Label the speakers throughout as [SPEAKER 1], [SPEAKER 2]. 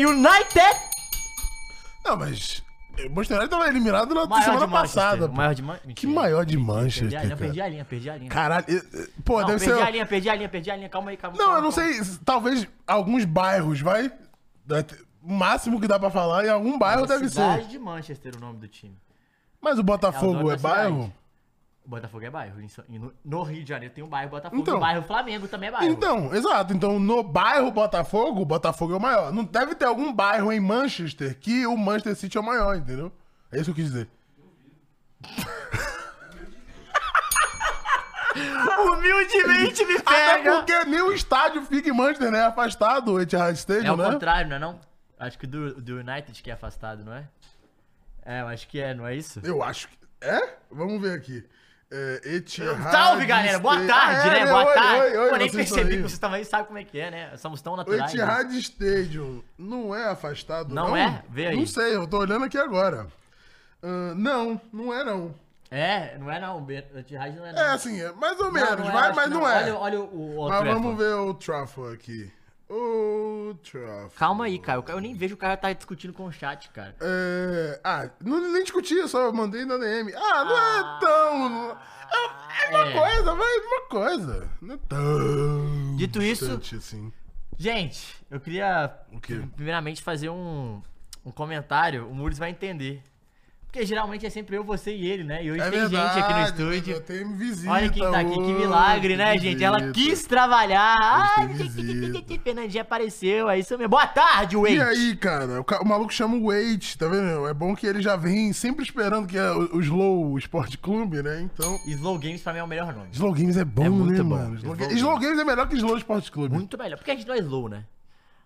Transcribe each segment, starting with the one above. [SPEAKER 1] United.
[SPEAKER 2] Não, mas. O Manchester United tava eliminado na
[SPEAKER 1] Maior
[SPEAKER 2] semana
[SPEAKER 1] de Manchester,
[SPEAKER 2] é passada. pô.
[SPEAKER 1] maior de Man- Mentira.
[SPEAKER 2] Que maior de
[SPEAKER 1] Perdi a,
[SPEAKER 2] Manchester,
[SPEAKER 1] já perdi
[SPEAKER 2] cara.
[SPEAKER 1] a linha, perdi a linha.
[SPEAKER 2] Caralho. eh, eh, Pô,
[SPEAKER 1] Não,
[SPEAKER 2] deve
[SPEAKER 1] perdi a
[SPEAKER 2] ser.
[SPEAKER 1] linha, perdi a linha, perdi a linha. Calma aí, calma
[SPEAKER 2] Não,
[SPEAKER 1] calma,
[SPEAKER 2] eu não
[SPEAKER 1] calma.
[SPEAKER 2] sei. Talvez alguns bairros, vai. Deve ter- O máximo que dá pra falar em algum bairro deve
[SPEAKER 1] Cidade
[SPEAKER 2] ser.
[SPEAKER 1] de Manchester o nome do time.
[SPEAKER 2] Mas o
[SPEAKER 1] É o dono
[SPEAKER 2] Botafogo é,
[SPEAKER 1] da cidade.
[SPEAKER 2] bairro?
[SPEAKER 1] Botafogo é bairro. em São- em No no Rio de Janeiro tem um bairro Botafogo.
[SPEAKER 2] Então.
[SPEAKER 1] Então, o bairro Flamengo também é bairro.
[SPEAKER 2] Então, exato. Então, no bairro Botafogo, o Botafogo é o maior. Não deve ter algum bairro em Manchester que o Manchester City é o maior, entendeu? É isso que eu quis dizer.
[SPEAKER 1] Humildemente me
[SPEAKER 2] Até porque nem o estádio fica em Manchester, né? Afastado, o Etihad Stadium,
[SPEAKER 1] É o
[SPEAKER 2] né?
[SPEAKER 1] contrário, não é não? Acho que do, do United que é afastado, não é? É, eu acho que é, não é isso?
[SPEAKER 2] Eu acho que. É? Vamos ver aqui. É, Etihad
[SPEAKER 1] Salve, galera! Boa
[SPEAKER 2] Sta-
[SPEAKER 1] tarde,
[SPEAKER 2] Ah, é,
[SPEAKER 1] né? Boa
[SPEAKER 2] oi,
[SPEAKER 1] tarde.
[SPEAKER 2] Oi, oi,
[SPEAKER 1] Pô, nem
[SPEAKER 2] vocês
[SPEAKER 1] percebi
[SPEAKER 2] estão aí.
[SPEAKER 1] que vocês também sabem como é que é, né? Somos tão
[SPEAKER 2] O
[SPEAKER 1] naturais.
[SPEAKER 2] Etihad Stadium não é afastado,
[SPEAKER 1] Não é? Vê aí.
[SPEAKER 2] Não sei, eu tô olhando aqui agora. Ah, não, não é não.
[SPEAKER 1] É, não é não. O Etihad não é não.
[SPEAKER 2] É assim, é mais ou
[SPEAKER 1] Não,
[SPEAKER 2] menos,
[SPEAKER 1] não é,
[SPEAKER 2] vai,
[SPEAKER 1] acho
[SPEAKER 2] mas
[SPEAKER 1] que
[SPEAKER 2] não, é.
[SPEAKER 1] Olha, olha o outro.
[SPEAKER 2] mas vamos ver o Trafford aqui. O Trafford.
[SPEAKER 1] Calma aí, cara. Eu nem vejo o cara tá discutindo com o chat, cara.
[SPEAKER 2] É... Ah, não, nem discuti, só mandei na DM. Ah, não é tão... É, é uma
[SPEAKER 1] é.
[SPEAKER 2] coisa, vai, uma coisa. Não é tão...
[SPEAKER 1] Dito isso-
[SPEAKER 2] distante assim.
[SPEAKER 1] Gente, eu queria
[SPEAKER 2] O quê?
[SPEAKER 1] primeiramente fazer um, um comentário. O Muris vai entender. Porque geralmente é sempre eu, você e ele, né? E hoje tem gente aqui no
[SPEAKER 2] É Eu
[SPEAKER 1] estúdio.
[SPEAKER 2] tenho visita
[SPEAKER 1] Olha quem tá aqui, que
[SPEAKER 2] hoje,
[SPEAKER 1] milagre, né,
[SPEAKER 2] tem
[SPEAKER 1] gente?
[SPEAKER 2] visita.
[SPEAKER 1] Ela quis trabalhar. Ai,
[SPEAKER 2] Hoje tem visita.
[SPEAKER 1] Fernandinha apareceu, é isso mesmo. Boa tarde, Wade.
[SPEAKER 2] E aí, cara, o, ca- o maluco chama o Wait, tá vendo? É bom que ele já vem sempre esperando que é o, o Slow Sport Clube, né? Então.
[SPEAKER 1] Slow Games pra mim é o melhor nome.
[SPEAKER 2] Slow Games é bom,
[SPEAKER 1] É muito
[SPEAKER 2] né,
[SPEAKER 1] bom.
[SPEAKER 2] mano? Slow,
[SPEAKER 1] Slow
[SPEAKER 2] Ga-
[SPEAKER 1] Games.
[SPEAKER 2] Slow Games é melhor que Slow Sport Clube.
[SPEAKER 1] Muito melhor. Porque a gente não é slow, né?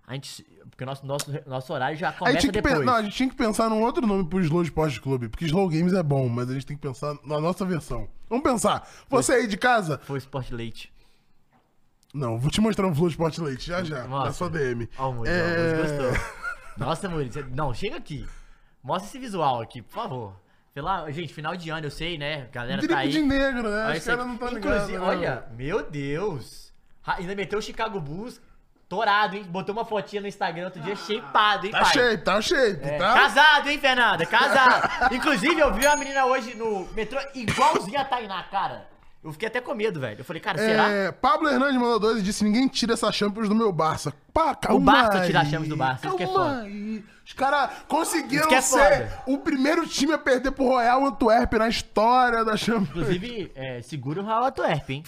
[SPEAKER 1] A gente. Porque o nosso, nosso, nosso horário já
[SPEAKER 2] Aí
[SPEAKER 1] começa
[SPEAKER 2] tinha que pen-
[SPEAKER 1] depois.
[SPEAKER 2] não, a gente tinha que pensar num outro nome pro Slow Sport Clube, porque Slow Games é bom, mas a gente tem que pensar na nossa versão. Vamos pensar. Você aí de casa?
[SPEAKER 1] Foi o Sport Leite.
[SPEAKER 2] Não, vou te mostrar um Flow Sport Leite já já, na
[SPEAKER 1] Mostra.
[SPEAKER 2] sua DM.
[SPEAKER 1] Ó, o Muri,
[SPEAKER 2] É,
[SPEAKER 1] ó, o Muri gostou. Nossa, Muri, você- não, chega aqui. Mostra esse visual aqui, por favor. Pela... Gente, final de ano, eu sei, né? A galera tá
[SPEAKER 2] Drible
[SPEAKER 1] aí.
[SPEAKER 2] é de negro, né?
[SPEAKER 1] Olha
[SPEAKER 2] Os
[SPEAKER 1] isso aqui.
[SPEAKER 2] caras não estão ligados.
[SPEAKER 1] Inclusive,
[SPEAKER 2] né?
[SPEAKER 1] olha, meu Deus. Ra- Ainda meteu o Chicago Bulls torado, hein? Botou uma fotinha no Instagram outro dia, shapeado, hein,
[SPEAKER 2] Tá
[SPEAKER 1] pai?
[SPEAKER 2] shape, tá shape,
[SPEAKER 1] É,
[SPEAKER 2] tá?
[SPEAKER 1] Casado, hein, Fernanda? Casado. Inclusive, eu vi uma menina hoje no metrô igualzinha a Tainá, cara. Eu fiquei até com medo, velho. Eu falei, cara, será?
[SPEAKER 2] É, Pablo Hernandes mandou dois e disse: ninguém tira essa Champions do meu Barça. Pá, calma
[SPEAKER 1] Barça
[SPEAKER 2] aí,
[SPEAKER 1] tira a Champions do Barça, isso
[SPEAKER 2] Calma
[SPEAKER 1] que é foda.
[SPEAKER 2] aí. Os caras conseguiram
[SPEAKER 1] Isso que é
[SPEAKER 2] ser
[SPEAKER 1] foda.
[SPEAKER 2] o primeiro time a perder pro Royal Antwerp na história da Champions.
[SPEAKER 1] Inclusive, é, segura o Raul Atuerp, hein?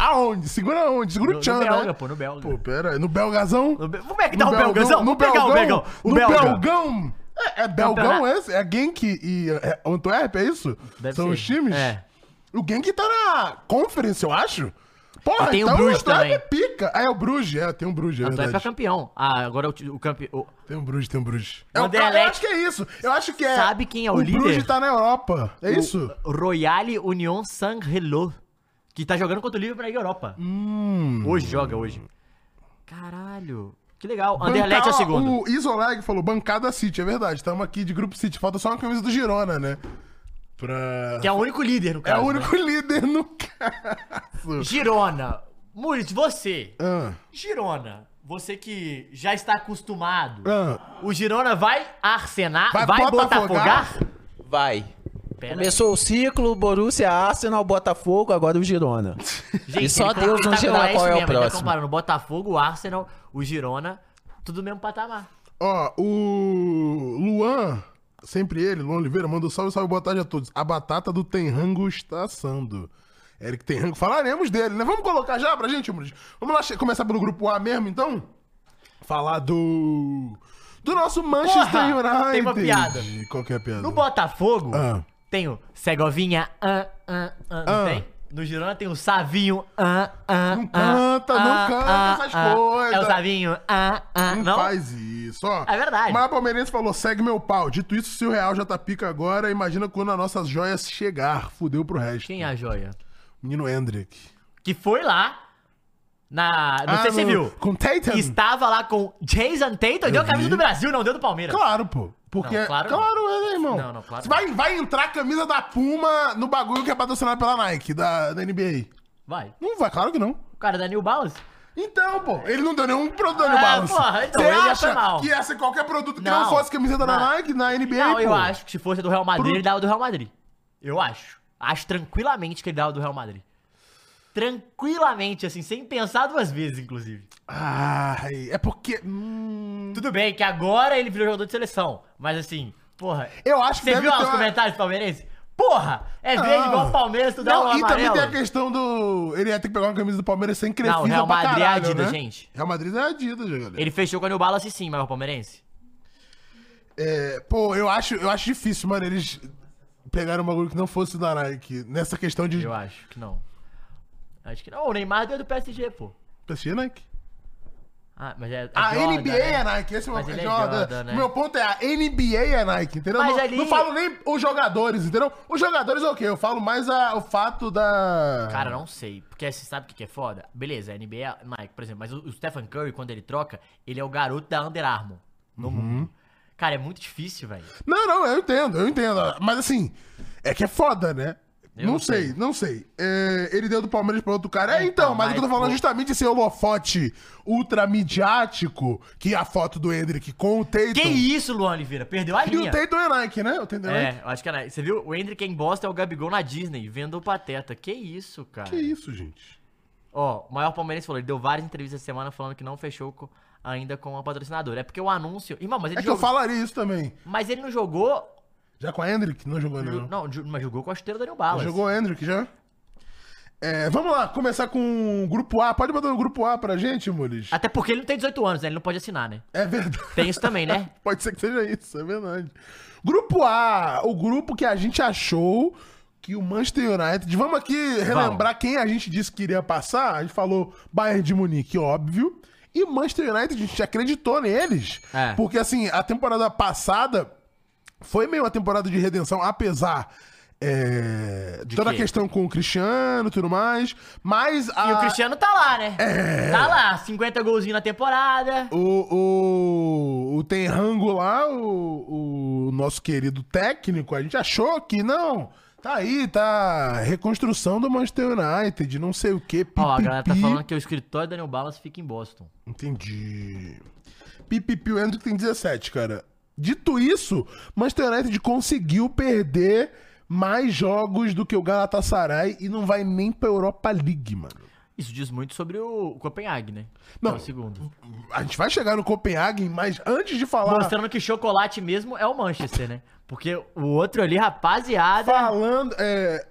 [SPEAKER 2] Aonde? Segura onde? Segura
[SPEAKER 1] No,
[SPEAKER 2] o
[SPEAKER 1] no
[SPEAKER 2] Tchan,
[SPEAKER 1] Belga,
[SPEAKER 2] né?
[SPEAKER 1] pô, no Belga.
[SPEAKER 2] Pô, pera aí. No Belgazão?
[SPEAKER 1] No Be- Como é que dá o Belgazão? Vamos
[SPEAKER 2] No
[SPEAKER 1] pegar
[SPEAKER 2] Belgão?
[SPEAKER 1] o Belgão. O
[SPEAKER 2] No
[SPEAKER 1] Belga.
[SPEAKER 2] Belgão? É, é Belgão
[SPEAKER 1] Campeonato.
[SPEAKER 2] esse? É Genk e é, Antwerp, é isso?
[SPEAKER 1] Deve
[SPEAKER 2] São
[SPEAKER 1] ser.
[SPEAKER 2] os times?
[SPEAKER 1] É.
[SPEAKER 2] O Genk tá na Conference, eu acho. Porra,
[SPEAKER 1] E Ah, tem o
[SPEAKER 2] então
[SPEAKER 1] Bruges
[SPEAKER 2] Antwerp
[SPEAKER 1] também.
[SPEAKER 2] é pica. Ah, é o Bruges, é, tem um Bruges, é
[SPEAKER 1] O Atuerp é
[SPEAKER 2] verdade.
[SPEAKER 1] campeão. Ah, agora o, ti- o campeão.
[SPEAKER 2] Tem um Bruges, tem um Bruges. É o,
[SPEAKER 1] Anderlecht.
[SPEAKER 2] eu acho que é isso. Eu acho que é...
[SPEAKER 1] Sabe quem é o líder?
[SPEAKER 2] O Bruges tá na Europa, é isso?
[SPEAKER 1] Royale Union Saint-Hello. Que tá jogando contra o Liverpool na Liga Europa.
[SPEAKER 2] Hum.
[SPEAKER 1] Hoje joga, hoje. Caralho. Que legal. Anderlecht é o
[SPEAKER 2] Bancar-
[SPEAKER 1] segundo.
[SPEAKER 2] O Isolag falou bancada City, é verdade. Estamos aqui de grupo City. Falta só uma camisa do Girona, né? Pra...
[SPEAKER 1] Que é o único líder, no
[SPEAKER 2] É
[SPEAKER 1] caso.
[SPEAKER 2] o
[SPEAKER 1] né?
[SPEAKER 2] único líder no caso.
[SPEAKER 1] Girona. Murit, você.
[SPEAKER 2] Ah,
[SPEAKER 1] Girona. Você que já está acostumado.
[SPEAKER 2] ah.
[SPEAKER 1] O Girona vai arsenar,
[SPEAKER 2] Vai ah.
[SPEAKER 1] vai,
[SPEAKER 2] botafogar?
[SPEAKER 1] botafogar?
[SPEAKER 3] Vai.
[SPEAKER 1] Pera
[SPEAKER 3] Começou o ciclo, Borussia, Arsenal, Botafogo, agora o Girona. e só
[SPEAKER 1] ele com-
[SPEAKER 3] Deus
[SPEAKER 1] ele
[SPEAKER 3] nos
[SPEAKER 1] tá com
[SPEAKER 3] dirá qual é
[SPEAKER 1] mesmo,
[SPEAKER 3] o
[SPEAKER 1] ele tá
[SPEAKER 3] próximo.
[SPEAKER 1] comparando o Botafogo, o Arsenal, o Girona, tudo no mesmo patamar.
[SPEAKER 2] Ó, o Luan, sempre ele, Luan Oliveira, mandou salve, salve, boa tarde a todos. A batata do Tenrango está assando. Eric Tenrango, falaremos dele, né? Vamos colocar já pra gente, Muris? Vamos lá che- começar pelo grupo A mesmo, então? Falar do... Do nosso Manchester United.
[SPEAKER 1] tem uma piada.
[SPEAKER 2] Qual que é a piada?
[SPEAKER 1] No Botafogo,
[SPEAKER 2] Ah.
[SPEAKER 1] tem o Segovinha, ah, ah, ah, não
[SPEAKER 2] Ah.
[SPEAKER 1] tem? No Girona tem o Savinho, ah, ah,
[SPEAKER 2] Não
[SPEAKER 1] ah,
[SPEAKER 2] canta, não
[SPEAKER 1] ah,
[SPEAKER 2] canta
[SPEAKER 1] ah,
[SPEAKER 2] essas
[SPEAKER 1] ah.
[SPEAKER 2] coisas.
[SPEAKER 1] É o Savinho, ah, ah,
[SPEAKER 2] Não,
[SPEAKER 1] não?
[SPEAKER 2] faz isso, ó.
[SPEAKER 1] É verdade.
[SPEAKER 2] Mas a Palmeirense falou, segue meu pau. Dito isso, se o Real já tá pica agora, imagina quando as nossas joias chegar. Fudeu pro resto.
[SPEAKER 1] Quem é a joia?
[SPEAKER 2] Menino Hendrick.
[SPEAKER 1] Que foi lá, na, não
[SPEAKER 2] Ah,
[SPEAKER 1] sei se você
[SPEAKER 2] no-
[SPEAKER 1] viu,
[SPEAKER 2] Com Tatum?
[SPEAKER 1] que estava lá com Jason Tatum, deu a camisa
[SPEAKER 2] vi.
[SPEAKER 1] do Brasil, não deu do Palmeiras.
[SPEAKER 2] Claro, pô. Porque,
[SPEAKER 1] Não,
[SPEAKER 2] claro,
[SPEAKER 1] claro
[SPEAKER 2] né, irmão?
[SPEAKER 1] Não, não, claro
[SPEAKER 2] Você Vai, vai entrar a camisa da Puma no bagulho que é patrocinado pela Nike, da, da NBA.
[SPEAKER 1] Vai.
[SPEAKER 2] Não vai, claro que não.
[SPEAKER 1] O cara é da New Balance.
[SPEAKER 2] Então, pô, ele não deu nenhum produto da
[SPEAKER 1] É,
[SPEAKER 2] Balance.
[SPEAKER 1] porra, então,
[SPEAKER 2] Você
[SPEAKER 1] ele já foi
[SPEAKER 2] acha
[SPEAKER 1] mal.
[SPEAKER 2] que ia ser qualquer produto que não,
[SPEAKER 1] Não.
[SPEAKER 2] fosse camiseta da
[SPEAKER 1] Não.
[SPEAKER 2] Nike na NBA,
[SPEAKER 1] Não,
[SPEAKER 2] pô?
[SPEAKER 1] eu acho que se fosse do Real Madrid,
[SPEAKER 2] Pro-
[SPEAKER 1] ele dava do Real Madrid. Eu acho. Acho tranquilamente que ele dava do Real Madrid. Tranquilamente, assim, sem pensar duas vezes, inclusive.
[SPEAKER 2] Ai, é porque... hum,
[SPEAKER 1] Tudo bem que agora ele virou jogador de seleção, mas assim, porra.
[SPEAKER 2] eu acho que
[SPEAKER 1] Você
[SPEAKER 2] deve
[SPEAKER 1] viu lá
[SPEAKER 2] ter
[SPEAKER 1] os
[SPEAKER 2] uma- Ah.
[SPEAKER 1] comentários do palmeirense? Porra! É verde igual o Palmeiras, tu dá um
[SPEAKER 2] Não, e também
[SPEAKER 1] amarelo.
[SPEAKER 2] tem a questão do... Ele ia ter que pegar uma camisa do Palmeiras sem crefisa
[SPEAKER 1] Não, o Real
[SPEAKER 2] pra
[SPEAKER 1] Madrid é
[SPEAKER 2] caralho,
[SPEAKER 1] Adidas,
[SPEAKER 2] né?
[SPEAKER 1] gente.
[SPEAKER 2] Real Madrid é Adidas, galera.
[SPEAKER 1] Ele fechou com a New Balance sim, mas é o palmeirense.
[SPEAKER 2] É, pô, eu acho, eu acho difícil, mano, eles pegaram um bagulho que não fosse da Nike. Nessa questão de...
[SPEAKER 1] Eu acho que não. Acho que não. O Neymar deu do PSG, pô.
[SPEAKER 2] PSG é Nike?
[SPEAKER 1] Ah, mas é, é
[SPEAKER 2] A
[SPEAKER 1] Jordan,
[SPEAKER 2] NBA
[SPEAKER 1] né?
[SPEAKER 2] é Nike, esse é o
[SPEAKER 1] Mas ele
[SPEAKER 2] Jordan.
[SPEAKER 1] é Jordan, né?
[SPEAKER 2] O meu ponto é a NBA é Nike, entendeu?
[SPEAKER 1] Mas
[SPEAKER 2] não,
[SPEAKER 1] ali-
[SPEAKER 2] não falo nem os jogadores, entendeu? Os jogadores é o quê? Eu falo mais a- o fato da.
[SPEAKER 1] Cara, não sei. Porque você sabe o que que é foda? Beleza, a NBA, é Nike, por exemplo. Mas o o Stephen Curry, quando ele troca, ele é o garoto da Under Armour
[SPEAKER 2] Uhum.
[SPEAKER 1] no mundo. Cara, é muito difícil, velho.
[SPEAKER 2] Não, não, eu entendo, eu entendo. Mas assim, é que é foda, né?
[SPEAKER 1] Eu
[SPEAKER 2] não
[SPEAKER 1] não
[SPEAKER 2] sei,
[SPEAKER 1] sei.
[SPEAKER 2] não sei. É, ele deu do Palmeiras pra outro cara. É, então,
[SPEAKER 1] então,
[SPEAKER 2] mas, o que eu tô
[SPEAKER 1] mas,
[SPEAKER 2] falando é
[SPEAKER 1] pô-
[SPEAKER 2] justamente esse holofote ultramidiático que é a foto do Hendrick com o Tatum.
[SPEAKER 1] Que isso, Luan Oliveira? Perdeu a
[SPEAKER 2] E o
[SPEAKER 1] linha.
[SPEAKER 2] Tatum é Nike, né? O Tatum é, Nike.
[SPEAKER 1] É, eu acho que é Nike. Você viu? O Hendrick em Boston é o Gabigol na Disney, vendo o Pateta. Que isso, cara.
[SPEAKER 2] Que isso, gente?
[SPEAKER 1] Ó, o maior palmeirense falou, ele deu várias entrevistas essa semana falando que não fechou co- ainda com a patrocinadora. É porque o anúncio... Irmão, mas ele
[SPEAKER 2] É que eu
[SPEAKER 1] jogou...
[SPEAKER 2] falaria isso também.
[SPEAKER 1] Mas ele não jogou...
[SPEAKER 2] Já com a Hendrick, não jogou, não.
[SPEAKER 1] Ju- Não, ju- mas jogou com a chuteira do Daniel Balas.
[SPEAKER 2] Jogou o Hendrick já? É, vamos lá, começar com o grupo A. Pode botar o grupo A pra gente, Mules?
[SPEAKER 1] Até porque ele não tem 18 anos, né? Ele não pode assinar, né?
[SPEAKER 2] É verdade.
[SPEAKER 1] Tem isso também, né?
[SPEAKER 2] Pode ser que seja isso, é verdade. Grupo A, o grupo que a gente achou que o Manchester United. Vamos aqui relembrar quem a gente disse que iria passar. A gente falou Bayern de Munique, óbvio. E Manchester United, a gente acreditou neles.
[SPEAKER 1] É.
[SPEAKER 2] Porque, assim, a temporada passada foi meio uma temporada de redenção, apesar. É, de toda a
[SPEAKER 1] quê?
[SPEAKER 2] questão com o Cristiano e tudo mais. Mas a.
[SPEAKER 1] E o Cristiano tá lá, né?
[SPEAKER 2] É.
[SPEAKER 1] Tá lá, 50 golzinhos na temporada.
[SPEAKER 2] O, o, o Tem Rango lá, o, o nosso querido técnico, a gente achou que não. Tá aí, tá. Reconstrução do Manchester United, não sei o que. Pipipi.
[SPEAKER 1] Ó, a galera tá falando que o escritório do Daniel Balas fica em Boston.
[SPEAKER 2] Entendi. Pipipi, o Andrew tem 17, cara. Dito isso, Manchester United conseguiu perder mais jogos do que o Galatasaray e não vai nem pra Europa League, mano.
[SPEAKER 1] Isso diz muito sobre o, o Copenhague, né?
[SPEAKER 2] Não.
[SPEAKER 1] É o segundo.
[SPEAKER 2] A gente vai chegar no Copenhagen, mas antes de falar.
[SPEAKER 1] Mostrando que chocolate mesmo é o Manchester, né? Porque o outro ali, rapaziada.
[SPEAKER 2] Falando. É...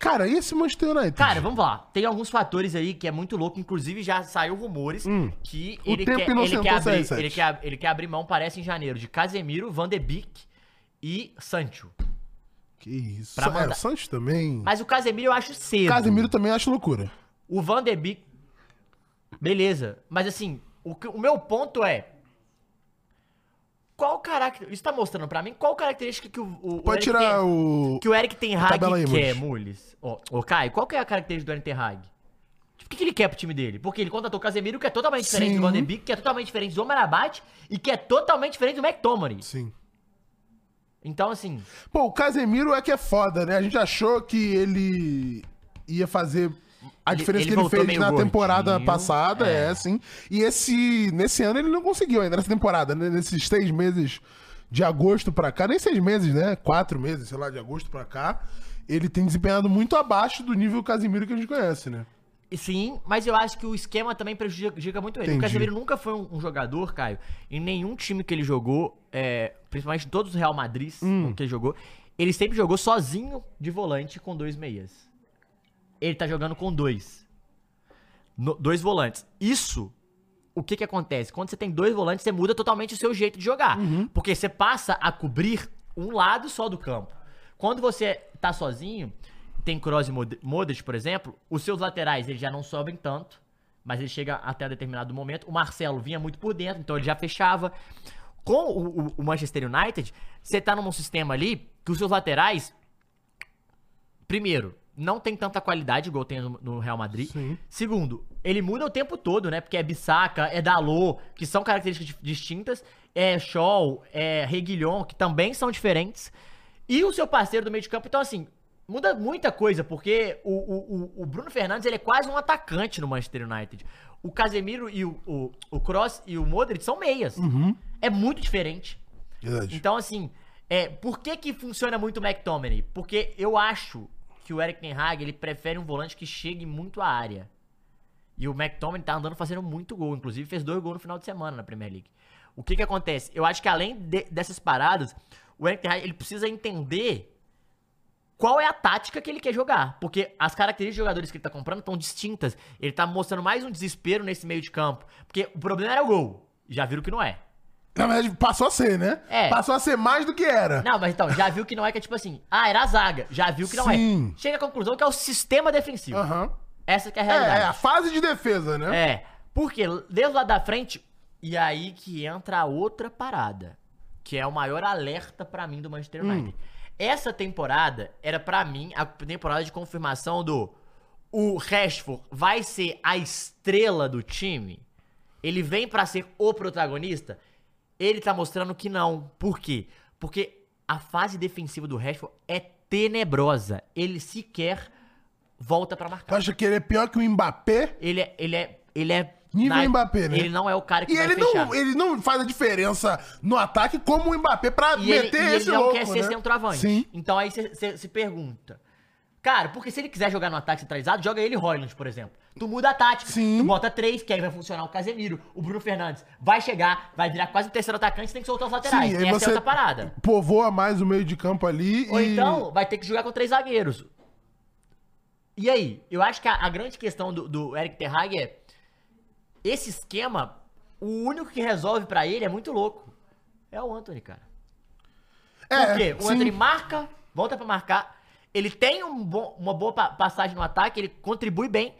[SPEAKER 2] Cara, e esse Manchester United?
[SPEAKER 1] Cara, vamos lá. Tem alguns fatores aí que é muito louco. Inclusive, já saiu rumores que
[SPEAKER 2] Hum. O
[SPEAKER 1] ele
[SPEAKER 2] tempo
[SPEAKER 1] quer,
[SPEAKER 2] inocentou
[SPEAKER 1] ele, quer abrir,
[SPEAKER 2] 77.
[SPEAKER 1] ele, quer, ab- ele quer abrir mão, parece, em janeiro, de Casemiro, Van de Beek e Sancho.
[SPEAKER 2] Que isso.
[SPEAKER 1] Pra
[SPEAKER 2] É,
[SPEAKER 1] mandar-
[SPEAKER 2] o Santos também.
[SPEAKER 1] Mas o Casemiro eu acho cedo.
[SPEAKER 2] Casemiro também acho loucura.
[SPEAKER 1] O Van de Beek. Beleza. Mas assim, o, que- o meu ponto é. Qual característica. Isso tá mostrando pra mim qual característica que o. o- o
[SPEAKER 2] Pode
[SPEAKER 1] Eric
[SPEAKER 2] tirar
[SPEAKER 1] tem-
[SPEAKER 2] o.
[SPEAKER 1] Que o Eric Ten Hag
[SPEAKER 2] Tabela aí,
[SPEAKER 1] quer,
[SPEAKER 2] Mules.
[SPEAKER 1] Mules. Ô, ô, Caio, qual que é a característica do Eric Ten Hag? Tipo, o que, que ele quer pro time dele? Porque ele contratou o Casemiro, que é totalmente diferente
[SPEAKER 2] Sim.
[SPEAKER 1] do Van de Beek, que é totalmente diferente do Marabate e que é totalmente diferente do McTominay.
[SPEAKER 2] Sim.
[SPEAKER 1] Então, assim,
[SPEAKER 2] Pô, o Casemiro é que é foda, né? A gente achou que ele ia fazer a
[SPEAKER 1] Ele-
[SPEAKER 2] diferença
[SPEAKER 1] ele
[SPEAKER 2] que ele
[SPEAKER 1] voltou
[SPEAKER 2] fez
[SPEAKER 1] meio
[SPEAKER 2] na
[SPEAKER 1] gordinho,
[SPEAKER 2] temporada passada, é.
[SPEAKER 1] é.
[SPEAKER 2] assim. E esse nesse ano ele não conseguiu ainda, nessa temporada, né? nesses seis meses de agosto pra cá, nem seis meses, né? Quatro meses, sei lá, de agosto pra cá. Ele tem desempenhado muito abaixo do nível Casemiro que a gente conhece, né?
[SPEAKER 1] Sim, mas eu acho que o esquema também prejudica muito ele.
[SPEAKER 2] Entendi.
[SPEAKER 1] O Casemiro nunca foi um, um jogador, Caio, em nenhum time que ele jogou, é, principalmente em todos os Real Madrid que ele jogou, ele sempre jogou sozinho de volante com dois meias. Ele tá jogando com dois. No- dois volantes. Isso, o que que acontece? Quando você tem dois volantes, você muda totalmente o seu jeito de jogar. Porque você passa a cobrir um lado só do campo. Quando você tá sozinho, tem Kroos e Mod- Modric, por exemplo, os seus laterais, eles já não sobem tanto, mas ele chega até determinado momento. O Marcelo vinha muito por dentro, então ele já fechava. Com o, o- o Manchester United, você tá num sistema ali que os seus laterais Primeiro, não tem tanta qualidade igual tem no- no Real Madrid. Segundo, ele muda o tempo todo, né? Porque é Bissaka, é Dalô, que são características di- distintas. É Shaw, é Reguilhon, que também são diferentes. E o seu parceiro do meio de campo. Então, assim, muda muita coisa, porque o, o- o- o Bruno Fernandes ele é quase um atacante no Manchester United. O Casemiro e o, o, o Cross e o Modric são meias. É muito diferente.
[SPEAKER 2] Verdade.
[SPEAKER 1] Então, assim, é, por que que funciona muito o McTominay? Porque eu acho que o Eric Ten Hag, ele prefere um volante que chegue muito à área. E o McTominay tá andando fazendo muito gol. Inclusive, fez dois gols no final de semana na Premier League. O que que acontece? Eu acho que além de- dessas paradas, o Eric Ten Hag, ele precisa entender qual é a tática que ele quer jogar. Porque as características de jogadores que ele tá comprando estão distintas. Ele tá mostrando mais um desespero nesse meio de campo. Porque o problema era o gol. Já viram que não é.
[SPEAKER 2] Na verdade, passou a ser, né?
[SPEAKER 1] É.
[SPEAKER 2] Passou a ser mais do que era.
[SPEAKER 1] Não, mas então, já viu que não é que é tipo assim, ah, era a zaga, já viu que não
[SPEAKER 2] Sim.
[SPEAKER 1] é. Chega à conclusão que é o sistema defensivo.
[SPEAKER 2] Aham.
[SPEAKER 1] Essa que é a
[SPEAKER 2] É, é, a
[SPEAKER 1] realidade.
[SPEAKER 2] fase de defesa, né?
[SPEAKER 1] É, porque desde lá da frente, e aí que entra a outra parada, que é o maior alerta pra mim do Manchester United. Essa temporada era pra mim a temporada de confirmação do o Rashford vai ser a estrela do time? Ele vem pra ser o protagonista? Ele tá mostrando que não. Por quê? Porque a fase defensiva do Rashford é tenebrosa. Ele sequer volta pra marcar.
[SPEAKER 2] Tu acha que ele é pior que o Mbappé?
[SPEAKER 1] Ele é. Ele é. Ele é
[SPEAKER 2] Nível Mbappé, né?
[SPEAKER 1] Ele não é o cara que
[SPEAKER 2] E
[SPEAKER 1] vai
[SPEAKER 2] ele
[SPEAKER 1] fechar.
[SPEAKER 2] não, é ele não faz a diferença no ataque como o Mbappé pra
[SPEAKER 1] e ele,
[SPEAKER 2] meter
[SPEAKER 1] e ele
[SPEAKER 2] esse
[SPEAKER 1] não
[SPEAKER 2] louco,
[SPEAKER 1] quer ser
[SPEAKER 2] né?
[SPEAKER 1] centroavante.
[SPEAKER 2] Sim.
[SPEAKER 1] Então aí você se pergunta. Cara, porque se ele quiser jogar no ataque centralizado, joga ele e Royland, por exemplo. Tu muda a tática,
[SPEAKER 2] Sim.
[SPEAKER 1] tu bota três, que aí vai funcionar o Casemiro, o Bruno Fernandes. Vai chegar, vai virar quase um terceiro atacante, tem que soltar os laterais.
[SPEAKER 2] Sim, aí
[SPEAKER 1] Essa
[SPEAKER 2] você
[SPEAKER 1] é outra parada.
[SPEAKER 2] povoa mais o meio de campo ali
[SPEAKER 1] Ou
[SPEAKER 2] e...
[SPEAKER 1] então vai ter que jogar com três zagueiros. E aí, eu acho que a, a grande questão do, do Eric Ter Hag é esse esquema, o único que resolve pra ele é muito louco. É o Anthony, cara.
[SPEAKER 2] É,
[SPEAKER 1] Por quê? O
[SPEAKER 2] sim.
[SPEAKER 1] Anthony marca, volta pra marcar. Ele tem um bom- uma boa pa- passagem no ataque, ele contribui bem.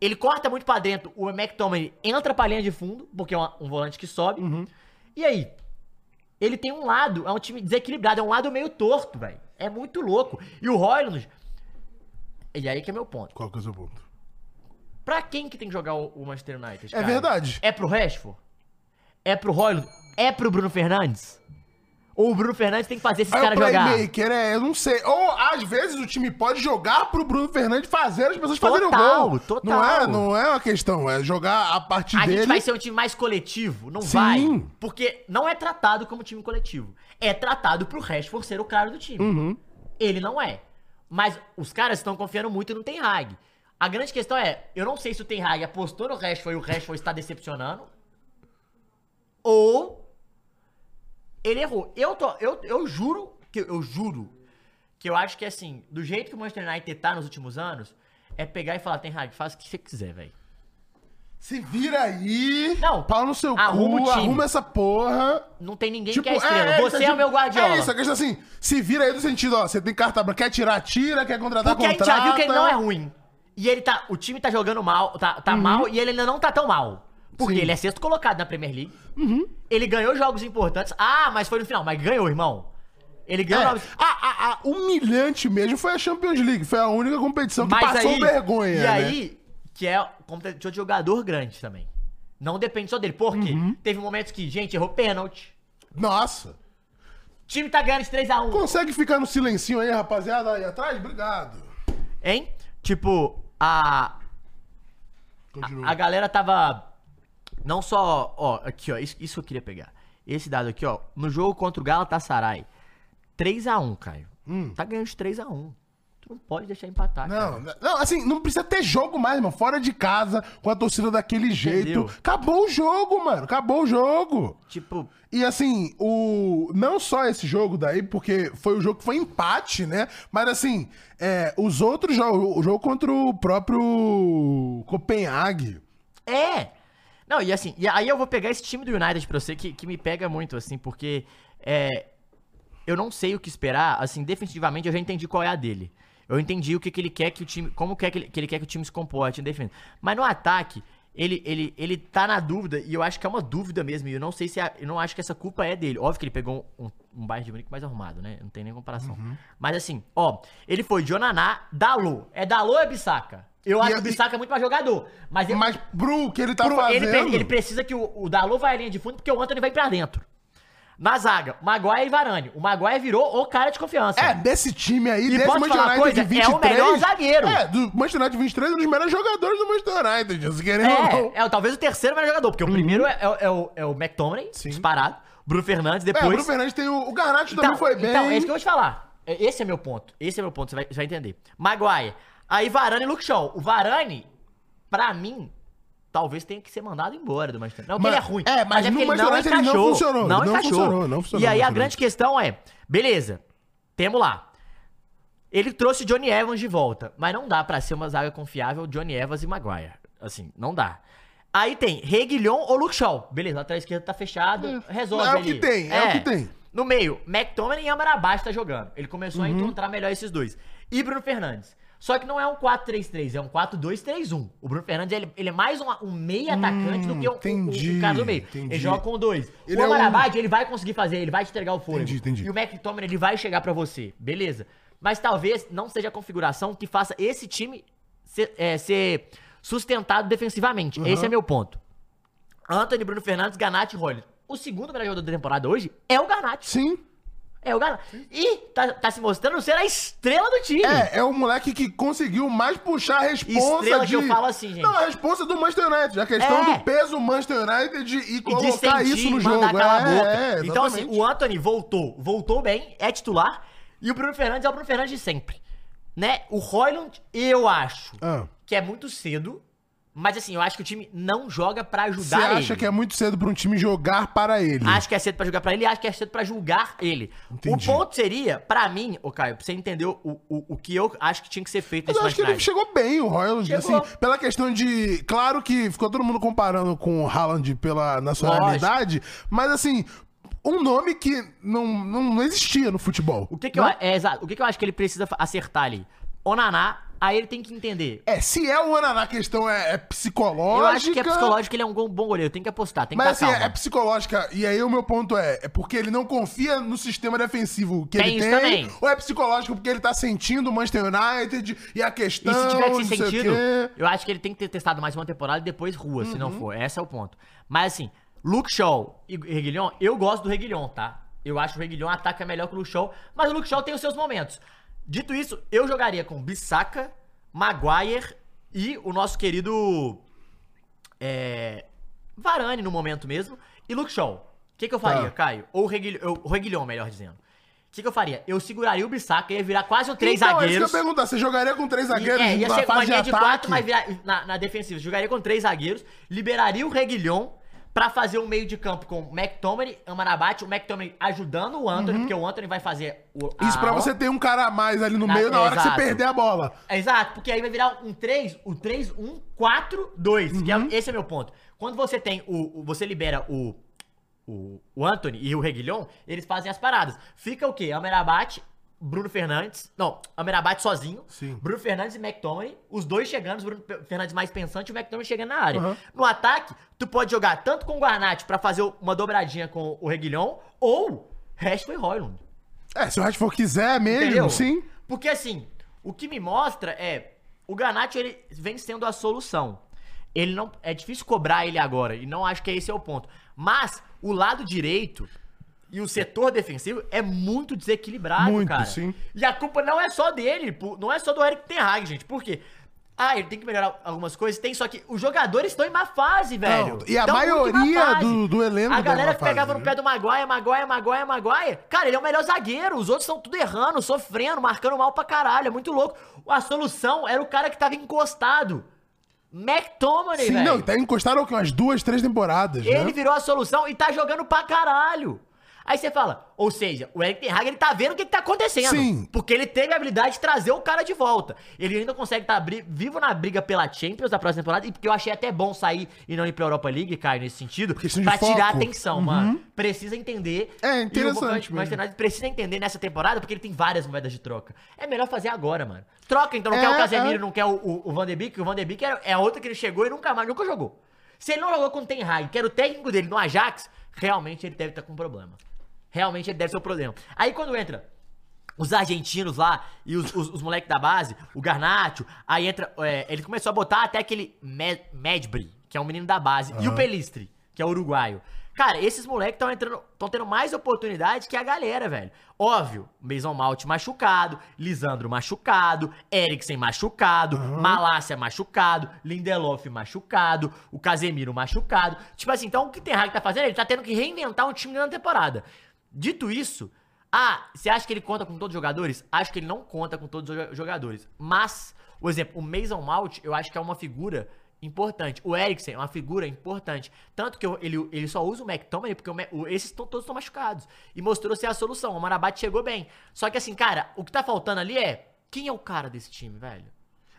[SPEAKER 1] Ele corta muito pra dentro. O McTominay entra pra linha de fundo, porque é uma- um volante que sobe.
[SPEAKER 2] Uhum.
[SPEAKER 1] E aí? Ele tem um lado, é um time desequilibrado, é um lado meio torto, velho. É muito louco. E o Royland. E aí que é meu ponto.
[SPEAKER 2] Qual que é o seu ponto?
[SPEAKER 1] Pra quem que tem que jogar o, o Manchester United?
[SPEAKER 2] É verdade.
[SPEAKER 1] É pro Rashford? É pro Royland? É pro Bruno Fernandes? Ou o Bruno Fernandes tem que fazer esses
[SPEAKER 2] Aí É o
[SPEAKER 1] caras jogar?
[SPEAKER 2] playmaker é, eu não sei. Ou às vezes o time pode jogar pro Bruno Fernandes fazer as pessoas fazerem o
[SPEAKER 1] Total,
[SPEAKER 2] gol.
[SPEAKER 1] total.
[SPEAKER 2] Não é, não é uma questão, é jogar a partir
[SPEAKER 1] A
[SPEAKER 2] dele.
[SPEAKER 1] gente vai ser um time mais coletivo? Não
[SPEAKER 2] Sim.
[SPEAKER 1] vai. Porque não é tratado como time coletivo. É tratado pro Rashford ser o cara do time.
[SPEAKER 2] Uhum.
[SPEAKER 1] Ele não é. Mas os caras estão confiando muito no Ten Hag. A grande questão é, eu não sei se o Ten Hag apostou no Rashford e o Rashford está decepcionando. Ou ele errou. Eu, tô, eu, eu juro, que eu juro, que eu acho que assim, do jeito que o Manchester United tá nos últimos anos, é pegar e falar, Ten Hag, faz o que você quiser, velho.
[SPEAKER 2] Se vira aí.
[SPEAKER 1] Não,
[SPEAKER 2] Pau no seu
[SPEAKER 1] arruma o
[SPEAKER 2] cu,
[SPEAKER 1] time.
[SPEAKER 2] arruma essa porra.
[SPEAKER 1] Não tem ninguém que é estrela. Você é,
[SPEAKER 2] tipo,
[SPEAKER 1] o meu guardiola.
[SPEAKER 2] É isso, a questão é assim, se vira aí no sentido, ó, você tem carta branca, quer tirar, tira, quer contratar,
[SPEAKER 1] Porque a gente
[SPEAKER 2] tá contrata.
[SPEAKER 1] já viu que ele não é ruim. E ele tá. O time tá jogando mal, tá, tá mal e ele ainda não tá tão mal. Porque
[SPEAKER 2] Uhum. Sim. Uhum.
[SPEAKER 1] ele é sexto colocado na Premier League. Ele ganhou jogos importantes. Ah, mas foi no final. Mas ganhou, irmão. Ele ganhou.
[SPEAKER 2] É,
[SPEAKER 1] jogos-
[SPEAKER 2] a, a- a humilhante mesmo foi a Champions League, foi a única competição que
[SPEAKER 1] Mas
[SPEAKER 2] passou
[SPEAKER 1] aí,
[SPEAKER 2] vergonha,
[SPEAKER 1] E
[SPEAKER 2] né?
[SPEAKER 1] aí, que é competição de jogador grande também. Não depende só dele. Por quê?
[SPEAKER 2] Uhum.
[SPEAKER 1] Teve momentos que, gente, errou pênalti.
[SPEAKER 2] Nossa.
[SPEAKER 1] O time tá ganhando de 3x1.
[SPEAKER 2] Consegue ficar no silencinho aí, rapaziada, aí atrás? Obrigado.
[SPEAKER 1] Hein? Tipo, a.
[SPEAKER 2] Continua.
[SPEAKER 1] A galera tava. Não só. Ó, aqui, ó. Isso, isso eu queria pegar. Esse dado aqui, ó. No jogo contra o Galatasaray. 3x1, Caio. Tá ganhando de 3x1. Tu não pode deixar empatar. cara.
[SPEAKER 2] Hum. Não, não, assim, não precisa ter jogo mais, mano. Fora de casa, com a torcida daquele jeito.
[SPEAKER 1] Entendeu?
[SPEAKER 2] Acabou o jogo, mano. Acabou o jogo.
[SPEAKER 1] Tipo,
[SPEAKER 2] E assim, o não só esse jogo daí, porque foi o jogo que foi empate, né? Mas assim, é, os outros jogos, o jogo contra o próprio Copenhague.
[SPEAKER 1] É! Não, e assim, e aí eu vou pegar esse time do United pra você, que, que me pega muito, assim, porque é, eu não sei o que esperar, assim, definitivamente eu já entendi qual é a dele. Eu entendi o que, que ele quer que o time. Como quer que, ele, que ele quer que o time se comporte, em defesa. Mas no ataque, ele, ele, ele tá na dúvida, e eu acho que é uma dúvida mesmo, e eu não sei se. a- eu não acho que essa culpa é dele. Óbvio que ele pegou um, um, um Bayern de Munique mais arrumado, né? Não tem nem comparação. Mas assim, ó, ele foi de Onaná, Dalô. É Dalô ou é Bissaka? Eu acho
[SPEAKER 2] a-
[SPEAKER 1] que o Bissaka é muito mais jogador. Mas eu-
[SPEAKER 2] Mas pro que ele tá
[SPEAKER 1] Pro- ele,
[SPEAKER 2] fazendo.
[SPEAKER 1] pre- ele precisa que o, o Dalot vá à linha de fundo porque o Anthony vai pra dentro. Na zaga, Maguire e Varane. O Maguire virou o cara de confiança.
[SPEAKER 2] É, desse time aí,
[SPEAKER 1] E
[SPEAKER 2] desse
[SPEAKER 1] posso falar uma coisa? É o melhor zagueiro.
[SPEAKER 2] É, do Manchester United 23 é um dos melhores jogadores do Manchester United. Se querendo ou não. Uhum.
[SPEAKER 1] É, é, talvez o terceiro melhor jogador, porque o primeiro é, é- é o, é o McTominay,
[SPEAKER 2] Sim.
[SPEAKER 1] disparado. Bruno Fernandes,
[SPEAKER 2] É, o
[SPEAKER 1] depois.
[SPEAKER 2] Bruno Fernandes tem o, o Garnacho também foi bem.
[SPEAKER 1] Então, é isso que eu vou te falar. É, Esse é meu ponto. Esse é meu ponto, você vai, você vai entender. Maguire. Aí Varane e Luke Shaw. O Varane, pra mim, talvez tenha que ser mandado embora do Manchester United. Não, que
[SPEAKER 2] Mas-
[SPEAKER 1] ele é ruim.
[SPEAKER 2] é, mas no
[SPEAKER 1] porque
[SPEAKER 2] Manchester United ele não
[SPEAKER 1] encaixou.
[SPEAKER 2] funcionou,
[SPEAKER 1] Não,
[SPEAKER 2] ele não
[SPEAKER 1] encaixou.
[SPEAKER 2] funcionou, não funcionou
[SPEAKER 1] E aí a
[SPEAKER 2] no
[SPEAKER 1] grande questão é, beleza, temos lá. Ele trouxe Johnny Evans de volta, mas não dá pra ser uma zaga confiável Johnny Evans e Maguire. Assim, não dá. Aí tem Reguilhon ou Luke Shaw. Beleza, lateral esquerda tá fechado, resolve
[SPEAKER 2] É o
[SPEAKER 1] ali.
[SPEAKER 2] que tem, é o que tem.
[SPEAKER 1] No meio, McTominay e Amarabás tá jogando. Ele começou
[SPEAKER 2] Uhum.
[SPEAKER 1] a encontrar melhor esses dois. E Bruno Fernandes. Só que não é um 4-3-3, é um 4-2-3-1. O Bruno Fernandes, ele, ele é mais um, um meia atacante do que um, um,
[SPEAKER 2] Hum, entendi,
[SPEAKER 1] um cara do meio.
[SPEAKER 2] entendi.
[SPEAKER 1] Ele joga com dois.
[SPEAKER 2] Ele
[SPEAKER 1] o
[SPEAKER 2] é um-
[SPEAKER 1] Amarabás, ele vai conseguir fazer, ele vai te entregar o fôlego.
[SPEAKER 2] Entendi, entendi.
[SPEAKER 1] E o McTominay, ele vai chegar pra você. Beleza. Mas talvez não seja a configuração que faça esse time ser, é, ser sustentado defensivamente. Esse é meu ponto. Anthony, Bruno Fernandes, Ganatti e Rollins. O segundo melhor jogador da temporada hoje é o Ganatti.
[SPEAKER 2] Sim.
[SPEAKER 1] É o Ganatti. E tá, tá se mostrando ser a estrela do time.
[SPEAKER 2] É, é o moleque que conseguiu mais puxar a responsa
[SPEAKER 1] Estrela
[SPEAKER 2] de...
[SPEAKER 1] que eu falo assim, gente.
[SPEAKER 2] Não, a responsa do Manchester United. A questão
[SPEAKER 1] É.
[SPEAKER 2] do peso Manchester United de- e
[SPEAKER 1] E de
[SPEAKER 2] colocar
[SPEAKER 1] sentir,
[SPEAKER 2] isso no jogo.
[SPEAKER 1] mandar calar a
[SPEAKER 2] É,
[SPEAKER 1] boca.
[SPEAKER 2] é,
[SPEAKER 1] então, assim,
[SPEAKER 2] exatamente.
[SPEAKER 1] o Anthony voltou, voltou bem, é titular. E o Bruno Fernandes é o Bruno Fernandes de sempre. Né? O Royland, eu acho
[SPEAKER 2] Ah.
[SPEAKER 1] que é muito cedo. Mas assim, eu acho que o time não joga pra
[SPEAKER 2] Você
[SPEAKER 1] ajudar ele.
[SPEAKER 2] acha que é muito cedo pra um time jogar para ele?
[SPEAKER 1] Acho que é cedo pra jogar pra ele, acho que é cedo pra julgar ele.
[SPEAKER 2] Entendi.
[SPEAKER 1] O ponto seria, pra mim, ô Caio, pra você entender o, o, o que eu acho que tinha que ser feito
[SPEAKER 2] Mas eu acho que
[SPEAKER 1] Manchester
[SPEAKER 2] ele
[SPEAKER 1] United.
[SPEAKER 2] chegou bem, o Royals,
[SPEAKER 1] Chegou.
[SPEAKER 2] assim, pela questão de... Claro que ficou todo mundo comparando com o Haaland pela nacionalidade, mas assim, um nome que não, não, não existia no futebol. né?
[SPEAKER 1] O que que eu, é, exato. O que que eu acho que ele precisa fa- acertar ali? Onaná, aí ele tem que entender.
[SPEAKER 2] É, se é o Ananá, a questão é, é psicológica...
[SPEAKER 1] Eu acho que é psicológico, ele é um go- bom goleiro, tem que apostar, tem que
[SPEAKER 2] Mas
[SPEAKER 1] dar
[SPEAKER 2] assim,
[SPEAKER 1] calma.
[SPEAKER 2] é, é psicológica. E aí o meu ponto é, é porque ele não confia no sistema defensivo que
[SPEAKER 1] Tem
[SPEAKER 2] ele
[SPEAKER 1] isso
[SPEAKER 2] tem.
[SPEAKER 1] também.
[SPEAKER 2] Ou é psicológico porque ele tá sentindo o Manchester United e a questão.
[SPEAKER 1] E se tiver
[SPEAKER 2] não
[SPEAKER 1] esse
[SPEAKER 2] sei o
[SPEAKER 1] sentido,
[SPEAKER 2] quê. Uhum.
[SPEAKER 1] eu acho que ele tem que ter testado mais uma temporada e depois rua, se não for. Esse é o ponto. Mas assim, Luke Shaw e Reguilhon, eu gosto do Reguilhon, tá? Eu acho que o Reguilhon ataca melhor que o Luke Shaw, mas o Luke Shaw tem os seus momentos. Dito isso, eu jogaria com Bissaka, Maguire e o nosso querido é, Varane no momento mesmo e Luke Shaw. O que, que eu faria,
[SPEAKER 2] Tá.
[SPEAKER 1] Caio? Ou o Reguilhon, eu- o Reguilhon, melhor dizendo. O que, que eu faria? Eu seguraria o Bissaka, ia virar quase um três
[SPEAKER 2] então, É isso
[SPEAKER 1] zagueiros.
[SPEAKER 2] que eu ia perguntar. Você jogaria com três zagueiros
[SPEAKER 1] É, ia
[SPEAKER 2] na
[SPEAKER 1] ser uma
[SPEAKER 2] fase de
[SPEAKER 1] linha de
[SPEAKER 2] ataque?
[SPEAKER 1] quatro, mas virar- na, na defensiva. Jogaria com três zagueiros, liberaria o Reguilhon pra fazer um meio de campo com o McTominay, Amarabate, o McTominay ajudando o Anthony, porque o Anthony vai fazer o. a-
[SPEAKER 2] Uhum. Isso pra você ter um cara a mais ali no
[SPEAKER 1] Ah. Na-
[SPEAKER 2] meio na hora que
[SPEAKER 1] exato.
[SPEAKER 2] você perder a bola.
[SPEAKER 1] Exato, porque aí vai virar um 3, o 3, 1, 4, 2. que é-
[SPEAKER 2] Uhum.
[SPEAKER 1] esse é meu ponto. Quando você tem o. o- você libera o. O, o Anthony e o Reguilhon, eles fazem as paradas. Fica o quê? Amerabate, Bruno Fernandes. Não, Amerabate sozinho.
[SPEAKER 2] Sim.
[SPEAKER 1] Bruno Fernandes e McTominay. Os dois chegando, o Bruno Pe- Fernandes mais pensante e o McTominay chegando na área.
[SPEAKER 2] Uhum.
[SPEAKER 1] No ataque, tu pode jogar tanto com o Garnatti pra fazer uma dobradinha com o Reguilhon ou Rashford e Roylund.
[SPEAKER 2] É, se o Rashford quiser mesmo,
[SPEAKER 1] Entendeu?
[SPEAKER 2] sim.
[SPEAKER 1] Porque assim, o que me mostra é. O Garnacho, ele vem sendo a solução. Ele não. É difícil cobrar ele agora. E não acho que esse é o ponto. Mas o lado direito e o setor defensivo é muito desequilibrado,
[SPEAKER 2] Muito,
[SPEAKER 1] cara.
[SPEAKER 2] sim.
[SPEAKER 1] E a culpa não é só dele, pô, não é só do Eric Ten Hag, gente. Por quê? Ah, ele tem que melhorar algumas coisas, tem, só que os jogadores estão em má fase, velho. Então,
[SPEAKER 2] e a
[SPEAKER 1] Tão muito em má
[SPEAKER 2] maioria
[SPEAKER 1] fase.
[SPEAKER 2] do- do elenco
[SPEAKER 1] A
[SPEAKER 2] tá em má
[SPEAKER 1] galera que pegava
[SPEAKER 2] fase,
[SPEAKER 1] no
[SPEAKER 2] né?
[SPEAKER 1] pé do Maguire, Maguire, Maguire, Maguire. Cara, ele é o melhor zagueiro. Os outros estão tudo errando, sofrendo, marcando mal pra caralho. É muito louco. A solução era o cara que tava encostado. McTominay,
[SPEAKER 2] Sim,
[SPEAKER 1] velho.
[SPEAKER 2] não, tá encostaram aqui umas duas, três temporadas,
[SPEAKER 1] Ele
[SPEAKER 2] né?
[SPEAKER 1] virou a solução e tá jogando pra caralho. Aí você fala, ou seja, o Eric Ten Hag, ele tá vendo o que, que tá acontecendo.
[SPEAKER 2] Sim.
[SPEAKER 1] Porque ele teve a habilidade de trazer o cara de volta. Ele ainda consegue estar vivo na briga pela Champions da próxima temporada, e porque eu achei até bom sair e não ir pra Europa League, Caio, nesse sentido,
[SPEAKER 2] Questão de
[SPEAKER 1] pra tirar a
[SPEAKER 2] foco. Uhum.
[SPEAKER 1] atenção, mano. Precisa entender.
[SPEAKER 2] É, interessante
[SPEAKER 1] E o Manchester
[SPEAKER 2] mesmo.
[SPEAKER 1] United precisa entender nessa temporada, porque ele tem várias moedas de troca. É melhor fazer agora, mano. Troca, então, não
[SPEAKER 2] É,
[SPEAKER 1] quer o Casemiro,
[SPEAKER 2] é.
[SPEAKER 1] não quer o, o, o Van de Beek, o Van de Beek é, é outro que ele chegou e nunca mais, nunca jogou. Se ele não jogou com o Ten Hag, que era o técnico dele no Ajax, realmente ele deve estar com um problema. Realmente ele deve ser o problema. Aí quando entra os argentinos lá e os, os, os moleques da base, o Garnacho, aí entra. é, ele começou a botar até aquele Me- Medbri, que é um menino da base, e o Pelistre, que é uruguaio. Cara, esses moleques estão entrando, estão tendo mais oportunidade que a galera, velho. Óbvio, Mason Mount machucado, Lisandro machucado, Eriksen machucado, Malásia machucado, Lindelof machucado, o Casemiro machucado. Tipo assim, então o que o Ten Hag tá fazendo? Ele tá tendo que reinventar um time na temporada. Dito isso, ah, você acha que ele conta com todos os jogadores? Acho que ele não conta com todos os jo- jogadores. Mas, por exemplo, o Mason Mount, eu acho que é uma figura importante. O Eriksen é uma figura importante. Tanto que eu- ele, ele só usa o McTominay porque o Ma- o- esses tão- todos estão machucados. E mostrou ser a solução. O Marabat chegou bem. Só que assim, cara, o que tá faltando ali é... Quem é o cara desse time, velho?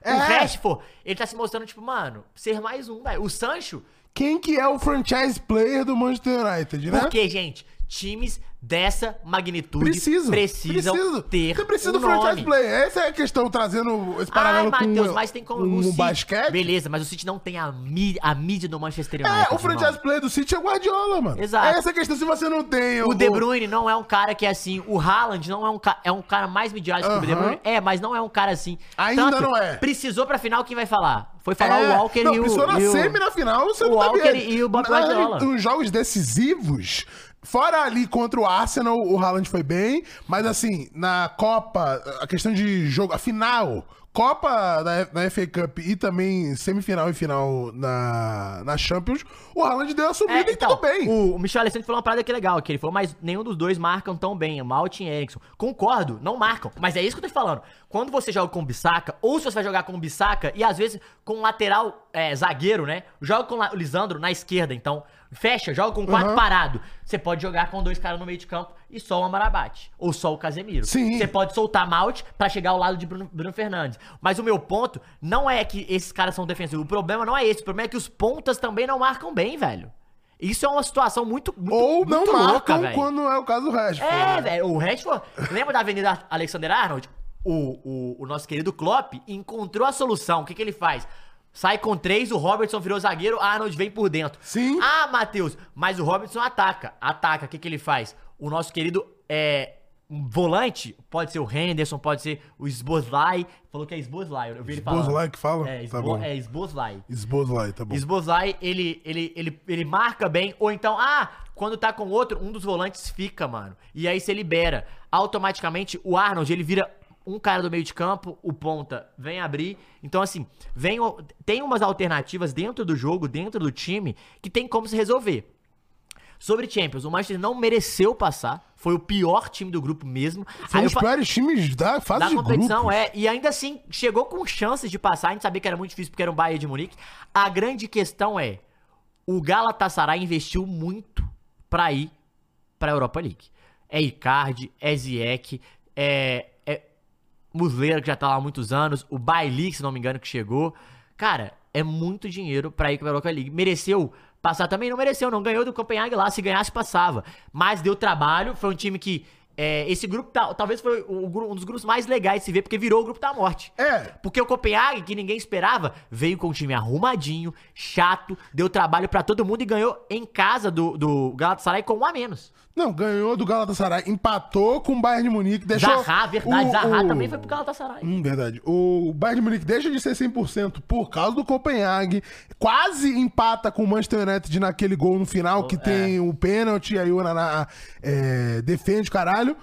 [SPEAKER 2] É.
[SPEAKER 1] O Rashford, ele tá se mostrando, tipo, mano, ser mais um, velho. O Sancho,
[SPEAKER 2] Quem que é o franchise player do Manchester United, né?
[SPEAKER 1] porque, gente, times dessa magnitude
[SPEAKER 2] Preciso.
[SPEAKER 1] precisam
[SPEAKER 2] preciso.
[SPEAKER 1] ter
[SPEAKER 2] Você precisa
[SPEAKER 1] um
[SPEAKER 2] do franchise
[SPEAKER 1] nome.
[SPEAKER 2] player. Essa é a questão, trazendo esse
[SPEAKER 1] Ah,
[SPEAKER 2] paralelo com,
[SPEAKER 1] Matheus, mas tem como
[SPEAKER 2] com
[SPEAKER 1] o
[SPEAKER 2] o
[SPEAKER 1] City.
[SPEAKER 2] basquete.
[SPEAKER 1] Beleza, mas o City não tem a, mí- a mídia do Manchester United.
[SPEAKER 2] É, o
[SPEAKER 1] irmão.
[SPEAKER 2] franchise player do City é o Guardiola, mano.
[SPEAKER 1] Exato.
[SPEAKER 2] É essa a questão. Se você não tem...
[SPEAKER 1] O De Bruyne não é um cara que é assim. O Haaland não é um, ca- é um cara mais midiático que o De
[SPEAKER 2] Aham.
[SPEAKER 1] Bruyne. É, mas não é um cara assim.
[SPEAKER 2] Ainda não é.
[SPEAKER 1] Precisou pra final quem vai falar? Foi falar o Walker
[SPEAKER 2] não,
[SPEAKER 1] e o.
[SPEAKER 2] Precisou na
[SPEAKER 1] e o-
[SPEAKER 2] semi, né? na final, você
[SPEAKER 1] o
[SPEAKER 2] não tá
[SPEAKER 1] Walker
[SPEAKER 2] vendo.
[SPEAKER 1] e o Bob
[SPEAKER 2] Na-
[SPEAKER 1] Guardiola.
[SPEAKER 2] Nos jogos decisivos, fora ali contra o Arsenal, o Haaland foi bem, mas assim, na Copa, a questão de jogo, a final, Copa da, da FA Cup e também semifinal e final na, na Champions, o Haaland deu a
[SPEAKER 1] É,
[SPEAKER 2] subida e
[SPEAKER 1] então,
[SPEAKER 2] tudo bem.
[SPEAKER 1] O, o Michel Alessandro falou uma parada que é legal, que ele falou, mas nenhum dos dois marcam tão bem, o Maltin e Erickson. Concordo, não marcam, mas é isso que eu tô te falando. Quando você joga com o Bissaka, ou se você vai jogar com o Bissaka, e às vezes com o lateral é, zagueiro, né? Joga com o La- o Lisandro na esquerda, então fecha, joga com quatro
[SPEAKER 2] Uhum.
[SPEAKER 1] parado. Você pode jogar com dois caras no meio de campo e só o Amarabate, ou só o Casemiro.
[SPEAKER 2] Sim.
[SPEAKER 1] Você pode soltar Malte pra chegar ao lado de Bruno, Bruno Fernandes. Mas o meu ponto não é que esses caras são defensivos. O problema não é esse. O problema é que os pontas também não marcam bem, velho. Isso é uma situação muito, muito
[SPEAKER 2] Ou não
[SPEAKER 1] muito
[SPEAKER 2] marcam
[SPEAKER 1] velho.
[SPEAKER 2] quando é o caso do Rashford.
[SPEAKER 1] É, velho. O Rashford... Lembra da Avenida Alexander Arnold? O, o, o nosso querido Klopp encontrou a solução. O que, que ele faz? Sai com três, o Robertson virou zagueiro, Arnold vem por dentro.
[SPEAKER 2] Sim.
[SPEAKER 1] Ah, Matheus, mas o Robertson ataca. Ataca, o que, que ele faz? O nosso querido é, um volante, pode ser o Henderson, pode ser o Sbozlai. Falou que é Sbozlai, eu vi ele falando.
[SPEAKER 2] Sbozlai que fala?
[SPEAKER 1] É,
[SPEAKER 2] Tá
[SPEAKER 1] Sbo,
[SPEAKER 2] bom.
[SPEAKER 1] é Sbozlai.
[SPEAKER 2] Esbozo lá, tá bom.
[SPEAKER 1] Esbozai, ele, ele, ele, ele marca bem, ou então, ah, quando tá com outro, um dos volantes fica, mano. E aí você libera. Automaticamente, o Arnold, ele vira um cara do meio de campo, o ponta vem abrir. Então, assim, vem, o- tem umas alternativas dentro do jogo, dentro do time, que tem como se resolver. Sobre Champions, o Manchester não mereceu passar. Foi o pior time do grupo mesmo.
[SPEAKER 2] Foi um
[SPEAKER 1] Aí eu
[SPEAKER 2] dos
[SPEAKER 1] fa-
[SPEAKER 2] piores times da fase
[SPEAKER 1] da
[SPEAKER 2] de
[SPEAKER 1] competição,
[SPEAKER 2] grupos.
[SPEAKER 1] é. E ainda assim, chegou com chances de passar. A gente sabia que era muito difícil porque era um Bayern de Munique. A grande questão é: o Galatasaray investiu muito pra ir pra Europa League. É Icardi, é Ziyech, é, é Muslera, que já tá lá há muitos anos, o Bailey, se não me engano, que chegou. Cara, é muito dinheiro pra ir pra Europa League. Mereceu passar também? Não mereceu, não. Ganhou do Copenhague lá, se ganhasse, passava. Mas deu trabalho, foi um time que... é, esse grupo, tá, talvez foi o gru- um dos grupos mais legais de se ver, porque virou o grupo da morte.
[SPEAKER 2] É,
[SPEAKER 1] Porque o Copenhague, que ninguém esperava, veio com o time arrumadinho, chato, deu trabalho pra todo mundo e ganhou em casa do, do Galatasaray com um a menos.
[SPEAKER 2] Não, ganhou do Galatasaray, empatou com o Bayern de Munique, deixou...
[SPEAKER 1] Zaha, verdade,
[SPEAKER 2] o-
[SPEAKER 1] Zaha
[SPEAKER 2] o-
[SPEAKER 1] também foi pro Galatasaray.
[SPEAKER 2] Hum, verdade. O Bayern de Munique deixa de ser 100% por causa do Copenhague, quase empata com o Manchester United naquele gol no final,
[SPEAKER 1] É.
[SPEAKER 2] que tem o pênalti, aí o Naná é, defende, caralho.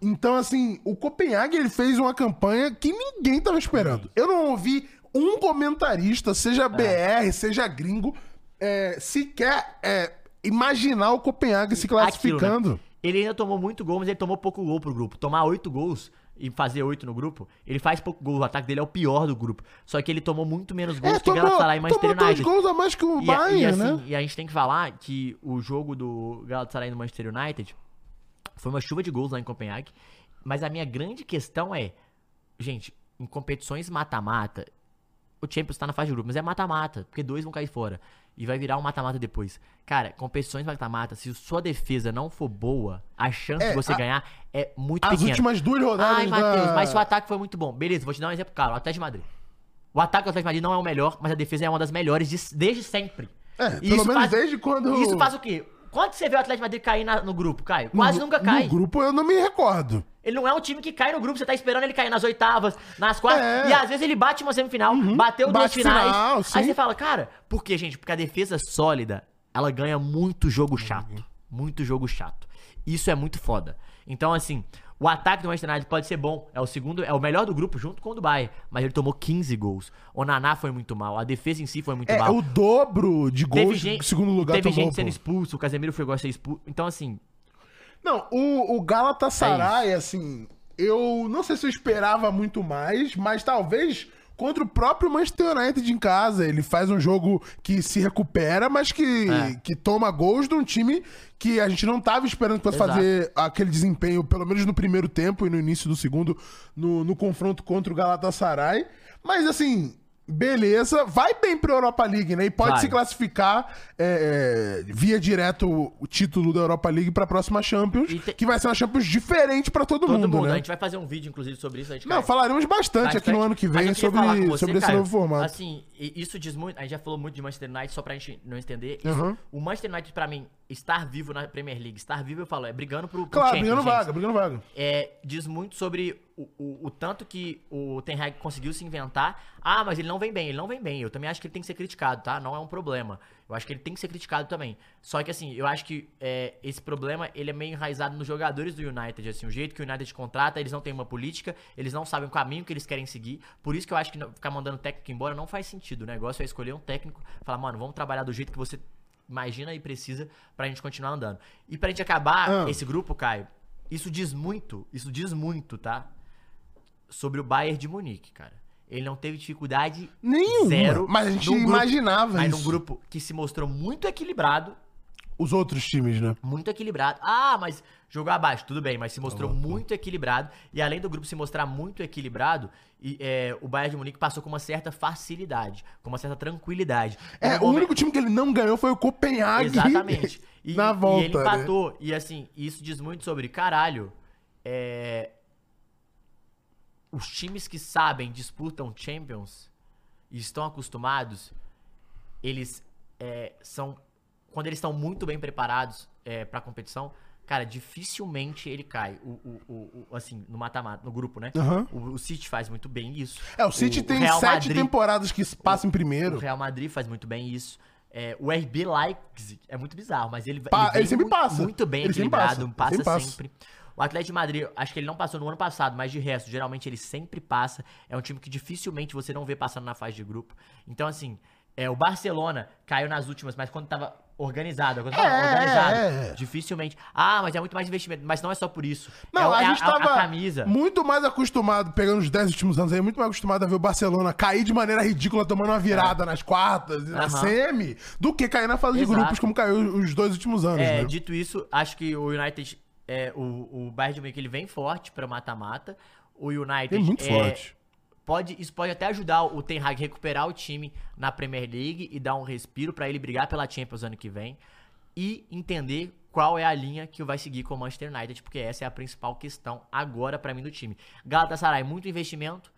[SPEAKER 2] Então, assim, o Copenhague ele fez uma campanha que ninguém tava esperando. Eu não ouvi um comentarista,
[SPEAKER 1] É.
[SPEAKER 2] seja BR, seja gringo, é, sequer é, imaginar o Copenhague se
[SPEAKER 1] Aquilo, né?
[SPEAKER 2] classificando.
[SPEAKER 1] Ele ainda tomou muito gol, mas ele tomou pouco gol pro grupo. Tomar oito gols e fazer oito no grupo, ele faz pouco gol. O ataque dele é o pior do grupo. Só que ele tomou muito menos gols
[SPEAKER 2] É,
[SPEAKER 1] que o
[SPEAKER 2] tomou,
[SPEAKER 1] Galatasaray e Manchester
[SPEAKER 2] tomou dois
[SPEAKER 1] United.
[SPEAKER 2] gols a mais que o
[SPEAKER 1] E, a-
[SPEAKER 2] Bayern,
[SPEAKER 1] e assim,
[SPEAKER 2] né?
[SPEAKER 1] e a gente tem que falar que o jogo do Galatasaray no Manchester United foi uma chuva de gols lá em Copenhague. Mas a minha grande questão é, gente, em competições mata-mata, o Champions tá na fase de grupo, mas é mata-mata, porque dois vão cair fora. E vai virar um mata-mata depois. Cara, competições mata-mata, se sua defesa não for boa, a chance
[SPEAKER 2] É,
[SPEAKER 1] de você
[SPEAKER 2] a-
[SPEAKER 1] ganhar é muito
[SPEAKER 2] As
[SPEAKER 1] pequena.
[SPEAKER 2] últimas duas rodadas.
[SPEAKER 1] Ai, Matheus,
[SPEAKER 2] da-
[SPEAKER 1] mas seu ataque foi muito bom. Beleza, vou te dar um exemplo, cara. O Atlético de Madrid. O ataque do Atlético de Madrid não é o melhor, mas a defesa é uma das melhores de- desde sempre.
[SPEAKER 2] É,
[SPEAKER 1] E
[SPEAKER 2] pelo menos desde quando-
[SPEAKER 1] Isso faz o quê? Quando você vê o Atlético de Madrid cair na- no grupo, Caio? Quase
[SPEAKER 2] No-
[SPEAKER 1] nunca cai.
[SPEAKER 2] No grupo eu não me recordo.
[SPEAKER 1] Ele não é um time que cai no grupo, você tá esperando ele cair nas oitavas, nas quartas.
[SPEAKER 2] É. Uhum.
[SPEAKER 1] E às vezes ele bate uma semifinal, bateu duas
[SPEAKER 2] Bate
[SPEAKER 1] finais.
[SPEAKER 2] final,
[SPEAKER 1] aí
[SPEAKER 2] sim.
[SPEAKER 1] você fala, cara, por quê, gente? Porque a defesa sólida ela ganha muito
[SPEAKER 2] Uhum.
[SPEAKER 1] jogo chato. Muito jogo chato. Isso é muito foda. Então, assim, o ataque do Manchester United pode ser bom. É o segundo, é o melhor do grupo junto com o Dubai. Mas ele tomou 15 gols. O Naná foi muito mal. A defesa em si foi muito
[SPEAKER 2] É,
[SPEAKER 1] mal.
[SPEAKER 2] o dobro de gols que o segundo lugar
[SPEAKER 1] teve
[SPEAKER 2] tomou.
[SPEAKER 1] gente sendo
[SPEAKER 2] pô.
[SPEAKER 1] expulso, o Casemiro foi igual a ser expulso. Então, assim,
[SPEAKER 2] Não, o, o
[SPEAKER 1] É
[SPEAKER 2] Galatasaray, assim, eu não sei se eu esperava muito mais, mas talvez contra o próprio Manchester United em casa. Ele faz um jogo que se recupera, mas que,
[SPEAKER 1] É.
[SPEAKER 2] que toma gols de um time que a gente não tava esperando que fosse
[SPEAKER 1] Exato.
[SPEAKER 2] fazer aquele desempenho, pelo menos no primeiro tempo e no início do segundo, no, no confronto contra o Galatasaray. Mas, assim... Beleza, vai bem pra Europa League, né? E pode
[SPEAKER 1] Vai.
[SPEAKER 2] se classificar é, é, via direto o título da Europa League pra próxima Champions,
[SPEAKER 1] E te-
[SPEAKER 2] que vai ser uma Champions diferente pra todo,
[SPEAKER 1] todo
[SPEAKER 2] mundo,
[SPEAKER 1] mundo. A
[SPEAKER 2] né?
[SPEAKER 1] gente vai fazer um vídeo, inclusive, sobre isso. A gente
[SPEAKER 2] Não,
[SPEAKER 1] cai.
[SPEAKER 2] falaremos bastante, aqui no
[SPEAKER 1] Bastante.
[SPEAKER 2] ano que
[SPEAKER 1] Mas
[SPEAKER 2] vem
[SPEAKER 1] eu queria
[SPEAKER 2] sobre,
[SPEAKER 1] falar com você,
[SPEAKER 2] sobre esse
[SPEAKER 1] Caio.
[SPEAKER 2] novo formato.
[SPEAKER 1] Assim, e- isso diz muito. A gente já falou muito de Manchester United, só pra gente não entender.
[SPEAKER 2] Uhum.
[SPEAKER 1] O Manchester United, pra mim, estar vivo na Premier League, estar vivo, eu falo, é brigando pro, pro
[SPEAKER 2] claro,
[SPEAKER 1] Champions,
[SPEAKER 2] brigando
[SPEAKER 1] gente. assim,
[SPEAKER 2] vaga, brigando vaga.
[SPEAKER 1] É, diz muito sobre o, o- o tanto que o Ten Hag conseguiu se inventar. Ah, mas ele não vem bem, ele não vem bem. Eu também acho que ele tem que ser criticado, tá? Não é um problema. Eu acho que ele tem que ser criticado também. Só que assim, eu acho que é, esse problema ele é meio enraizado nos jogadores do United, assim, o jeito que o United contrata, eles não têm uma política, eles não sabem o caminho que eles querem seguir. Por isso que eu acho que não- ficar mandando técnico embora não faz sentido. O negócio é escolher um técnico, falar, mano, vamos trabalhar do jeito que você imagina e precisa pra gente continuar andando. E pra gente acabar
[SPEAKER 2] Ah.
[SPEAKER 1] esse grupo, Caio, isso diz muito, isso diz muito, tá? Sobre o Bayern de Munique, cara. Ele não teve dificuldade
[SPEAKER 2] Nenhuma,
[SPEAKER 1] zero.
[SPEAKER 2] mas a gente
[SPEAKER 1] num
[SPEAKER 2] imaginava
[SPEAKER 1] Aí
[SPEAKER 2] isso.
[SPEAKER 1] num grupo que se mostrou muito equilibrado,
[SPEAKER 2] Os outros times, né?
[SPEAKER 1] muito equilibrado. Ah, mas jogou abaixo, tudo bem, mas se
[SPEAKER 2] Tá
[SPEAKER 1] mostrou muito equilibrado. E além do grupo se mostrar muito equilibrado, e, é, o Bayern de Munique passou com uma certa facilidade, com uma certa tranquilidade.
[SPEAKER 2] É,
[SPEAKER 1] No
[SPEAKER 2] o
[SPEAKER 1] momento-
[SPEAKER 2] único time que ele não ganhou foi o Copenhague.
[SPEAKER 1] Exatamente. E,
[SPEAKER 2] na volta,
[SPEAKER 1] e ele
[SPEAKER 2] né?
[SPEAKER 1] empatou. E assim, isso diz muito sobre, caralho, é, os times que sabem, disputam Champions e estão acostumados, eles é, são. Quando eles estão muito bem preparados é, pra competição, cara, dificilmente ele cai. O, o- o- o- assim, no mata-mata, no grupo, né?
[SPEAKER 2] Aham.
[SPEAKER 1] O, o City faz muito bem isso.
[SPEAKER 2] É, o City tem
[SPEAKER 1] Real
[SPEAKER 2] sete
[SPEAKER 1] Madrid-
[SPEAKER 2] temporadas que passam em
[SPEAKER 1] o
[SPEAKER 2] primeiro.
[SPEAKER 1] Real Madrid faz muito bem isso. É, o RB Leipzig é muito bizarro, mas ele,
[SPEAKER 2] Pa-
[SPEAKER 1] vem
[SPEAKER 2] ele sempre
[SPEAKER 1] muito,
[SPEAKER 2] passa.
[SPEAKER 1] muito bem
[SPEAKER 2] Ele sempre
[SPEAKER 1] equilibrado,
[SPEAKER 2] passa.
[SPEAKER 1] passa,
[SPEAKER 2] Ele sempre passa.
[SPEAKER 1] sempre. O Atlético de Madrid, acho que ele não passou no ano passado, mas de resto, geralmente ele sempre passa. É um time que dificilmente você não vê passando na fase de grupo. Então, assim, é, o Barcelona caiu nas últimas, mas quando tava organizado, quando tava
[SPEAKER 2] É,
[SPEAKER 1] organizado,
[SPEAKER 2] é, é.
[SPEAKER 1] dificilmente. Ah, mas é muito mais investimento, mas não é só por isso.
[SPEAKER 2] Não,
[SPEAKER 1] é,
[SPEAKER 2] a
[SPEAKER 1] é
[SPEAKER 2] gente
[SPEAKER 1] a,
[SPEAKER 2] tava
[SPEAKER 1] camisa.
[SPEAKER 2] muito mais acostumado, pegando os 10 últimos anos aí, muito mais acostumado a ver o Barcelona cair de maneira ridícula, tomando uma virada nas quartas, e na
[SPEAKER 1] É. Aham.
[SPEAKER 2] semi, do que cair na fase de
[SPEAKER 1] Exato.
[SPEAKER 2] grupos, como caiu os dois últimos anos,
[SPEAKER 1] É,
[SPEAKER 2] né?
[SPEAKER 1] dito isso, acho que o United, é, o, o Bayern de Munique, ele vem forte pra mata-mata. O United
[SPEAKER 2] É muito
[SPEAKER 1] é,
[SPEAKER 2] forte.
[SPEAKER 1] Pode, isso pode até ajudar o Ten Hag recuperar o time na Premier League e dar um respiro pra ele brigar pela Champions ano que vem e entender qual é a linha que vai seguir com o Manchester United, porque essa é a principal questão agora pra mim do time. Galatasaray, muito investimento,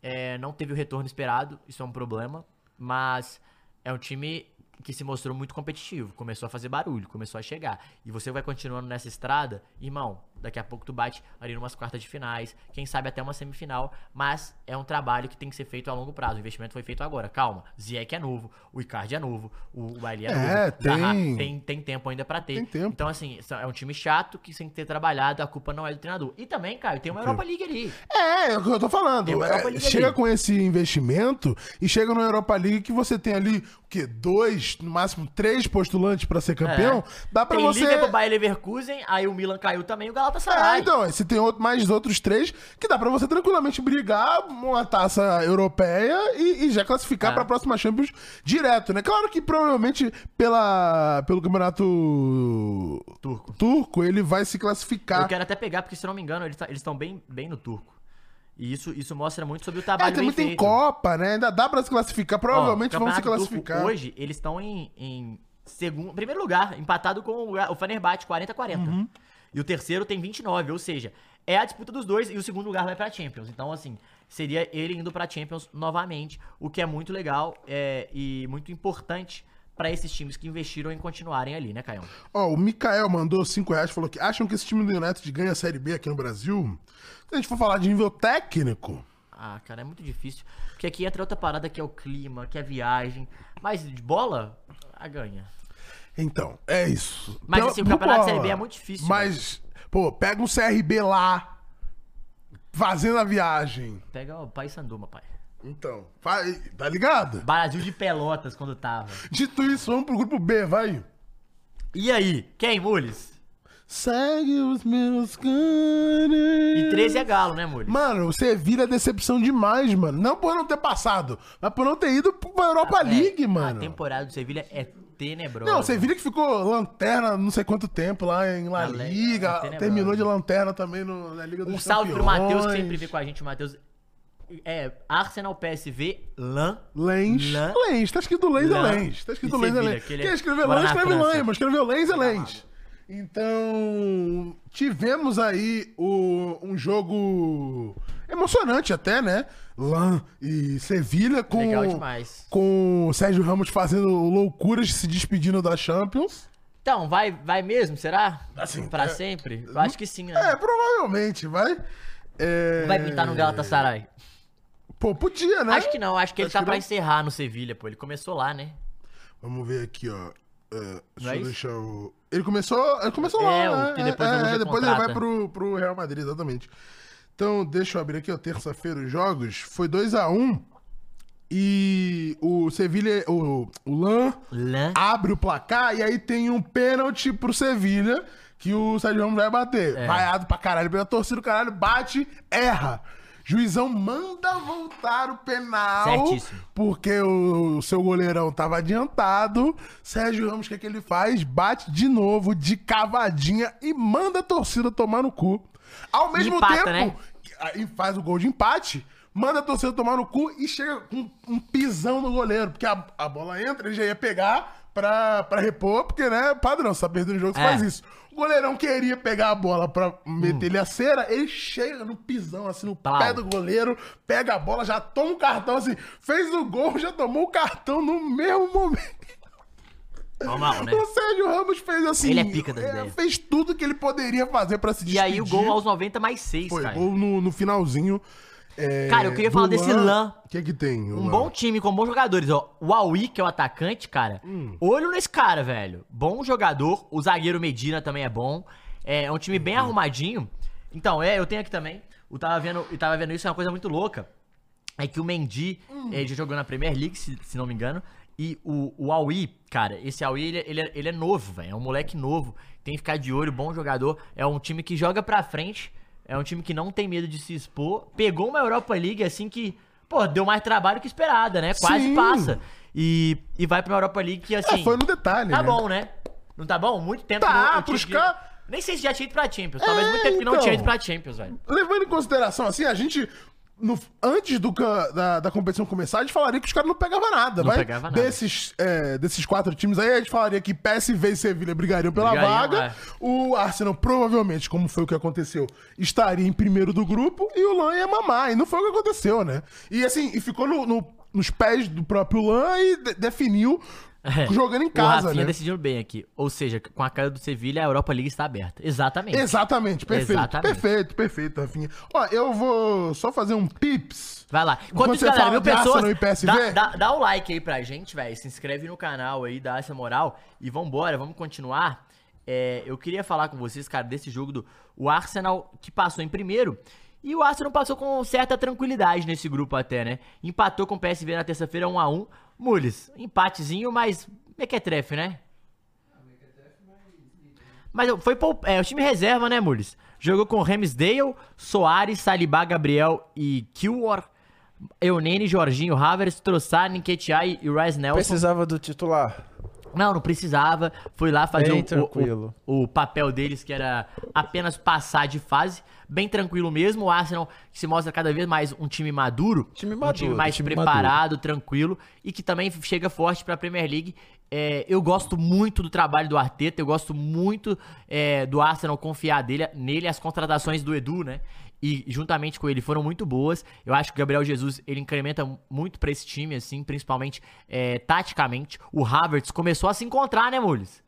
[SPEAKER 1] é, não teve o retorno esperado, isso é um problema, mas é um time que se mostrou muito competitivo, começou a fazer barulho, começou a chegar. E você vai continuando nessa estrada, irmão, daqui a pouco tu bate ali numas quartas de finais, quem sabe até uma semifinal, mas é um trabalho que tem que ser feito a longo prazo. O investimento foi feito agora, calma. Ziyech é novo, o Icardi é novo, o Bailey é,
[SPEAKER 2] É,
[SPEAKER 1] novo, o Zaha
[SPEAKER 2] tem-
[SPEAKER 1] tem, tem tempo ainda pra ter.
[SPEAKER 2] Tem tempo.
[SPEAKER 1] Então assim, são- é um time chato que sem ter trabalhado, a culpa não é do treinador. E também, cara, tem uma Europa League ali.
[SPEAKER 2] É, é o que eu tô
[SPEAKER 1] Tem
[SPEAKER 2] falando.
[SPEAKER 1] uma Europa
[SPEAKER 2] É,
[SPEAKER 1] League
[SPEAKER 2] chega
[SPEAKER 1] ali.
[SPEAKER 2] com esse investimento e chega na Europa League que você tem ali, o quê? Dois, no máximo três postulantes pra ser campeão. Dá pra
[SPEAKER 1] É. tem
[SPEAKER 2] você.
[SPEAKER 1] Liverpool, Bayer Leverkusen, aí o Milan caiu também, o Galatasaray.
[SPEAKER 2] É, então, se tem outro- mais outros três, que dá pra você tranquilamente brigar uma taça europeia e, e já classificar
[SPEAKER 1] É.
[SPEAKER 2] pra próxima Champions direto, né? Claro que provavelmente pela, pelo campeonato
[SPEAKER 1] Turco.
[SPEAKER 2] turco ele vai se
[SPEAKER 1] Eu
[SPEAKER 2] classificar.
[SPEAKER 1] quero até pegar, porque se eu não me engano, eles tá- eles estão bem, bem no turco. E isso, isso mostra muito sobre o
[SPEAKER 2] É,
[SPEAKER 1] trabalho
[SPEAKER 2] também
[SPEAKER 1] bem
[SPEAKER 2] tem
[SPEAKER 1] feito.
[SPEAKER 2] Copa, né? Ainda dá pra se classificar. Provavelmente
[SPEAKER 1] Ó,
[SPEAKER 2] vão se
[SPEAKER 1] Campeonato Turco,
[SPEAKER 2] classificar.
[SPEAKER 1] Hoje, eles estão em, em segundo, primeiro lugar, empatado com o, o Fenerbahçe, 40-40.
[SPEAKER 2] Uhum.
[SPEAKER 1] E o terceiro tem 29, ou seja, é a disputa dos dois e o segundo lugar vai pra Champions. Então, assim, seria ele indo pra Champions novamente, o que é muito legal é, e muito importante pra esses times que investiram em continuarem ali, né, Caião?
[SPEAKER 2] Ó, o Mikael mandou 5 reais falou que acham que esse time do United ganha a Série B aqui no Brasil? Se a gente for falar de nível técnico,
[SPEAKER 1] Ah, cara, é muito difícil. Porque aqui entra outra parada que é o clima, que é a viagem. Mas de bola, a ganha.
[SPEAKER 2] Então, é isso.
[SPEAKER 1] Mas,
[SPEAKER 2] Pela-
[SPEAKER 1] assim, o
[SPEAKER 2] pro
[SPEAKER 1] campeonato da
[SPEAKER 2] Bola.
[SPEAKER 1] Série B é muito difícil,
[SPEAKER 2] Mas, pô, pega um CRB lá, fazendo a viagem.
[SPEAKER 1] Pega o Pai Sanduma, pai.
[SPEAKER 2] Então, vai, tá ligado?
[SPEAKER 1] Brasil de Pelotas quando tava.
[SPEAKER 2] Dito isso, vamos pro grupo B, vai.
[SPEAKER 1] E aí? Quem, Mules?
[SPEAKER 2] Segue os meus canos.
[SPEAKER 1] E 13 é Galo, né, Mules?
[SPEAKER 2] Mano, você vira decepção demais, mano. Não por não ter passado, mas por não ter ido pra
[SPEAKER 1] Ah,
[SPEAKER 2] Europa
[SPEAKER 1] é.
[SPEAKER 2] League, é mano.
[SPEAKER 1] A temporada do Sevilha é tenebrosa.
[SPEAKER 2] Não, você vira que ficou lanterna não sei quanto tempo lá em La
[SPEAKER 1] Na Ah, Le-
[SPEAKER 2] Liga.
[SPEAKER 1] na Tenebrosa.
[SPEAKER 2] terminou de lanterna também no- na Liga dos
[SPEAKER 1] Um salve pro
[SPEAKER 2] é Campeões.
[SPEAKER 1] Matheus, que sempre vê com a gente, o Matheus. É, Arsenal PSV, LAN.
[SPEAKER 2] Lens.
[SPEAKER 1] Lã-
[SPEAKER 2] Lens. Tá escrito Lens é
[SPEAKER 1] Lã-
[SPEAKER 2] Lens. Tá escrito
[SPEAKER 1] e
[SPEAKER 2] Lens é
[SPEAKER 1] Sevilha,
[SPEAKER 2] Lens.
[SPEAKER 1] que ele
[SPEAKER 2] Quem
[SPEAKER 1] é-
[SPEAKER 2] escreveu
[SPEAKER 1] mora
[SPEAKER 2] Lens,
[SPEAKER 1] na
[SPEAKER 2] escreve
[SPEAKER 1] França.
[SPEAKER 2] Lens, mas escreveu Lens é Lens. Então, tivemos aí o- um jogo emocionante até, né? Lan e Sevilha com...
[SPEAKER 1] Legal demais.
[SPEAKER 2] Com o Sérgio Ramos fazendo loucuras, se despedindo da Champions.
[SPEAKER 1] Então, vai, vai mesmo, será?
[SPEAKER 2] Assim,
[SPEAKER 1] pra
[SPEAKER 2] é-
[SPEAKER 1] sempre? Eu acho que sim, né?
[SPEAKER 2] É, provavelmente, vai. É...
[SPEAKER 1] Vai pintar no Galatasaray.
[SPEAKER 2] Pô, podia, né?
[SPEAKER 1] Acho que não, acho que ele
[SPEAKER 2] Acho
[SPEAKER 1] tá
[SPEAKER 2] que
[SPEAKER 1] pra
[SPEAKER 2] não.
[SPEAKER 1] encerrar no Sevilha, pô. Ele começou lá, né?
[SPEAKER 2] Vamos ver aqui, ó. É,
[SPEAKER 1] Não
[SPEAKER 2] deixa
[SPEAKER 1] é
[SPEAKER 2] eu
[SPEAKER 1] isso?
[SPEAKER 2] deixar o. Ele começou. Ele começou lá.
[SPEAKER 1] É,
[SPEAKER 2] né?
[SPEAKER 1] o que depois
[SPEAKER 2] é,
[SPEAKER 1] anuncia
[SPEAKER 2] é, depois ele
[SPEAKER 1] contrato,
[SPEAKER 2] vai
[SPEAKER 1] né?
[SPEAKER 2] pro, pro Real Madrid, exatamente. Então, deixa eu abrir aqui, ó. Terça-feira os jogos. Foi 2x1. e o Sevilha. O, o Lan
[SPEAKER 1] LAN.
[SPEAKER 2] abre o placar e aí tem um pênalti pro Sevilha que o Sérgio Ramos vai bater.
[SPEAKER 1] É.
[SPEAKER 2] Vaiado pra caralho pela torcida do caralho, bate, erra. Juizão manda voltar o penal.
[SPEAKER 1] Certíssimo.
[SPEAKER 2] Porque o seu goleirão tava adiantado. Sérgio Ramos, o que, é que ele faz? Bate de novo, de cavadinha, e manda a torcida tomar no cu. Ao mesmo
[SPEAKER 1] Empata,
[SPEAKER 2] tempo,
[SPEAKER 1] né?
[SPEAKER 2] aí faz o gol de empate, manda a torcida tomar no cu e chega com um pisão no goleiro. Porque a, a bola entra, ele já ia pegar pra, pra repor, porque, né, padrão, você tá perdendo o jogo, você
[SPEAKER 1] É.
[SPEAKER 2] faz isso. O goleirão queria pegar a bola pra
[SPEAKER 1] Hum.
[SPEAKER 2] meter ele a cera, ele chega no pisão, assim, no
[SPEAKER 1] Plau.
[SPEAKER 2] pé do goleiro, pega a bola, já toma o cartão, assim, fez o gol, já tomou o cartão no mesmo momento. Ah,
[SPEAKER 1] Normal, né?
[SPEAKER 2] O Sérgio Ramos fez assim.
[SPEAKER 1] Ele é pica das
[SPEAKER 2] é,
[SPEAKER 1] ideias.
[SPEAKER 2] Fez tudo que ele poderia fazer pra se
[SPEAKER 1] E
[SPEAKER 2] despedir.
[SPEAKER 1] aí o gol aos 90 mais 6,
[SPEAKER 2] Foi,
[SPEAKER 1] cara.
[SPEAKER 2] gol no, no finalzinho. é,
[SPEAKER 1] Cara, eu queria falar
[SPEAKER 2] do
[SPEAKER 1] desse Lan.
[SPEAKER 2] O que que tem? o
[SPEAKER 1] Um
[SPEAKER 2] Lan?
[SPEAKER 1] bom time com bons jogadores, ó. O Aui, que é o atacante, cara. Olho nesse cara, velho. Bom jogador. O zagueiro Medina também é bom. É um time bem arrumadinho. Então, é, eu tenho aqui também. Eu tava vendo, eu tava vendo isso, é uma coisa muito louca. É que o Mendy,
[SPEAKER 2] Hum.
[SPEAKER 1] ele já jogou na Premier League, se, se não me engano. E o, o Aui, cara, esse Aui, ele, ele, é- ele é novo, velho. É um moleque novo. Tem que ficar de olho, bom jogador. É um time que joga pra frente. É um time que não tem medo de se expor. Pegou uma Europa League assim que, pô, deu mais trabalho que esperada, né? Quase
[SPEAKER 2] Sim.
[SPEAKER 1] passa. E, e vai pra Europa League que,
[SPEAKER 2] Ah,
[SPEAKER 1] assim,
[SPEAKER 2] foi no detalhe,
[SPEAKER 1] tá
[SPEAKER 2] né?
[SPEAKER 1] bom, né? Não tá bom? Muito tempo
[SPEAKER 2] Tá,
[SPEAKER 1] que não- o
[SPEAKER 2] pros
[SPEAKER 1] time-
[SPEAKER 2] caras-
[SPEAKER 1] Nem sei se já tinha ido pra Champions. Talvez
[SPEAKER 2] É,
[SPEAKER 1] muito tempo que não
[SPEAKER 2] então.
[SPEAKER 1] tinha ido pra Champions, velho.
[SPEAKER 2] Levando em consideração, assim, a gente... no- antes do, ca- da, da competição começar, a gente falaria que os caras não pegavam nada,
[SPEAKER 1] Não
[SPEAKER 2] vai?
[SPEAKER 1] pegava nada.
[SPEAKER 2] Desses, é, desses quatro times aí, a gente falaria que PSV e Sevilha brigariam pela
[SPEAKER 1] Brigariam,
[SPEAKER 2] vaga.
[SPEAKER 1] é.
[SPEAKER 2] O Arsenal, provavelmente, como foi o que aconteceu, estaria em primeiro do grupo e o Lan ia mamar. E não foi o que aconteceu, né? E assim, e ficou no- no- nos pés do próprio Lan e de- definiu jogando em
[SPEAKER 1] É. o
[SPEAKER 2] casa,
[SPEAKER 1] Rafinha
[SPEAKER 2] né?
[SPEAKER 1] decidiu bem aqui. Ou seja, com a cara do Sevilha, a Europa League está aberta. Exatamente.
[SPEAKER 2] Exatamente, perfeito.
[SPEAKER 1] Exatamente.
[SPEAKER 2] Perfeito, perfeito, Rafinha. Ó, eu vou só fazer um pips.
[SPEAKER 1] Vai lá. Enquanto
[SPEAKER 2] Quando
[SPEAKER 1] isso,
[SPEAKER 2] você
[SPEAKER 1] galera,
[SPEAKER 2] fala
[SPEAKER 1] mil
[SPEAKER 2] de
[SPEAKER 1] pessoas,
[SPEAKER 2] Arsenal e
[SPEAKER 1] dá,
[SPEAKER 2] PSV?
[SPEAKER 1] dá, dá o like aí pra gente, velho. Se inscreve no canal aí, dá essa moral. E vambora, vamos continuar. É, eu queria falar com vocês, cara, desse jogo do o Arsenal que passou em primeiro. E o Arsenal passou com certa tranquilidade nesse grupo até, né? Empatou com o PSV na terça-feira 1x1. Mules, empatezinho, mas mequetrefe, né? Mas foi pou- é, o time reserva, né, Mules? Jogou com Ramsdale, Soares, Salibá, Gabriel e Kilwar, Eunene, Jorginho, Havertz, Trossard, Nketiah e Rice Nelson.
[SPEAKER 3] Precisava do titular.
[SPEAKER 1] Não, não precisava. Foi lá fazer o-
[SPEAKER 3] Bem
[SPEAKER 1] o-
[SPEAKER 3] tranquilo.
[SPEAKER 1] O, o papel deles, que era apenas passar de fase. Bem tranquilo mesmo. O Arsenal que se mostra cada vez mais um time maduro.
[SPEAKER 3] Time
[SPEAKER 1] Um time
[SPEAKER 3] maduro,
[SPEAKER 1] mais
[SPEAKER 3] time
[SPEAKER 1] preparado, tranquilo. E que também chega forte pra Premier League. É, eu gosto muito do trabalho do Arteta. Eu gosto muito é, do Arsenal confiar dele, nele. As contratações do Edu, né? E juntamente com ele foram muito boas. Eu acho que o Gabriel Jesus ele incrementa muito pra esse time, assim, principalmente é, taticamente. O Havertz começou a se encontrar, né, Mules?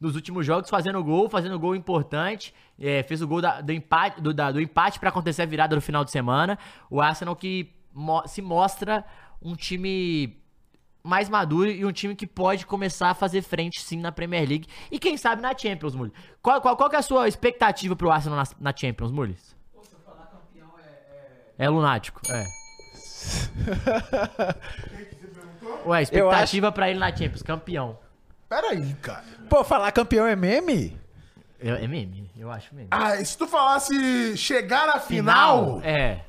[SPEAKER 1] nos últimos jogos fazendo gol, fazendo gol importante. É, fez o gol da- do empate, do, da- do empate para acontecer a virada no final de semana. O Arsenal que mo- se mostra um time mais maduro e um time que pode começar a fazer frente sim na Premier League e quem sabe na Champions, Mules. Qual, qual, qual que é a sua expectativa pro Arsenal na, na Champions, Mules? É lunático, é. Ué, expectativa pra ele na Champions, campeão.
[SPEAKER 2] Peraí, cara.
[SPEAKER 3] Pô, falar campeão é meme?
[SPEAKER 1] Eu- é meme, eu acho meme.
[SPEAKER 2] Ah, e se tu falasse chegar à final.
[SPEAKER 1] É.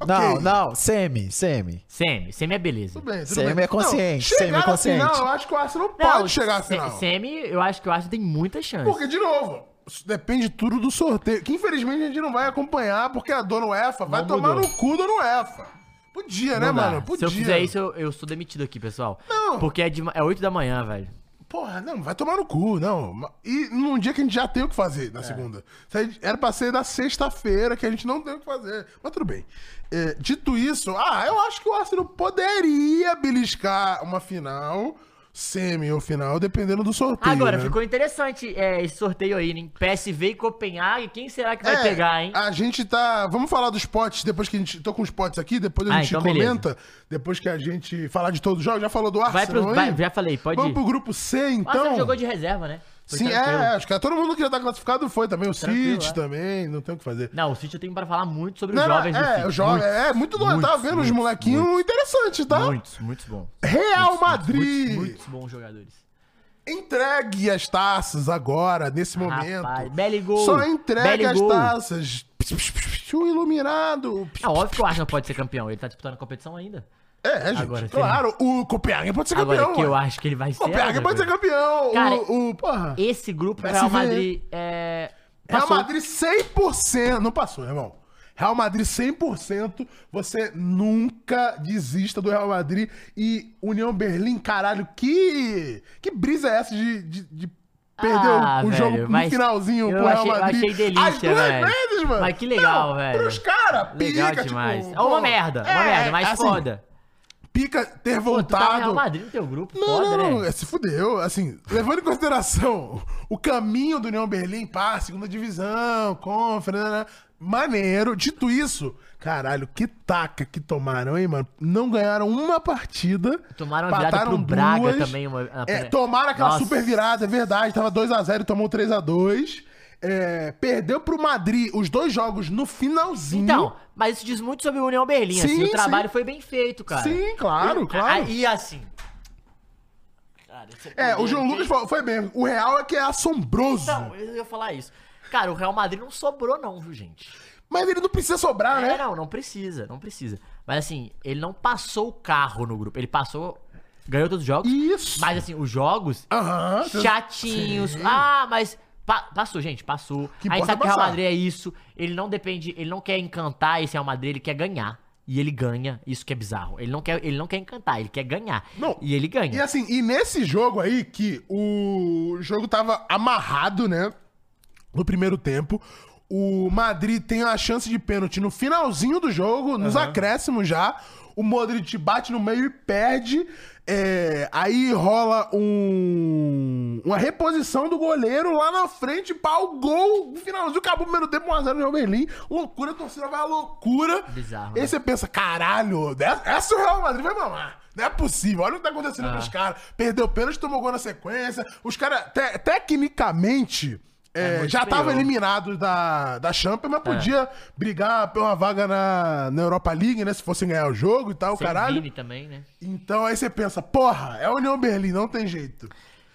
[SPEAKER 2] Ok.
[SPEAKER 3] Não, não, semi, semi.
[SPEAKER 1] Semi, semi é beleza.
[SPEAKER 2] Tudo bem, tudo
[SPEAKER 3] Semi
[SPEAKER 2] bem.
[SPEAKER 3] é consciente,
[SPEAKER 2] Não,
[SPEAKER 3] semi é
[SPEAKER 2] chegar à
[SPEAKER 3] consciente.
[SPEAKER 2] final, eu acho que o Arsenal
[SPEAKER 1] Não,
[SPEAKER 2] pode chegar à
[SPEAKER 1] se-
[SPEAKER 2] final.
[SPEAKER 1] Semi, eu acho que o Arsenal tem muita chance.
[SPEAKER 2] Porque, de novo, isso depende tudo do sorteio. Que infelizmente a gente não vai acompanhar, porque a dona UEFA vai
[SPEAKER 1] Não
[SPEAKER 2] tomar
[SPEAKER 1] mudou.
[SPEAKER 2] no cu da dona UEFA. Podia, né,
[SPEAKER 1] Não dá.
[SPEAKER 2] mano?
[SPEAKER 1] Se
[SPEAKER 2] Podia.
[SPEAKER 1] eu fizer isso, eu, eu sou demitido aqui, pessoal.
[SPEAKER 2] Não.
[SPEAKER 1] Porque é, de, ma- é 8 da manhã, velho.
[SPEAKER 2] Porra, não, vai tomar no cu, não. Ma- E num dia que a gente já tem o que fazer,
[SPEAKER 1] É.
[SPEAKER 2] na segunda. Se a gente- Era pra ser na sexta-feira, que a gente não tem o que fazer. Mas tudo bem. É, dito isso, ah, eu acho que o Arsenal poderia beliscar uma final, semi ou final, dependendo do sorteio.
[SPEAKER 1] Agora,
[SPEAKER 2] né?
[SPEAKER 1] ficou interessante é, esse sorteio aí, hein? PSV e Copenhague, quem será que vai
[SPEAKER 2] É,
[SPEAKER 1] pegar, hein?
[SPEAKER 2] A gente tá. Vamos falar dos potes depois que a gente. Tô com os potes aqui, depois a
[SPEAKER 1] Ah,
[SPEAKER 2] gente
[SPEAKER 1] então beleza.
[SPEAKER 2] comenta. Depois que a gente falar de todos os jogos. Já falou do
[SPEAKER 1] Vai
[SPEAKER 2] Arsenal?
[SPEAKER 1] pro,
[SPEAKER 2] hein?
[SPEAKER 1] vai, já falei, pode
[SPEAKER 2] Vamos
[SPEAKER 1] ir.
[SPEAKER 2] pro grupo C,
[SPEAKER 1] O Arsenal
[SPEAKER 2] então.
[SPEAKER 1] jogou de reserva, né? Foi
[SPEAKER 2] Sim,
[SPEAKER 1] tranquilo.
[SPEAKER 2] é, acho que todo mundo que já tá classificado foi também. O
[SPEAKER 1] Tranquilo,
[SPEAKER 2] City
[SPEAKER 1] é.
[SPEAKER 2] também, não tem o que fazer.
[SPEAKER 1] Não, o City eu tenho pra falar muito sobre
[SPEAKER 2] Não,
[SPEAKER 1] os
[SPEAKER 2] não,
[SPEAKER 1] jovens do
[SPEAKER 2] é,
[SPEAKER 1] City.
[SPEAKER 2] o jovem,
[SPEAKER 1] Muitos,
[SPEAKER 2] é, muito doido. Tava
[SPEAKER 1] muitos,
[SPEAKER 2] vendo uns
[SPEAKER 1] muitos,
[SPEAKER 2] molequinhos interessantes, tá?
[SPEAKER 1] Muitos, muitos bons.
[SPEAKER 2] Real
[SPEAKER 1] Muitos,
[SPEAKER 2] Madrid.
[SPEAKER 1] Muitos, muitos bons jogadores.
[SPEAKER 2] Entregue as taças agora, nesse momento.
[SPEAKER 1] Rapaz, belo gol.
[SPEAKER 2] Só entregue
[SPEAKER 1] belo
[SPEAKER 2] as
[SPEAKER 1] gol.
[SPEAKER 2] taças. O iluminado.
[SPEAKER 1] É óbvio que o Arsenal pode ser campeão, ele tá disputando a competição ainda.
[SPEAKER 2] É, gente,
[SPEAKER 1] Agora,
[SPEAKER 2] claro, o Copenhagen pode ser
[SPEAKER 1] Agora,
[SPEAKER 2] campeão.
[SPEAKER 1] que eu
[SPEAKER 2] ué.
[SPEAKER 1] acho que ele vai ser.
[SPEAKER 2] O Copenhagen
[SPEAKER 1] né,
[SPEAKER 2] pode ser
[SPEAKER 1] velho?
[SPEAKER 2] campeão.
[SPEAKER 1] Cara,
[SPEAKER 2] o, o, porra.
[SPEAKER 1] Esse grupo
[SPEAKER 2] PSV.
[SPEAKER 1] Real Madrid é.
[SPEAKER 2] Real
[SPEAKER 1] passou.
[SPEAKER 2] Madrid 100%. Não passou, irmão. Real Madrid 100%. Você nunca desista do Real Madrid. E União Berlim, caralho, que. Que brisa é essa de. de, de Perder
[SPEAKER 1] Ah,
[SPEAKER 2] o- o jogo
[SPEAKER 1] velho,
[SPEAKER 2] no
[SPEAKER 1] mas
[SPEAKER 2] finalzinho
[SPEAKER 1] eu
[SPEAKER 2] pro Real
[SPEAKER 1] achei- eu
[SPEAKER 2] Madrid.
[SPEAKER 1] achei delícia,
[SPEAKER 2] As duas
[SPEAKER 1] velho.
[SPEAKER 2] vezes, mano.
[SPEAKER 1] Mas que legal, velho.
[SPEAKER 2] Pros caras,
[SPEAKER 1] Legal
[SPEAKER 2] pica,
[SPEAKER 1] demais.
[SPEAKER 2] tipo,
[SPEAKER 1] é uma
[SPEAKER 2] pô,
[SPEAKER 1] merda, uma
[SPEAKER 2] é,
[SPEAKER 1] merda, mas
[SPEAKER 2] assim,
[SPEAKER 1] foda.
[SPEAKER 2] Pica ter
[SPEAKER 1] Pô, tu tá no Real
[SPEAKER 2] voltado.
[SPEAKER 1] Madrid no teu grupo,
[SPEAKER 2] Não,
[SPEAKER 1] foda,
[SPEAKER 2] não, não.
[SPEAKER 1] né?
[SPEAKER 2] é, Se fudeu. Assim, levando em consideração o caminho do União Berlim, pá, segunda divisão, conference, né? maneiro. Dito isso, caralho, que taca que tomaram, hein, mano? Não ganharam uma partida.
[SPEAKER 1] Tomaram uma virada
[SPEAKER 2] empataram
[SPEAKER 1] pro Braga também, uma- na
[SPEAKER 2] é,
[SPEAKER 1] primeira-
[SPEAKER 2] tomaram aquela
[SPEAKER 1] Nossa.
[SPEAKER 2] super virada, é verdade. Tava 2x0 e tomou 3x2. É, perdeu pro Madrid os dois jogos no finalzinho.
[SPEAKER 1] Então, mas isso diz muito sobre o União Berlim, assim,
[SPEAKER 2] Sim,
[SPEAKER 1] o trabalho
[SPEAKER 2] sim.
[SPEAKER 1] foi bem feito, cara.
[SPEAKER 2] Sim, claro, claro.
[SPEAKER 1] E assim... Cara, esse
[SPEAKER 2] É, o
[SPEAKER 1] primeiro
[SPEAKER 2] João
[SPEAKER 1] que-
[SPEAKER 2] Lucas falou, foi bem. O real é que é assombroso.
[SPEAKER 1] Não, eu ia falar isso. Cara, o Real Madrid não sobrou não, viu, gente?
[SPEAKER 2] Mas ele não precisa sobrar, né?
[SPEAKER 1] É, não, não precisa, não precisa. Mas assim, ele não passou o carro no grupo. Ele passou. Ganhou todos os jogos.
[SPEAKER 2] Isso.
[SPEAKER 1] Mas assim, os jogos.
[SPEAKER 2] Ah, Aham.
[SPEAKER 1] chatinhos. Ah, mas. pa- passou, gente, passou.
[SPEAKER 2] Que
[SPEAKER 1] a gente
[SPEAKER 2] importa
[SPEAKER 1] sabe que o Real
[SPEAKER 2] passar.
[SPEAKER 1] Madrid é isso. Ele não depende. Ele não quer encantar esse Real Madrid, ele quer ganhar. E ele ganha. Isso que é bizarro. Ele não quer, ele não quer encantar, ele quer ganhar.
[SPEAKER 2] Não.
[SPEAKER 1] E ele ganha.
[SPEAKER 2] E assim, e nesse jogo aí, que o jogo tava amarrado, né? No primeiro tempo. O Madrid tem a chance de pênalti no finalzinho do jogo, nos acréscimos já. O Modric bate no meio e perde. É, aí rola um, uma reposição do goleiro lá na frente, pau, gol. No finalzinho, acabou o primeiro tempo, 1x0 no Real Berlim. Loucura, a torcida vai à loucura.
[SPEAKER 1] Bizarro, né?
[SPEAKER 2] Esse você pensa, caralho, dessa- essa o Real Madrid vai mamar. Não é possível. Olha o que tá acontecendo
[SPEAKER 1] Ah.
[SPEAKER 2] com os caras. Perdeu pênalti, tomou gol na sequência. Os caras, te- tecnicamente, é,
[SPEAKER 1] muito
[SPEAKER 2] já estavam
[SPEAKER 1] superior.
[SPEAKER 2] eliminados da, da Champions, mas podia brigar por uma vaga na, na Europa League, né? Se fossem ganhar o jogo e tal,
[SPEAKER 1] Sem
[SPEAKER 2] caralho.
[SPEAKER 1] Vini também, né?
[SPEAKER 2] Então aí você pensa, porra, é a União Berlim, não tem jeito.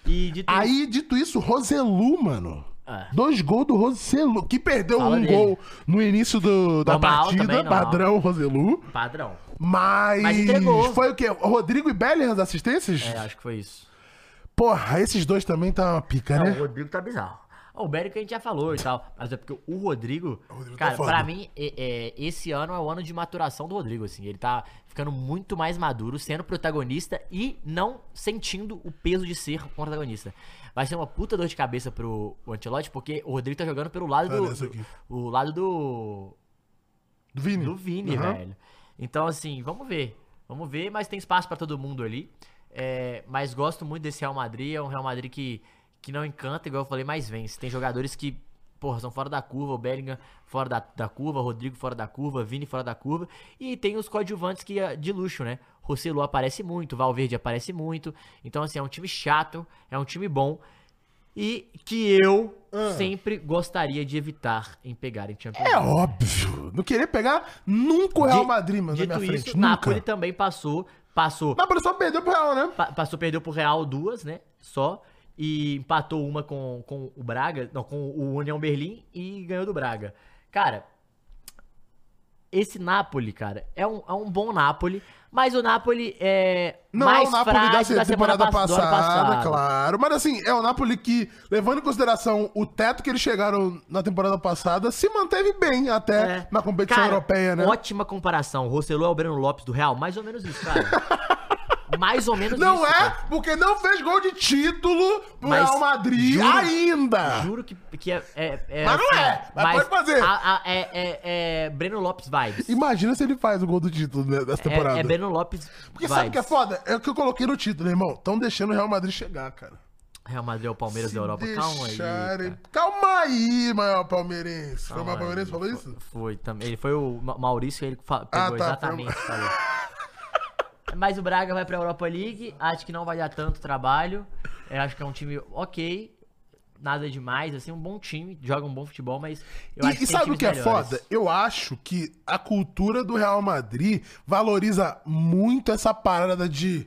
[SPEAKER 1] E dito isso-
[SPEAKER 2] Aí, dito isso, Roselu, mano.
[SPEAKER 1] É.
[SPEAKER 2] Dois gols do Roselu, que perdeu
[SPEAKER 1] Fala
[SPEAKER 2] um
[SPEAKER 1] dele.
[SPEAKER 2] gol no início do- da
[SPEAKER 1] Normal
[SPEAKER 2] partida,
[SPEAKER 1] também, normal.
[SPEAKER 2] padrão Roselu.
[SPEAKER 1] Padrão.
[SPEAKER 2] Mas,
[SPEAKER 1] Mas entregou.
[SPEAKER 2] foi o quê? Rodrigo e Bellingham as assistências?
[SPEAKER 1] É, acho que foi isso.
[SPEAKER 2] Porra, esses dois também tá uma pica,
[SPEAKER 1] Não, o
[SPEAKER 2] né?
[SPEAKER 1] Rodrigo tá bizarro. Ó, O Beric a gente já falou e tal, mas é porque o Rodrigo,
[SPEAKER 2] Rodrigo tá
[SPEAKER 1] cara,
[SPEAKER 2] foda.
[SPEAKER 1] pra mim, é- é, esse ano é o ano de maturação do Rodrigo, assim. Ele tá ficando muito mais maduro, sendo protagonista e não sentindo o peso de ser um protagonista. Vai ser uma puta dor de cabeça pro o Ancelotti, porque o Rodrigo tá jogando pelo lado do,
[SPEAKER 2] Olha isso aqui.
[SPEAKER 1] o lado do
[SPEAKER 2] Do Vini.
[SPEAKER 1] do Vini,
[SPEAKER 2] Aham.
[SPEAKER 1] velho. Então, assim, vamos ver. Vamos ver, mas tem espaço pra todo mundo ali. É, mas gosto muito desse Real Madrid. É um Real Madrid que, que não encanta, igual eu falei, mas vence. Tem jogadores que porra, são fora da curva, o Bellingham fora da, da curva, Rodrigo fora da curva, Vini fora da curva. E tem os coadjuvantes que é de luxo, né? Rossellu aparece muito, Valverde aparece muito. Então, assim, é um time chato, é um time bom. E que eu sempre gostaria de evitar em pegar em Champions
[SPEAKER 2] Ah. É
[SPEAKER 1] League.
[SPEAKER 2] óbvio. Não queria pegar nunca o Real
[SPEAKER 1] Di-
[SPEAKER 2] Madrid, mas na
[SPEAKER 1] Dito
[SPEAKER 2] minha frente.
[SPEAKER 1] isso,
[SPEAKER 2] nunca.
[SPEAKER 1] Napoli também passou, passou
[SPEAKER 2] Napoli só perdeu pro Real, né?
[SPEAKER 1] Pa- Passou, perdeu pro Real duas, né? Só. E empatou uma com, com o Braga. Não, com o União Berlim e ganhou do Braga. Cara, esse Napoli, cara, é um, é um bom Napoli. Mas o Napoli é
[SPEAKER 2] Não
[SPEAKER 1] mais
[SPEAKER 2] é o Napoli da
[SPEAKER 1] frágil da,
[SPEAKER 2] temporada,
[SPEAKER 1] semana pass- do ano
[SPEAKER 2] passada,
[SPEAKER 1] passada.
[SPEAKER 2] claro. Mas assim, é o Napoli que, levando em consideração o teto que eles chegaram na temporada passada, se manteve bem até
[SPEAKER 1] É.
[SPEAKER 2] na competição
[SPEAKER 1] Cara,
[SPEAKER 2] europeia, né?
[SPEAKER 1] Ótima comparação. O Rosselô é o Breno Lopes do Real. Mais ou menos isso, cara. mais ou menos isso.
[SPEAKER 2] Não é,
[SPEAKER 1] cara.
[SPEAKER 2] porque não fez gol de título pro
[SPEAKER 1] Mas
[SPEAKER 2] Real Madrid
[SPEAKER 1] juro-
[SPEAKER 2] ainda.
[SPEAKER 1] Juro que, que é, é- é
[SPEAKER 2] Ah. Mas não é, mas pode fazer.
[SPEAKER 1] a- a- é, é- é Breno Lopes vibes.
[SPEAKER 2] Imagina se ele faz o gol do título né, dessa temporada.
[SPEAKER 1] É, é Breno Lopes.
[SPEAKER 2] Porque
[SPEAKER 1] vibes.
[SPEAKER 2] sabe o que é foda? É o que eu coloquei no título, irmão. Tão deixando o Real Madrid chegar, cara.
[SPEAKER 1] Real Madrid é o Palmeiras
[SPEAKER 2] Se
[SPEAKER 1] da Europa. Calma aí.
[SPEAKER 2] deixarem-
[SPEAKER 1] cara.
[SPEAKER 2] Calma aí, maior palmeirense. Foi o
[SPEAKER 1] Calma
[SPEAKER 2] maior palmeirense
[SPEAKER 1] aí.
[SPEAKER 2] que falou isso?
[SPEAKER 1] Foi também. Ele foi o Ma- Maurício, ele fa- pegou
[SPEAKER 2] tá,
[SPEAKER 1] exatamente. falou. Mas o Braga vai pra Europa League. Acho que não vai dar tanto trabalho. É, acho que é um time ok. Nada demais, assim, um bom time, joga um bom futebol, mas eu acho
[SPEAKER 2] E,
[SPEAKER 1] tem
[SPEAKER 2] e sabe o
[SPEAKER 1] times
[SPEAKER 2] que é
[SPEAKER 1] melhores.
[SPEAKER 2] foda? Eu acho que a cultura do Real Madrid valoriza muito essa parada de.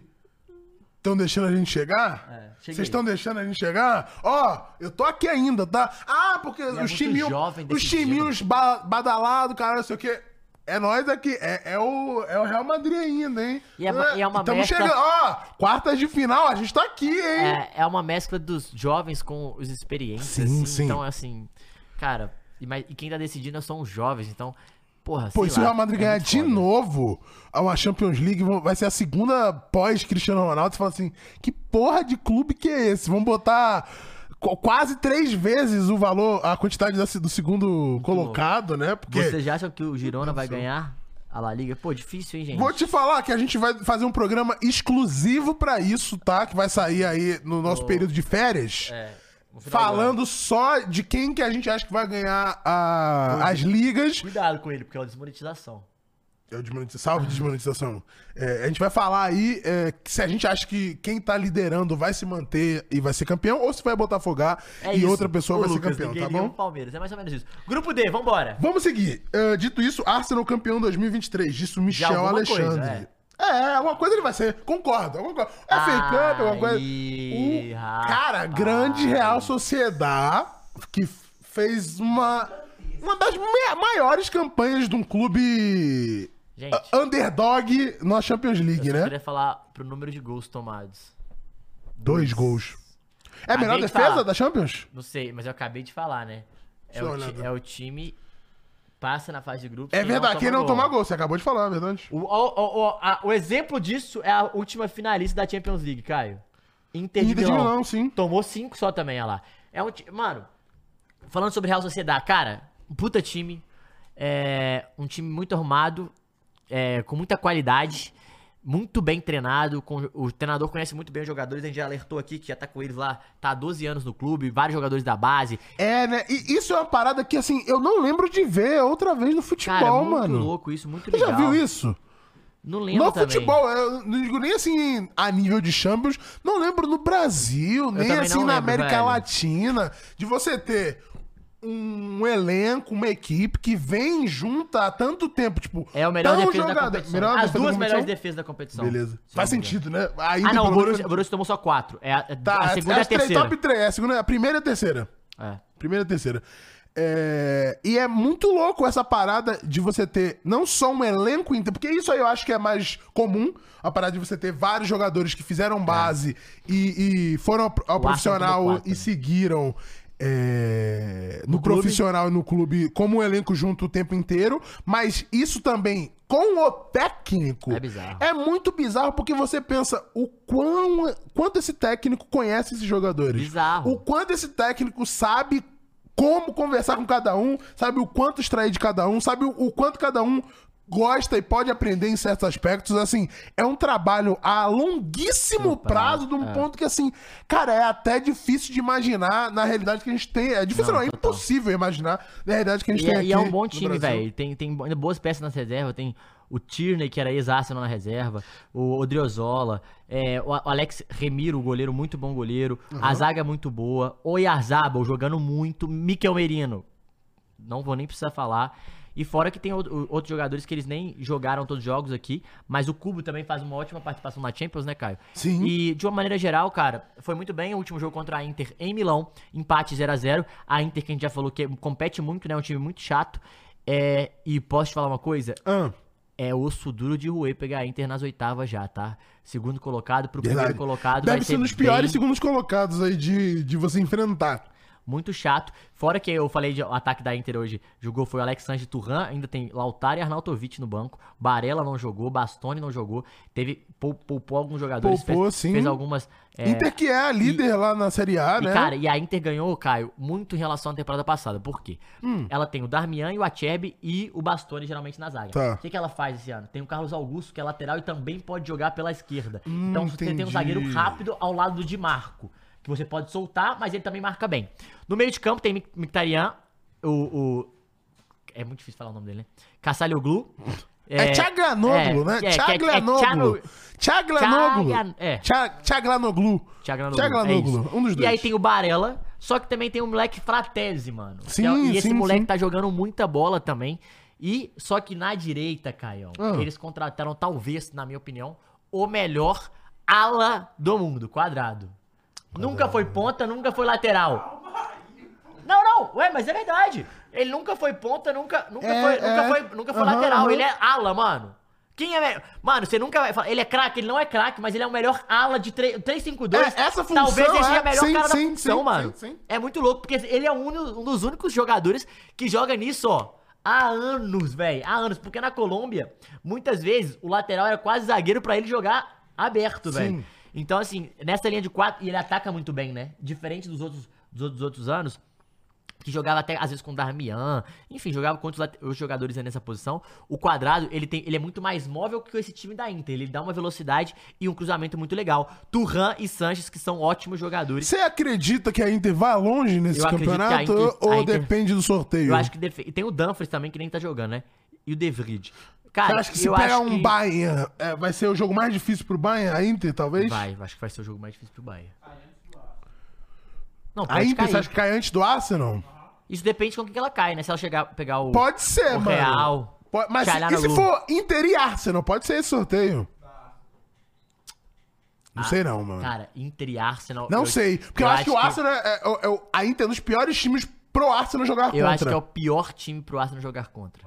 [SPEAKER 2] Estão deixando a gente chegar?
[SPEAKER 1] É, cheguei.
[SPEAKER 2] Vocês estão deixando a gente chegar? Ó, eu tô aqui ainda, tá? Ah, porque os
[SPEAKER 1] é muito
[SPEAKER 2] timinhos.
[SPEAKER 1] jovem
[SPEAKER 2] Os
[SPEAKER 1] decidido.
[SPEAKER 2] timinhos ba badalados, cara, não sei o quê. É nós aqui, é, é o, é o Real Madrid ainda, hein?
[SPEAKER 1] E é uma- e é uma
[SPEAKER 2] Estamos
[SPEAKER 1] mescla-
[SPEAKER 2] chegando, ó, quartas de final, a gente tá aqui, hein?
[SPEAKER 1] É, é uma mescla dos jovens com os experientes.
[SPEAKER 2] Sim,
[SPEAKER 1] assim,
[SPEAKER 2] sim.
[SPEAKER 1] Então, assim, cara, e, mas- e quem tá decidindo são os jovens, então, porra,
[SPEAKER 2] Pô,
[SPEAKER 1] sei
[SPEAKER 2] e se o
[SPEAKER 1] lá,
[SPEAKER 2] Real Madrid
[SPEAKER 1] é
[SPEAKER 2] ganhar
[SPEAKER 1] muito
[SPEAKER 2] de
[SPEAKER 1] foda.
[SPEAKER 2] novo a uma Champions League, vão- vai ser a segunda pós-Cristiano Ronaldo. Você fala assim: que porra de clube que é esse? Vão botar qu- quase três vezes o valor, a quantidade desse- do segundo colocado, né? Porque.
[SPEAKER 1] Vocês já acham que o Girona vai ganhar a La Liga? Pô, difícil, hein, gente?
[SPEAKER 2] Vou te falar que a gente vai fazer um programa exclusivo pra isso, tá? Que vai sair aí no nosso período de férias.
[SPEAKER 1] É, no final
[SPEAKER 2] Falando só de quem que a gente acha que vai ganhar a- as ligas.
[SPEAKER 1] do ano. Cuidado com ele, porque é uma desmonetização.
[SPEAKER 2] É o desmonetiza- salve desmonetização. É, a gente vai falar aí é, que se a gente acha que quem tá liderando vai se manter e vai ser campeão, ou se vai botafogar
[SPEAKER 1] É
[SPEAKER 2] e
[SPEAKER 1] isso.
[SPEAKER 2] outra pessoa
[SPEAKER 1] Ô,
[SPEAKER 2] vai
[SPEAKER 1] Lucas,
[SPEAKER 2] ser campeão,
[SPEAKER 1] ninguém
[SPEAKER 2] tá
[SPEAKER 1] liga
[SPEAKER 2] bom?
[SPEAKER 1] pro Palmeiras, é mais ou menos isso. Grupo D, vambora.
[SPEAKER 2] Vamos seguir. É, dito isso, Arsenal campeão 2023. Disso Michel
[SPEAKER 1] alguma coisa,
[SPEAKER 2] Alexandre. é. alguma coisa ele vai ser. Concordo, alguma coisa. É fake cup, alguma coisa.
[SPEAKER 1] Ih,
[SPEAKER 2] O- cara,
[SPEAKER 1] rapaz.
[SPEAKER 2] grande Real Sociedade que f- fez uma, uma das me- maiores campanhas de um clube
[SPEAKER 1] Gente,
[SPEAKER 2] Uh, underdog na Champions League,
[SPEAKER 1] eu
[SPEAKER 2] né?
[SPEAKER 1] queria falar pro número de gols tomados.
[SPEAKER 2] Dois gols. É a
[SPEAKER 1] Acabei
[SPEAKER 2] melhor
[SPEAKER 1] de
[SPEAKER 2] defesa
[SPEAKER 1] falar.
[SPEAKER 2] da Champions?
[SPEAKER 1] Não sei, mas eu acabei de falar, né? É,
[SPEAKER 2] Deixa eu
[SPEAKER 1] o,
[SPEAKER 2] olhar
[SPEAKER 1] ti-
[SPEAKER 2] aqui.
[SPEAKER 1] é o time passa na fase de grupos.
[SPEAKER 2] É verdade, quem não tomar
[SPEAKER 1] toma
[SPEAKER 2] gol, você acabou de falar, é verdade.
[SPEAKER 1] O, o- o- o- a- o exemplo disso é a última finalista da Champions League, Caio. Inter de
[SPEAKER 2] Inter de
[SPEAKER 1] Milão.
[SPEAKER 2] Milão, sim.
[SPEAKER 1] Tomou cinco só também, olha lá. É um ti- Mano, falando sobre Real Sociedade, cara, um puta time. É um time muito arrumado, é, com muita qualidade, muito bem treinado. com- o treinador conhece muito bem os jogadores, a gente já alertou aqui que já tá com eles lá, tá há 12 anos no clube, vários jogadores da base.
[SPEAKER 2] É, né? E isso é uma parada que, assim, eu não lembro de ver outra vez no futebol,
[SPEAKER 1] Cara, é muito
[SPEAKER 2] mano.
[SPEAKER 1] louco isso, muito
[SPEAKER 2] Você
[SPEAKER 1] legal.
[SPEAKER 2] já viu isso?
[SPEAKER 1] Não lembro
[SPEAKER 2] no
[SPEAKER 1] também.
[SPEAKER 2] futebol, eu não digo nem assim a nível de Champions, não lembro no Brasil, nem
[SPEAKER 1] também
[SPEAKER 2] assim
[SPEAKER 1] não
[SPEAKER 2] na
[SPEAKER 1] lembro,
[SPEAKER 2] América
[SPEAKER 1] velho.
[SPEAKER 2] Latina, de você ter um elenco, uma equipe que vem junta há tanto tempo, tipo,
[SPEAKER 1] É o melhor
[SPEAKER 2] tão
[SPEAKER 1] defesa da
[SPEAKER 2] jogada-
[SPEAKER 1] competição.
[SPEAKER 2] melhor
[SPEAKER 1] As
[SPEAKER 2] defesa da
[SPEAKER 1] duas melhores
[SPEAKER 2] competição?
[SPEAKER 1] defesas da competição.
[SPEAKER 2] Beleza.
[SPEAKER 1] Se
[SPEAKER 2] Faz
[SPEAKER 1] eu não me engano.
[SPEAKER 2] sentido, né? Ainda
[SPEAKER 1] Ah, não, o
[SPEAKER 2] pelo
[SPEAKER 1] Borussia, o
[SPEAKER 2] menos-
[SPEAKER 1] Borussia tomou só quatro. É a,
[SPEAKER 2] Tá,
[SPEAKER 1] a segunda e a
[SPEAKER 2] as três-
[SPEAKER 1] terceira.
[SPEAKER 2] Top 3, a segunda, a primeira e a terceira.
[SPEAKER 1] É.
[SPEAKER 2] Primeira e terceira. É, E é muito louco essa parada de você ter não só um elenco inteiro, porque isso aí eu acho que é mais comum, a parada de você ter vários jogadores que fizeram base e, e foram ao, ao
[SPEAKER 1] É. O
[SPEAKER 2] profissional
[SPEAKER 1] Arsenal tomou quatro,
[SPEAKER 2] e
[SPEAKER 1] né?
[SPEAKER 2] seguiram é, no,
[SPEAKER 1] No clube.
[SPEAKER 2] profissional e no clube como um elenco junto o tempo inteiro, mas isso também com o técnico
[SPEAKER 1] É bizarro.
[SPEAKER 2] é muito bizarro porque você pensa o quão, quanto esse técnico conhece esses jogadores.
[SPEAKER 1] Bizarro.
[SPEAKER 2] O quanto esse técnico sabe como conversar com cada um, sabe o quanto extrair de cada um, sabe o, o quanto cada um gosta e pode aprender em certos aspectos, assim, é um trabalho a longuíssimo prazo, de
[SPEAKER 1] É.
[SPEAKER 2] um ponto que, assim, cara, é até difícil de imaginar na realidade que a gente tem. É difícil, não,
[SPEAKER 1] Não,
[SPEAKER 2] é
[SPEAKER 1] total.
[SPEAKER 2] impossível imaginar na realidade que a gente
[SPEAKER 1] E,
[SPEAKER 2] tem
[SPEAKER 1] é-
[SPEAKER 2] aqui.
[SPEAKER 1] e é um bom
[SPEAKER 2] no
[SPEAKER 1] time,
[SPEAKER 2] Brasil.
[SPEAKER 1] velho. Tem, tem bo- ainda boas peças na reserva. Tem o Tierney, que era ex-Arsenal na reserva. O Odriozola. é, o A- o Alex Remiro, o goleiro, muito bom goleiro. A zaga é muito boa. O Yarzabal jogando muito. Mikel Merino. Não vou nem precisar falar. E fora que tem o- o- outros jogadores que eles nem jogaram todos os jogos aqui. Mas o Cubo também faz uma ótima participação na Champions, né, Caio?
[SPEAKER 2] Sim.
[SPEAKER 1] E de uma maneira geral, cara, foi muito bem o último jogo contra a Inter em Milão, empate 0 a 0 A Inter, que a gente já falou que compete muito, né? É um time muito chato. É, e posso te falar uma coisa?
[SPEAKER 2] Ah,
[SPEAKER 1] É osso duro de Rui pegar a Inter nas oitavas já, tá? Segundo colocado pro
[SPEAKER 2] verdade.
[SPEAKER 1] primeiro colocado.
[SPEAKER 2] Deve
[SPEAKER 1] vai
[SPEAKER 2] ser nos
[SPEAKER 1] bem
[SPEAKER 2] piores segundos colocados aí de, de você enfrentar.
[SPEAKER 1] Muito chato. Fora que eu falei de o ataque da Inter hoje. Jogou foi o Alexandre Turhan, ainda tem Lautaro e Arnautovic no banco. Barella não jogou, Bastoni não jogou. Teve pou- poupou alguns jogadores,
[SPEAKER 2] Poupou,
[SPEAKER 1] fez,
[SPEAKER 2] sim.
[SPEAKER 1] fez algumas é,
[SPEAKER 2] Inter que é a líder lá na Série A,
[SPEAKER 1] E,
[SPEAKER 2] né?
[SPEAKER 1] cara, e a Inter ganhou, Caio, muito em relação à temporada passada. Por quê?
[SPEAKER 2] Hum.
[SPEAKER 1] Ela tem o Darmian e o Acerbi e o Bastoni, geralmente, na zaga.
[SPEAKER 2] Tá.
[SPEAKER 1] O que, que ela faz esse ano? Tem o Carlos Augusto, que é lateral e também pode jogar pela esquerda.
[SPEAKER 2] Hum,
[SPEAKER 1] então, você tem um
[SPEAKER 2] entendi.
[SPEAKER 1] zagueiro rápido ao lado do Di Marco, que você pode soltar, mas ele também marca bem. No meio de campo tem Mic- Mkhitaryan, o... o- É muito difícil falar o nome dele, né? Caçalhoglu.
[SPEAKER 2] É, Tchaglanoglu,
[SPEAKER 1] é,
[SPEAKER 2] né?
[SPEAKER 1] é, que é- é
[SPEAKER 2] Tchaglanoglu.
[SPEAKER 1] Tchano-
[SPEAKER 2] Tchaglanoglu.
[SPEAKER 1] Tchagan- é.
[SPEAKER 2] Tcha- Tchaglanoglu.
[SPEAKER 1] Tchaglanoglu.
[SPEAKER 2] Tchaglanoglu,
[SPEAKER 1] é isso.
[SPEAKER 2] um dos
[SPEAKER 1] e
[SPEAKER 2] dois.
[SPEAKER 1] aí tem o Barella, só que também tem o moleque Fratese, mano.
[SPEAKER 2] Sim,
[SPEAKER 1] Que é- e esse
[SPEAKER 2] sim,
[SPEAKER 1] moleque
[SPEAKER 2] sim.
[SPEAKER 1] tá jogando muita bola também. E só que na direita, Caio,
[SPEAKER 2] Ah.
[SPEAKER 1] eles contrataram, talvez, na minha opinião, o melhor ala do mundo, quadrado. Nunca foi ponta, nunca foi lateral. Não, não, ué, mas é verdade. Ele nunca foi ponta, nunca, nunca
[SPEAKER 2] É,
[SPEAKER 1] foi, nunca
[SPEAKER 2] é.
[SPEAKER 1] foi, nunca foi
[SPEAKER 2] Aham,
[SPEAKER 1] lateral.
[SPEAKER 2] aham.
[SPEAKER 1] Ele é ala, mano. Quem é melhor? Mano, você nunca vai falar. Ele é craque, ele não é craque, mas ele é o melhor ala de tre- 352.
[SPEAKER 2] É, essa função,
[SPEAKER 1] Talvez ele seja
[SPEAKER 2] é.
[SPEAKER 1] o melhor
[SPEAKER 2] Sim,
[SPEAKER 1] cara
[SPEAKER 2] sim,
[SPEAKER 1] da função,
[SPEAKER 2] sim,
[SPEAKER 1] mano.
[SPEAKER 2] sim, sim.
[SPEAKER 1] É muito louco, porque ele é um, um dos únicos jogadores que joga nisso, ó. Há anos, velho. Há anos. Porque na Colômbia, muitas vezes, o lateral era quase zagueiro pra ele jogar aberto,
[SPEAKER 2] Sim.
[SPEAKER 1] velho. Então, assim, nessa linha de quatro. E ele ataca muito bem, né? Diferente dos outros, dos outros, dos outros anos, que jogava até às vezes com o Darmian, enfim, jogava contra os late- os jogadores aí nessa posição. O quadrado, ele, tem, ele é muito mais móvel que esse time da Inter. Ele dá uma velocidade e um cruzamento muito legal. Turhan e Sanches, que são ótimos jogadores.
[SPEAKER 2] Você acredita que a Inter vai longe nesse
[SPEAKER 1] Eu acredito que a
[SPEAKER 2] campeonato
[SPEAKER 1] Inter-
[SPEAKER 2] ou
[SPEAKER 1] a Inter-
[SPEAKER 2] depende do sorteio?
[SPEAKER 1] Eu acho que. defe- E tem o Dumfries também, que nem tá jogando, né? E o De Vrij.
[SPEAKER 2] Você
[SPEAKER 1] Cara,
[SPEAKER 2] acha que se
[SPEAKER 1] eu
[SPEAKER 2] pegar
[SPEAKER 1] acho
[SPEAKER 2] um
[SPEAKER 1] que-
[SPEAKER 2] Bayern, é, vai ser o jogo mais difícil pro Bayern, a Inter, talvez?
[SPEAKER 1] Vai, acho que vai ser o jogo mais difícil pro Bahia. Não,
[SPEAKER 2] A
[SPEAKER 1] pode
[SPEAKER 2] Inter,
[SPEAKER 1] cair.
[SPEAKER 2] você acha que cai antes do Arsenal?
[SPEAKER 1] Isso depende com o que ela cai, né? Se ela chegar pegar o.
[SPEAKER 2] Pode ser,
[SPEAKER 1] o
[SPEAKER 2] mano.
[SPEAKER 1] Real.
[SPEAKER 2] Po- Mas
[SPEAKER 1] Calhar
[SPEAKER 2] e
[SPEAKER 1] na
[SPEAKER 2] se
[SPEAKER 1] Lu.
[SPEAKER 2] for Inter e Arsenal? Pode ser esse sorteio. Não
[SPEAKER 1] Ah.
[SPEAKER 2] sei não, mano.
[SPEAKER 1] Cara, Inter e Arsenal.
[SPEAKER 2] não
[SPEAKER 1] eu-
[SPEAKER 2] sei. Porque eu, acho que o Arsenal é, é- é o- a Inter é um dos piores times pro Arsenal jogar
[SPEAKER 1] Eu
[SPEAKER 2] contra.
[SPEAKER 1] acho que é o pior time pro Arsenal jogar contra.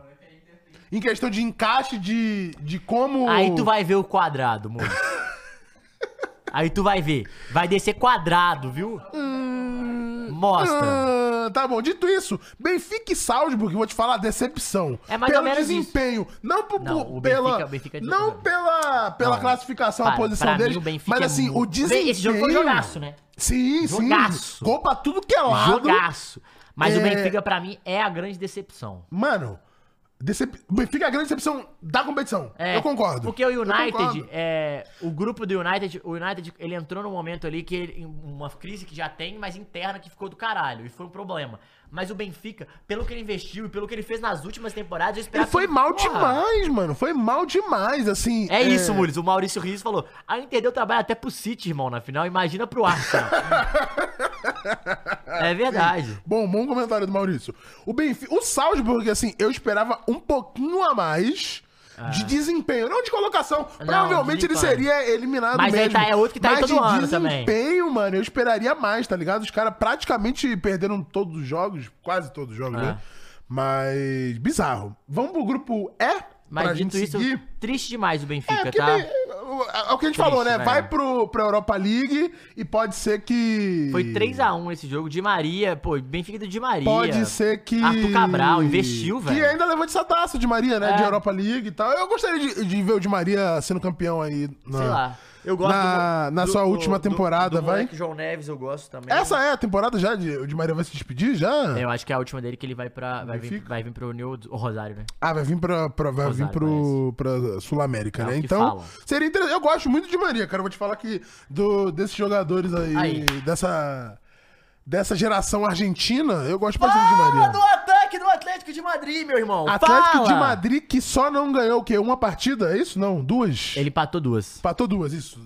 [SPEAKER 2] Em questão de encaixe de, de como...
[SPEAKER 1] Aí tu vai ver o quadrado, mano. Aí tu vai ver. Vai descer quadrado, viu?
[SPEAKER 2] Hum,
[SPEAKER 1] Mostra.
[SPEAKER 2] Ah, tá bom, dito isso, Benfica e Salzburg, vou te falar, decepção.
[SPEAKER 1] É mais
[SPEAKER 2] pelo
[SPEAKER 1] ou menos
[SPEAKER 2] desempenho, não, por,
[SPEAKER 1] Não,
[SPEAKER 2] por-
[SPEAKER 1] o Benfica-
[SPEAKER 2] pela,
[SPEAKER 1] o Benfica é de
[SPEAKER 2] não
[SPEAKER 1] outro
[SPEAKER 2] pela, pela
[SPEAKER 1] Não,
[SPEAKER 2] classificação, a
[SPEAKER 1] para-
[SPEAKER 2] é posição
[SPEAKER 1] pra mim,
[SPEAKER 2] deles,
[SPEAKER 1] o Benfica
[SPEAKER 2] mas
[SPEAKER 1] é
[SPEAKER 2] assim, o
[SPEAKER 1] muito-
[SPEAKER 2] desempenho...
[SPEAKER 1] Esse jogo foi um jogaço, né?
[SPEAKER 2] Sim, sim.
[SPEAKER 1] Jogaço.
[SPEAKER 2] Gol pra tudo que é lado.
[SPEAKER 1] Jogaço. Mas o
[SPEAKER 2] É.
[SPEAKER 1] Benfica, pra mim, é a grande decepção.
[SPEAKER 2] Mano, decep... o Benfica é a grande decepção da competição.
[SPEAKER 1] É,
[SPEAKER 2] eu concordo.
[SPEAKER 1] Porque o
[SPEAKER 2] Eu
[SPEAKER 1] United,
[SPEAKER 2] concordo.
[SPEAKER 1] é, o grupo do United, o United, ele entrou num momento ali que ele- em uma crise que já tem, mas interna que ficou do caralho e foi um problema. Mas o Benfica, pelo que ele investiu e pelo que ele fez nas últimas temporadas, eu
[SPEAKER 2] Ele
[SPEAKER 1] esperava
[SPEAKER 2] foi
[SPEAKER 1] que-
[SPEAKER 2] mal
[SPEAKER 1] Porra!
[SPEAKER 2] demais, mano. Foi mal demais, assim.
[SPEAKER 1] É isso, Mules. O Maurício Rios falou: a Inter deu trabalho até pro City, irmão, na final. Imagina pro Arsenal. é verdade.
[SPEAKER 2] Bom, bom comentário do Maurício. O Benfica, o Salzburg, assim, eu esperava um pouquinho a mais
[SPEAKER 1] Ah.
[SPEAKER 2] de desempenho, não de colocação. Provavelmente ele
[SPEAKER 1] desempenho.
[SPEAKER 2] seria eliminado
[SPEAKER 1] Mas aí
[SPEAKER 2] mesmo.
[SPEAKER 1] tá- é outro que tá aí
[SPEAKER 2] Mas
[SPEAKER 1] todo
[SPEAKER 2] de
[SPEAKER 1] ano também.
[SPEAKER 2] desempenho, mano, eu esperaria mais, tá ligado? Os caras praticamente perderam todos os jogos, quase todos os jogos,
[SPEAKER 1] É.
[SPEAKER 2] né? Mas bizarro. Vamos pro grupo E
[SPEAKER 1] Mas
[SPEAKER 2] pra gente
[SPEAKER 1] dito isso,
[SPEAKER 2] seguir.
[SPEAKER 1] triste demais o Benfica,
[SPEAKER 2] É, porque
[SPEAKER 1] tá?
[SPEAKER 2] me- é o que a gente falou, né?
[SPEAKER 1] velho.
[SPEAKER 2] Vai pro, pra Europa League e pode ser que.
[SPEAKER 1] Foi 3x1 esse jogo. De Maria, pô, Benfica do Di Maria.
[SPEAKER 2] Pode ser que.
[SPEAKER 1] Arthur Cabral investiu,
[SPEAKER 2] Que
[SPEAKER 1] velho.
[SPEAKER 2] ainda levou de taça de Maria, né?
[SPEAKER 1] É.
[SPEAKER 2] De Europa League e tal. Eu gostaria de, de ver o de Maria sendo campeão aí. né? Na...
[SPEAKER 1] Sei lá. Eu gosto
[SPEAKER 2] na, na sua última temporada,
[SPEAKER 1] do
[SPEAKER 2] vai.
[SPEAKER 1] moleque João Neves eu gosto também.
[SPEAKER 2] Essa é a temporada já de, de Maria vai se despedir já?
[SPEAKER 1] Eu acho que é a última dele que ele vai pra. Vai, vir,
[SPEAKER 2] Benfica?
[SPEAKER 1] vai vir pro New o Rosário, né?
[SPEAKER 2] Ah, vai vir pra, pra- vai
[SPEAKER 1] Rosário,
[SPEAKER 2] vir pro, pra
[SPEAKER 1] É
[SPEAKER 2] Sul-América,
[SPEAKER 1] o
[SPEAKER 2] né?
[SPEAKER 1] que
[SPEAKER 2] Então,
[SPEAKER 1] falam.
[SPEAKER 2] seria interessante. Eu gosto muito de Maria, cara. Eu vou te falar que do, desses jogadores aí,
[SPEAKER 1] Aí.
[SPEAKER 2] dessa. Dessa geração argentina, eu gosto bastante de Ah, Maria.
[SPEAKER 1] ataque Ah, do Atlético de Madrid, meu irmão!
[SPEAKER 2] Atlético
[SPEAKER 1] Fala!
[SPEAKER 2] de Madrid que só não ganhou o quê? Uma partida? É isso? Não, duas?
[SPEAKER 1] Ele empatou duas.
[SPEAKER 2] Empatou duas, isso.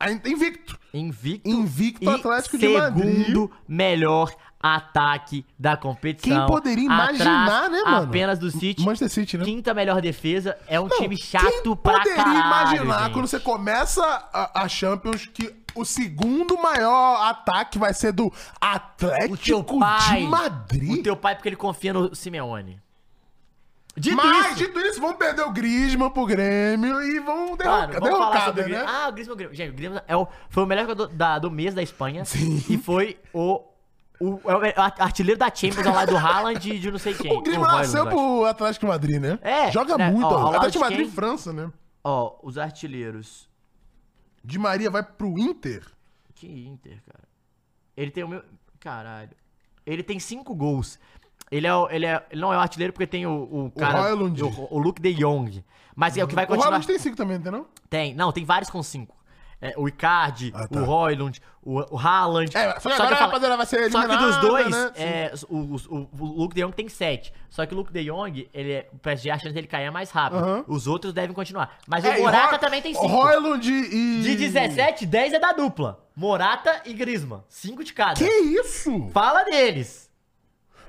[SPEAKER 2] Ainda Invicto.
[SPEAKER 1] Invicto.
[SPEAKER 2] Invicto
[SPEAKER 1] e
[SPEAKER 2] Atlético de Madrid.
[SPEAKER 1] Segundo melhor ataque da competição.
[SPEAKER 2] Quem poderia imaginar,
[SPEAKER 1] atrás
[SPEAKER 2] né, mano?
[SPEAKER 1] Apenas do City.
[SPEAKER 2] Manchester City, né?
[SPEAKER 1] Quinta melhor defesa. É um
[SPEAKER 2] Não,
[SPEAKER 1] time chato
[SPEAKER 2] quem
[SPEAKER 1] pra
[SPEAKER 2] poderia
[SPEAKER 1] caralho.
[SPEAKER 2] imaginar
[SPEAKER 1] gente.
[SPEAKER 2] quando você tá começa a, a Champions que o segundo maior ataque vai ser do
[SPEAKER 1] O teu
[SPEAKER 2] Atlético
[SPEAKER 1] pai.
[SPEAKER 2] de
[SPEAKER 1] O
[SPEAKER 2] Madrid?
[SPEAKER 1] teu pai, porque ele confia no Simeone. Dito
[SPEAKER 2] Mas,
[SPEAKER 1] isso,
[SPEAKER 2] dito isso, vão perder o Griezmann pro Grêmio e vão derrocar,
[SPEAKER 1] Claro, vamos falar sobre
[SPEAKER 2] derrocada,
[SPEAKER 1] o
[SPEAKER 2] né?
[SPEAKER 1] Grêmio. Ah, o Griezmann, o Grêmio. Gente, o Griezmann é o, foi o melhor jogador da- do mês da Espanha. E foi o, o, é o me- a- artilheiro da Champions ao lado do Haaland e de não sei quem.
[SPEAKER 2] o Grêmio
[SPEAKER 1] Do Royland,
[SPEAKER 2] nasceu
[SPEAKER 1] eu acho.
[SPEAKER 2] pro Atlético de Madrid, né?
[SPEAKER 1] É,
[SPEAKER 2] Joga
[SPEAKER 1] né?
[SPEAKER 2] muito.
[SPEAKER 1] Ó, ao
[SPEAKER 2] Ó,
[SPEAKER 1] lado
[SPEAKER 2] Atlético de
[SPEAKER 1] de
[SPEAKER 2] Madrid e
[SPEAKER 1] quem?
[SPEAKER 2] França, né?
[SPEAKER 1] Ó, os artilheiros.
[SPEAKER 2] De Maria vai pro Inter.
[SPEAKER 1] Que Inter, cara. Ele tem o meu... Caralho. Ele tem cinco gols. Ele, é, o- ele, é, ele não é o artilheiro porque tem o, o cara...
[SPEAKER 2] Haaland.
[SPEAKER 1] O, o Luke de Jong. Mas é o que vai
[SPEAKER 2] O
[SPEAKER 1] continuar...
[SPEAKER 2] Haaland tem cinco também, entendeu?
[SPEAKER 1] Tem, não, tem vários com cinco. É, o Icardi,
[SPEAKER 2] Ah, tá.
[SPEAKER 1] o Roylund, o, o Haaland.
[SPEAKER 2] É, só que
[SPEAKER 1] eu
[SPEAKER 2] agora a
[SPEAKER 1] falo-
[SPEAKER 2] rapaziada vai ser
[SPEAKER 1] Só que dos
[SPEAKER 2] eliminada,
[SPEAKER 1] dois,
[SPEAKER 2] né?
[SPEAKER 1] é, o, o, o Luke de Jong tem sete. Só que o Luke de Jong, ele é, o PSG, a chance dele cair é mais rápido.
[SPEAKER 2] Aham.
[SPEAKER 1] Os outros devem continuar. Mas
[SPEAKER 2] É, e
[SPEAKER 1] o Morata
[SPEAKER 2] Roy-
[SPEAKER 1] também tem cinco.
[SPEAKER 2] Royland e...
[SPEAKER 1] De 17, 10 é da dupla. Morata e Grisma. Cinco de cada.
[SPEAKER 2] Que isso?
[SPEAKER 1] Fala deles.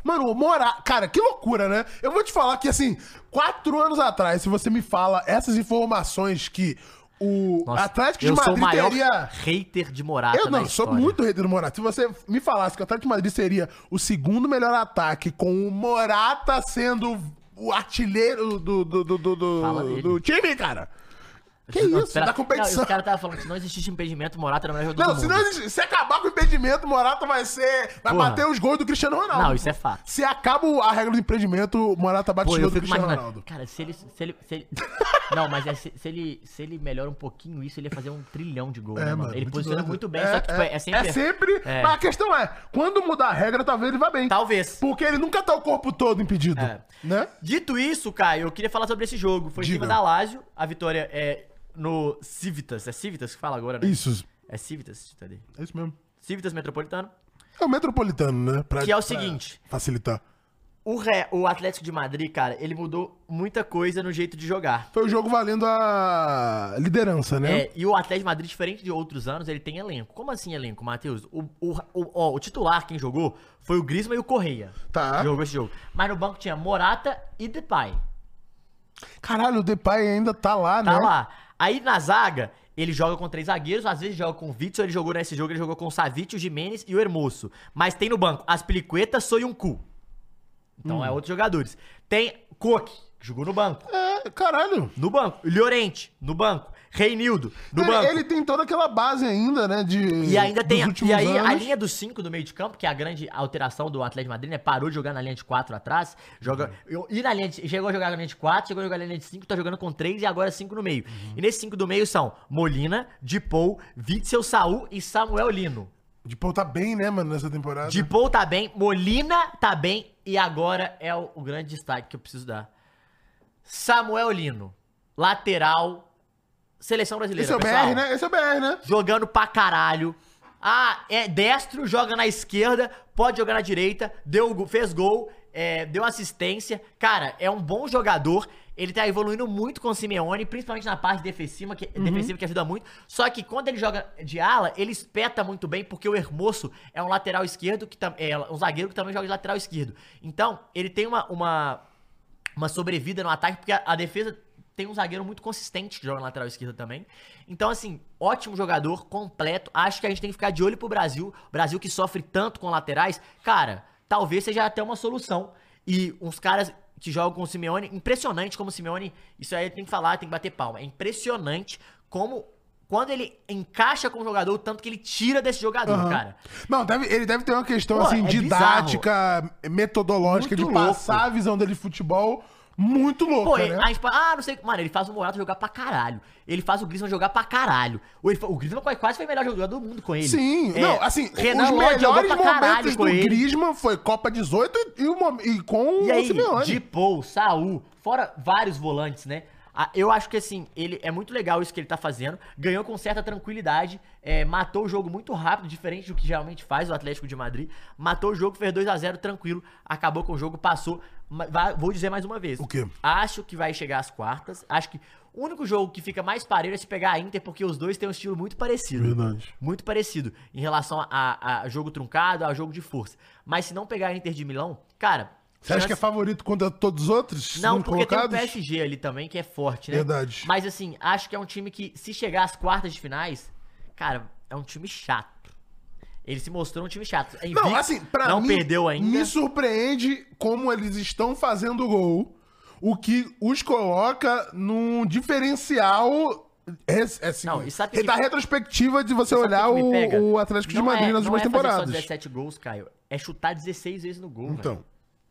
[SPEAKER 2] Mano, o Morata. Cara, que loucura, né? Eu vou te falar que, assim, quatro anos atrás, se você me fala essas informações que o
[SPEAKER 1] Nossa,
[SPEAKER 2] Atlético de
[SPEAKER 1] eu sou o
[SPEAKER 2] Madrid
[SPEAKER 1] maior
[SPEAKER 2] teria.
[SPEAKER 1] hater de Morata
[SPEAKER 2] Eu
[SPEAKER 1] na
[SPEAKER 2] não, sou
[SPEAKER 1] história.
[SPEAKER 2] muito hater do Morata. Se você me falasse que o Atlético de Madrid seria o segundo melhor ataque, com o Morata sendo o artilheiro do, do, do, do,
[SPEAKER 1] Fala
[SPEAKER 2] do,
[SPEAKER 1] dele.
[SPEAKER 2] do time, cara. Que
[SPEAKER 1] Não,
[SPEAKER 2] isso?
[SPEAKER 1] pera-
[SPEAKER 2] Da competição.
[SPEAKER 1] Não, os caras estavam falando que se não existisse impedimento, Morata era o melhor jogador
[SPEAKER 2] Não,
[SPEAKER 1] do
[SPEAKER 2] se,
[SPEAKER 1] mundo.
[SPEAKER 2] não existe- se acabar com o impedimento, o Morata vai ser. Vai
[SPEAKER 1] Porra.
[SPEAKER 2] bater os gols do Cristiano Ronaldo.
[SPEAKER 1] Não, isso é fato.
[SPEAKER 2] Se acaba a regra do impedimento, o Morata bate
[SPEAKER 1] Pô,
[SPEAKER 2] os
[SPEAKER 1] eu
[SPEAKER 2] gols do
[SPEAKER 1] fico
[SPEAKER 2] Cristiano
[SPEAKER 1] imaginando.
[SPEAKER 2] Ronaldo.
[SPEAKER 1] Cara, se ele. Se ele, se ele- não, mas é, se, se ele, se ele melhora um pouquinho isso, ele ia fazer um trilhão de gols,
[SPEAKER 2] É,
[SPEAKER 1] né, mano?
[SPEAKER 2] mano,
[SPEAKER 1] Ele
[SPEAKER 2] muito
[SPEAKER 1] posiciona
[SPEAKER 2] doido.
[SPEAKER 1] muito bem,
[SPEAKER 2] é,
[SPEAKER 1] só que tipo, é, é sempre.
[SPEAKER 2] É sempre.
[SPEAKER 1] É.
[SPEAKER 2] Mas a questão é, quando mudar a regra, talvez ele vá bem.
[SPEAKER 1] Talvez.
[SPEAKER 2] Porque ele nunca tá o corpo todo impedido.
[SPEAKER 1] É.
[SPEAKER 2] Né?
[SPEAKER 1] Dito isso, Caio, eu queria falar sobre esse jogo. Foi em
[SPEAKER 2] Diga.
[SPEAKER 1] cima da Lazio. A vitória é no Civitas. É Civitas que fala agora, né?
[SPEAKER 2] Isso.
[SPEAKER 1] É Civitas, tá ali.
[SPEAKER 2] É isso mesmo.
[SPEAKER 1] Civitas Metropolitano.
[SPEAKER 2] É o metropolitano, né? Pra-
[SPEAKER 1] Que é o
[SPEAKER 2] pra
[SPEAKER 1] seguinte.
[SPEAKER 2] Facilitar.
[SPEAKER 1] O, Re- o Atlético de Madrid, cara, ele mudou muita coisa no jeito de jogar.
[SPEAKER 2] Foi o jogo valendo a liderança, né?
[SPEAKER 1] É, e o Atlético de Madrid, diferente de outros anos, ele tem elenco. Como assim elenco, Matheus? O, o, o, ó, o titular, quem jogou, foi o Griezmann e o Correia.
[SPEAKER 2] Tá.
[SPEAKER 1] Jogou esse jogo. Mas no banco tinha Morata e Depay.
[SPEAKER 2] Caralho, o Depay ainda tá lá,
[SPEAKER 1] Tá
[SPEAKER 2] né?
[SPEAKER 1] lá. Aí na zaga, ele joga com três zagueiros, às vezes joga com o Witzel, ele jogou nesse jogo, ele jogou com o Savic, o Jimenez e o Hermoso. Mas tem no banco as Pelicuetas, Soyuncu.
[SPEAKER 2] Hum.
[SPEAKER 1] Então é outros jogadores. Tem Koke, que jogou no banco.
[SPEAKER 2] É, caralho.
[SPEAKER 1] No banco. Llorente, no banco. Reinildo, no
[SPEAKER 2] ele,
[SPEAKER 1] banco.
[SPEAKER 2] ele tem toda aquela base ainda, né? De,
[SPEAKER 1] E ainda tem.
[SPEAKER 2] dos últimos
[SPEAKER 1] E aí, a
[SPEAKER 2] anos.
[SPEAKER 1] linha dos 5 do meio de campo, que é a grande alteração do Atlético de Madrid, né? Parou de jogar na linha de 4 atrás. Joga,
[SPEAKER 2] Uhum.
[SPEAKER 1] e na linha de, chegou a jogar na linha de 4, chegou a jogar na linha de 5, tá jogando com 3 e agora 5 no meio.
[SPEAKER 2] Uhum.
[SPEAKER 1] E nesses 5 do meio são Molina, Dipou, Witzel Saul e Samuel Lino.
[SPEAKER 2] De Paul tá bem, né, mano, nessa temporada.
[SPEAKER 1] Dipou tá bem, Molina tá bem e agora é o, o grande destaque que eu preciso dar. Samuel Lino, lateral, seleção brasileira.
[SPEAKER 2] Esse é o BR,
[SPEAKER 1] pessoal
[SPEAKER 2] né? Esse é o BR, né?
[SPEAKER 1] jogando pra caralho. Ah, é destro, joga na esquerda, pode jogar na direita, deu, go- fez gol, é, deu assistência. Cara, é um bom jogador. Ele tá evoluindo muito com o Simeone, principalmente na parte defensiva que, defensiva, que ajuda muito. Só que quando ele joga de ala, ele espeta muito bem, porque o Hermoso é um lateral esquerdo, que tam- é um zagueiro que também joga de lateral esquerdo. Então, ele tem uma- uma, uma sobrevida no ataque, porque a, a defesa tem um zagueiro muito consistente que joga na lateral esquerda também. Então, assim, ótimo jogador, completo. Acho que a gente tem que ficar de olho pro Brasil. Brasil que sofre tanto com laterais. Cara, talvez seja até uma solução. E uns caras que jogam com o Simeone, impressionante como o Simeone. Isso aí tem que falar, tem que bater palma. É impressionante como. Quando ele encaixa com o jogador, o tanto que ele tira desse jogador,
[SPEAKER 2] Aham.
[SPEAKER 1] cara.
[SPEAKER 2] Não, deve- ele deve ter uma questão,
[SPEAKER 1] Pô,
[SPEAKER 2] assim,
[SPEAKER 1] é
[SPEAKER 2] didática, metodológica,
[SPEAKER 1] Muito
[SPEAKER 2] de
[SPEAKER 1] louco.
[SPEAKER 2] passar a visão dele de futebol muito
[SPEAKER 1] Pô,
[SPEAKER 2] louca,
[SPEAKER 1] ele,
[SPEAKER 2] né?
[SPEAKER 1] a gente fala, ah, não sei. Mano, ele faz o Morato jogar pra caralho. Ele faz o Griezmann jogar pra caralho. O, ele, o Griezmann quase foi o melhor jogador do mundo com ele.
[SPEAKER 2] Sim,
[SPEAKER 1] É,
[SPEAKER 2] não, assim, os
[SPEAKER 1] Lodi jogou
[SPEAKER 2] melhores
[SPEAKER 1] pra
[SPEAKER 2] momentos
[SPEAKER 1] caralho
[SPEAKER 2] do
[SPEAKER 1] com ele.
[SPEAKER 2] Griezmann foi Copa 18 e, e o mom- e com
[SPEAKER 1] E
[SPEAKER 2] o
[SPEAKER 1] aí,
[SPEAKER 2] Simeone.
[SPEAKER 1] de Paul, Saul, fora vários volantes, né? Ah, Eu acho que assim, ele é muito legal isso que ele tá fazendo. Ganhou com certa tranquilidade, é, matou o jogo muito rápido, diferente do que geralmente faz o Atlético de Madrid. Matou o jogo, fez 2 a 0 tranquilo, acabou com o jogo, passou. Ma- vai- Vou dizer mais uma vez.
[SPEAKER 2] O quê?
[SPEAKER 1] Acho que vai chegar às quartas. Acho que o único jogo que fica mais parelho é se pegar a Inter, porque os dois têm um estilo muito parecido.
[SPEAKER 2] Verdade.
[SPEAKER 1] Muito parecido em relação a, a jogo truncado, a jogo de força. Mas se não pegar a Inter de Milão, cara.
[SPEAKER 2] Você acha que é
[SPEAKER 1] chance-
[SPEAKER 2] favorito contra todos os outros?
[SPEAKER 1] não,
[SPEAKER 2] segundo
[SPEAKER 1] porque tem um o
[SPEAKER 2] colocados?
[SPEAKER 1] PSG ali também, que é forte, né?
[SPEAKER 2] Verdade.
[SPEAKER 1] Mas assim, acho que é um time que, se chegar às quartas de finais, cara, é um time chato. Ele se mostrou um time chato. É
[SPEAKER 2] Não,
[SPEAKER 1] invicto,
[SPEAKER 2] assim, pra
[SPEAKER 1] Não
[SPEAKER 2] mim,
[SPEAKER 1] perdeu ainda.
[SPEAKER 2] me surpreende como eles estão fazendo gol, o que os coloca num diferencial é, é assim,
[SPEAKER 1] Não, e sabe que-
[SPEAKER 2] da retrospectiva de você
[SPEAKER 1] Sabe
[SPEAKER 2] olhar
[SPEAKER 1] o que que me pega?
[SPEAKER 2] o, o Atlético de
[SPEAKER 1] Não
[SPEAKER 2] Madrid
[SPEAKER 1] é-
[SPEAKER 2] nas
[SPEAKER 1] não
[SPEAKER 2] últimas
[SPEAKER 1] é fazer
[SPEAKER 2] temporadas.
[SPEAKER 1] só 17 gols, Caio. É chutar 16 vezes no gol,
[SPEAKER 2] Então,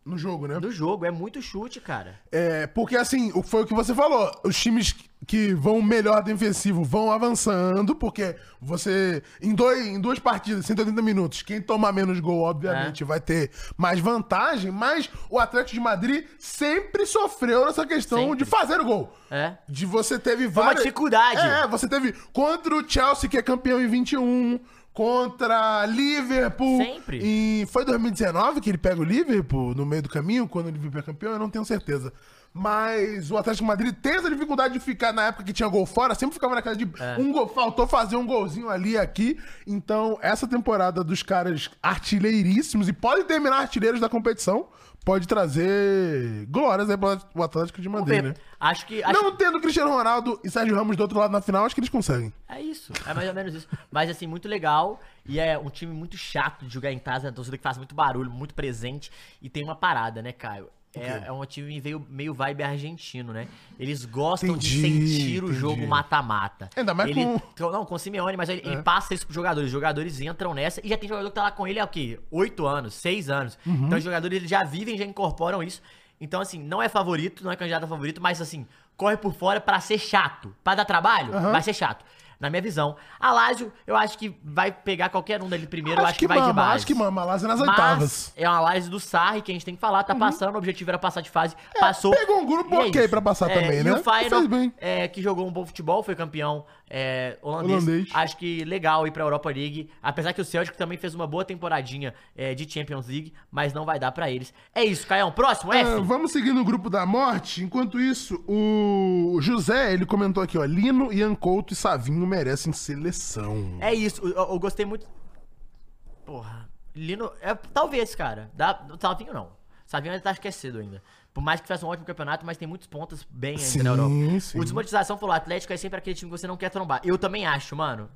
[SPEAKER 2] no jogo, né?
[SPEAKER 1] velho. No jogo, é muito chute, cara.
[SPEAKER 2] É, porque assim, o- foi o que você falou. Os times que vão melhor defensivo vão avançando, porque você. Em, dois, em duas partidas, 180 minutos, quem tomar menos gol, obviamente, vai ter mais vantagem, mas o Atlético de Madrid sempre sofreu nessa questão
[SPEAKER 1] Sempre.
[SPEAKER 2] de fazer o gol.
[SPEAKER 1] É.
[SPEAKER 2] De você teve
[SPEAKER 1] uma
[SPEAKER 2] várias.
[SPEAKER 1] dificuldade.
[SPEAKER 2] É, você teve contra o Chelsea, que é campeão em 21. Contra Liverpool.
[SPEAKER 1] Sempre.
[SPEAKER 2] Em, foi 2019 que ele pega o Liverpool no meio do caminho, quando o Liverpool é campeão, eu não tenho certeza. Mas o Atlético de Madrid tem essa dificuldade de ficar na época que tinha gol fora, sempre ficava naquela de
[SPEAKER 1] É.
[SPEAKER 2] um gol, faltou fazer um golzinho ali e aqui. Então, essa temporada dos caras artilheiríssimos e podem terminar artilheiros da competição, pode trazer glórias aí pro Atlético de
[SPEAKER 1] Vamos
[SPEAKER 2] Madrid,
[SPEAKER 1] ver.
[SPEAKER 2] né?
[SPEAKER 1] Acho que. acho
[SPEAKER 2] Não tendo Cristiano Ronaldo e Sérgio Ramos do outro lado na final, acho que eles conseguem.
[SPEAKER 1] É isso, é mais ou menos isso. Mas assim, muito legal. E é um time muito chato de jogar em casa, é uma torcida que faz muito barulho, muito presente. E tem uma parada, né, Caio? É, é um time que veio meio vibe argentino, né? Eles gostam de
[SPEAKER 2] Entendi,
[SPEAKER 1] sentir o
[SPEAKER 2] entendi.
[SPEAKER 1] jogo mata-mata.
[SPEAKER 2] Ainda mais
[SPEAKER 1] ele,
[SPEAKER 2] com- um- É.
[SPEAKER 1] então, Não, com o Simeone, mas ele, ele passa isso pros jogadores. Os jogadores entram nessa e já tem jogador que tá lá com ele há o quê? Oito anos, seis anos.
[SPEAKER 2] Uhum.
[SPEAKER 1] Então os jogadores eles já vivem, já incorporam isso. Então, assim, não é favorito, não é candidato a favorito, mas assim, corre por fora pra ser chato. Pra dar trabalho, vai ser chato. Na minha visão. A Lazio, eu acho que vai pegar qualquer um dele primeiro, eu acho que, vai
[SPEAKER 2] mama,
[SPEAKER 1] demais.
[SPEAKER 2] acho que mama, Lazio nas
[SPEAKER 1] Mas
[SPEAKER 2] oitavas. Uhum.
[SPEAKER 1] é uma análise do Sarri que a gente tem que falar, tá passando, o objetivo era passar de fase, passou.
[SPEAKER 2] pegou um grupo
[SPEAKER 1] E é
[SPEAKER 2] ok
[SPEAKER 1] isso.
[SPEAKER 2] pra passar também,
[SPEAKER 1] e
[SPEAKER 2] né?
[SPEAKER 1] o Feyenoord,
[SPEAKER 2] Fez bem.
[SPEAKER 1] é, que jogou um bom futebol, foi campeão é, holandês.
[SPEAKER 2] Holandês.
[SPEAKER 1] Acho que legal ir pra Europa League, apesar que o Celtic também fez uma boa temporadinha é, de Champions League, mas não vai dar pra eles. É isso, Caião, próximo, F?
[SPEAKER 2] Ah, vamos seguir no grupo da morte. Enquanto isso, o José, ele comentou aqui, ó. Lino, Ian Couto e Savinho merecem seleção.
[SPEAKER 1] É isso, eu, eu gostei muito. Porra, Lino. É, talvez, cara. Dá, Savinho não. Savinho ainda tá esquecido ainda. Por mais que faça um ótimo campeonato, mas tem muitos pontos bem ainda
[SPEAKER 2] Sim,
[SPEAKER 1] na Europa.
[SPEAKER 2] sim.
[SPEAKER 1] O desmonetização falou: Atlético é sempre aquele time que você não quer trombar. Eu também acho, mano.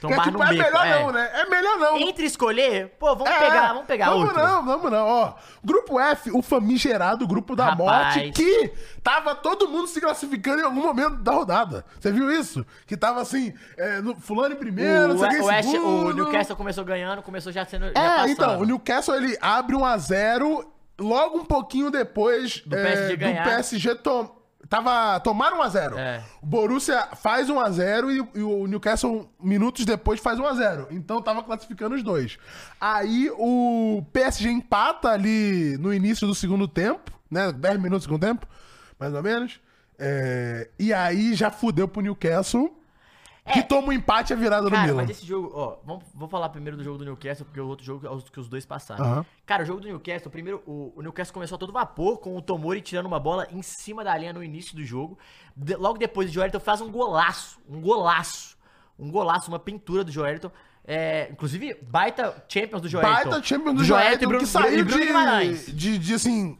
[SPEAKER 2] Que é,
[SPEAKER 1] Trombar
[SPEAKER 2] tipo,
[SPEAKER 1] no
[SPEAKER 2] é
[SPEAKER 1] beco.
[SPEAKER 2] melhor
[SPEAKER 1] é.
[SPEAKER 2] não, né? É melhor não.
[SPEAKER 1] Entre escolher, pô, vamos
[SPEAKER 2] É,
[SPEAKER 1] pegar, vamos pegar
[SPEAKER 2] vamos
[SPEAKER 1] outro.
[SPEAKER 2] não, vamos não, ó. Grupo F, o famigerado grupo da
[SPEAKER 1] Rapaz.
[SPEAKER 2] morte, que tava todo mundo se classificando em algum momento da rodada. Você viu isso? Que tava assim, é, no- fulano em primeiro,
[SPEAKER 1] O,
[SPEAKER 2] É, não sei quem em
[SPEAKER 1] o, West- o
[SPEAKER 2] segundo.
[SPEAKER 1] Newcastle começou ganhando, começou já sendo. já
[SPEAKER 2] É,
[SPEAKER 1] passando.
[SPEAKER 2] então, o Newcastle ele abre 1 a 0 logo um pouquinho depois
[SPEAKER 1] Do
[SPEAKER 2] é,
[SPEAKER 1] PSG ganhar.
[SPEAKER 2] do PSG tom- tava tomaram 1 a 0.
[SPEAKER 1] É.
[SPEAKER 2] O Borussia faz 1 a 0 e, e o Newcastle minutos depois faz 1 a 0. Então tava classificando os dois. Aí o PSG empata ali no início do segundo tempo, né, 10 minutos do segundo tempo, mais ou menos. É, e aí já fudeu pro Newcastle. Que toma o um empate e a virada do
[SPEAKER 1] É. Cara,
[SPEAKER 2] Milan.
[SPEAKER 1] mas esse jogo, ó, vamos, vou falar primeiro do jogo do Newcastle, porque o outro jogo é os que os dois passaram.
[SPEAKER 2] Aham.
[SPEAKER 1] Cara, o jogo do Newcastle, primeiro, o, o Newcastle começou a todo vapor, com o Tomori tirando uma bola em cima da linha no início do jogo. De- logo depois, o Joelito faz um golaço, um golaço, um golaço, uma pintura do Joelito. É, inclusive, baita Champions do Joelito.
[SPEAKER 2] Baita Champions do Joelito, que saiu de,
[SPEAKER 1] Guimarães.
[SPEAKER 2] de, de, assim,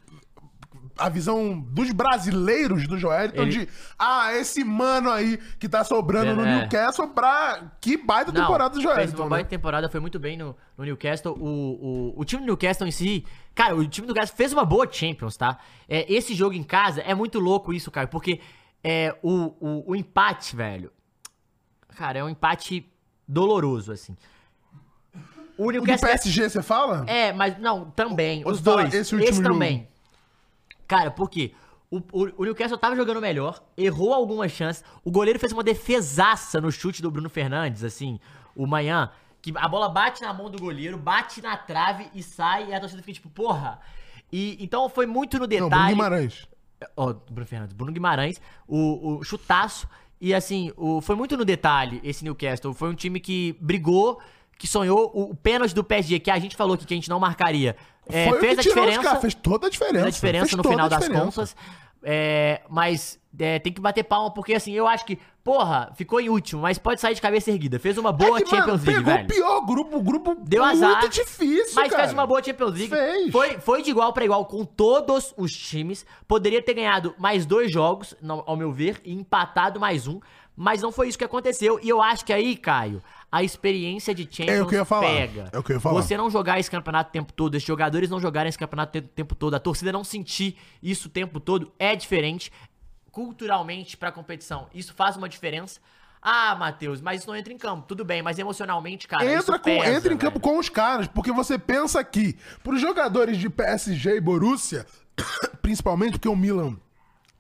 [SPEAKER 2] a visão dos brasileiros do Joelito,
[SPEAKER 1] Ele-
[SPEAKER 2] de, ah, esse mano aí que tá sobrando no
[SPEAKER 1] É.
[SPEAKER 2] Newcastle pra... Que baita
[SPEAKER 1] Não,
[SPEAKER 2] temporada do
[SPEAKER 1] Fez
[SPEAKER 2] Joelito,
[SPEAKER 1] uma
[SPEAKER 2] né?
[SPEAKER 1] baita temporada, foi muito bem no, no Newcastle. O, o, o time do Newcastle em si, cara, o time do Newcastle fez uma boa Champions, tá? É, esse jogo em casa é muito louco isso, cara, porque é, o, o, o empate, velho, cara, é um empate doloroso, assim. O
[SPEAKER 2] O do
[SPEAKER 1] Newcastle
[SPEAKER 2] PSG, você fala?
[SPEAKER 1] é, mas não, também.
[SPEAKER 2] Ou
[SPEAKER 1] os
[SPEAKER 2] você fala
[SPEAKER 1] dois.
[SPEAKER 2] esse
[SPEAKER 1] Esse,
[SPEAKER 2] último jogo?
[SPEAKER 1] também. Cara, por quê? O, o- o Newcastle tava jogando melhor, errou algumas chances. O goleiro fez uma defesaça no chute do Bruno Fernandes, assim, o manhã. Que a bola bate na mão do goleiro, bate na trave e sai, e a torcida fica tipo, porra. E, então foi muito no
[SPEAKER 2] Não, Bruno
[SPEAKER 1] detalhe.
[SPEAKER 2] Guimarães.
[SPEAKER 1] Ó, Bruno Fernandes, Bruno Guimarães, o, o chutaço. E assim, o, foi muito no detalhe esse Newcastle. Foi um time que brigou, que sonhou. O, o pênalti do PSG, que a gente falou aqui que a gente não marcaria, é,
[SPEAKER 2] Foi o
[SPEAKER 1] fez
[SPEAKER 2] que
[SPEAKER 1] a
[SPEAKER 2] tirou os
[SPEAKER 1] diferença.
[SPEAKER 2] caras, Fez toda a diferença.
[SPEAKER 1] Fez a diferença
[SPEAKER 2] Fez
[SPEAKER 1] no
[SPEAKER 2] toda
[SPEAKER 1] final
[SPEAKER 2] a
[SPEAKER 1] das
[SPEAKER 2] diferença.
[SPEAKER 1] contas. É, mas é, tem que bater palma, porque assim, eu acho que, porra, ficou em último, mas pode sair de cabeça erguida. Fez uma boa
[SPEAKER 2] É que, mano,
[SPEAKER 1] Champions League,
[SPEAKER 2] pegou
[SPEAKER 1] velho.
[SPEAKER 2] o pior grupo, o grupo
[SPEAKER 1] Deu
[SPEAKER 2] muito
[SPEAKER 1] azar.
[SPEAKER 2] difícil,
[SPEAKER 1] Mas
[SPEAKER 2] cara.
[SPEAKER 1] fez uma boa Champions League.
[SPEAKER 2] Fez.
[SPEAKER 1] Foi, foi de igual pra igual com todos os times. Poderia ter ganhado mais dois jogos, no- ao meu ver, e empatado mais um. Mas não foi isso que aconteceu. E eu acho que aí, Caio, a experiência de Champions
[SPEAKER 2] É o que eu ia falar.
[SPEAKER 1] pega.
[SPEAKER 2] É o que eu ia falar.
[SPEAKER 1] Você não jogar esse campeonato o tempo todo, esses jogadores não jogarem esse campeonato o te- tempo todo, a torcida não sentir isso o tempo todo, é diferente culturalmente pra competição. Isso faz uma diferença. Ah, Matheus, mas isso não entra em campo. Tudo bem, mas emocionalmente, cara, isso
[SPEAKER 2] entra, com,
[SPEAKER 1] pesa,
[SPEAKER 2] entra em
[SPEAKER 1] velho.
[SPEAKER 2] campo com os caras, porque você pensa que, pros jogadores de PSG e Borussia, principalmente porque o Milan,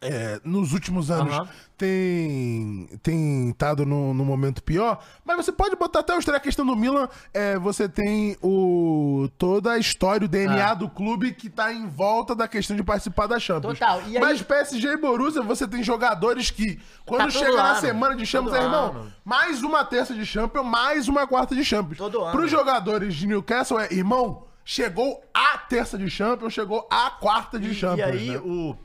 [SPEAKER 2] é, nos últimos anos,
[SPEAKER 1] Aham.
[SPEAKER 2] tem tem estado no, no momento pior, mas você pode botar até os três. A questão do Milan, é, você tem o toda a história, o DNA
[SPEAKER 1] Ah.
[SPEAKER 2] do clube que tá em volta da questão de participar da Champions.
[SPEAKER 1] Total, e aí-
[SPEAKER 2] Mas PSG e Borussia, você tem jogadores que,
[SPEAKER 1] Tá
[SPEAKER 2] quando
[SPEAKER 1] todo
[SPEAKER 2] chega na
[SPEAKER 1] ano,
[SPEAKER 2] semana de Champions,
[SPEAKER 1] todo
[SPEAKER 2] é, irmão,
[SPEAKER 1] ano.
[SPEAKER 2] mais uma terça de Champions, mais uma quarta de Champions.
[SPEAKER 1] Todo ano.
[SPEAKER 2] Pros jogadores de Newcastle é, irmão, chegou a terça de Champions, chegou a quarta de
[SPEAKER 1] E-
[SPEAKER 2] Champions.
[SPEAKER 1] E aí,
[SPEAKER 2] né?
[SPEAKER 1] o,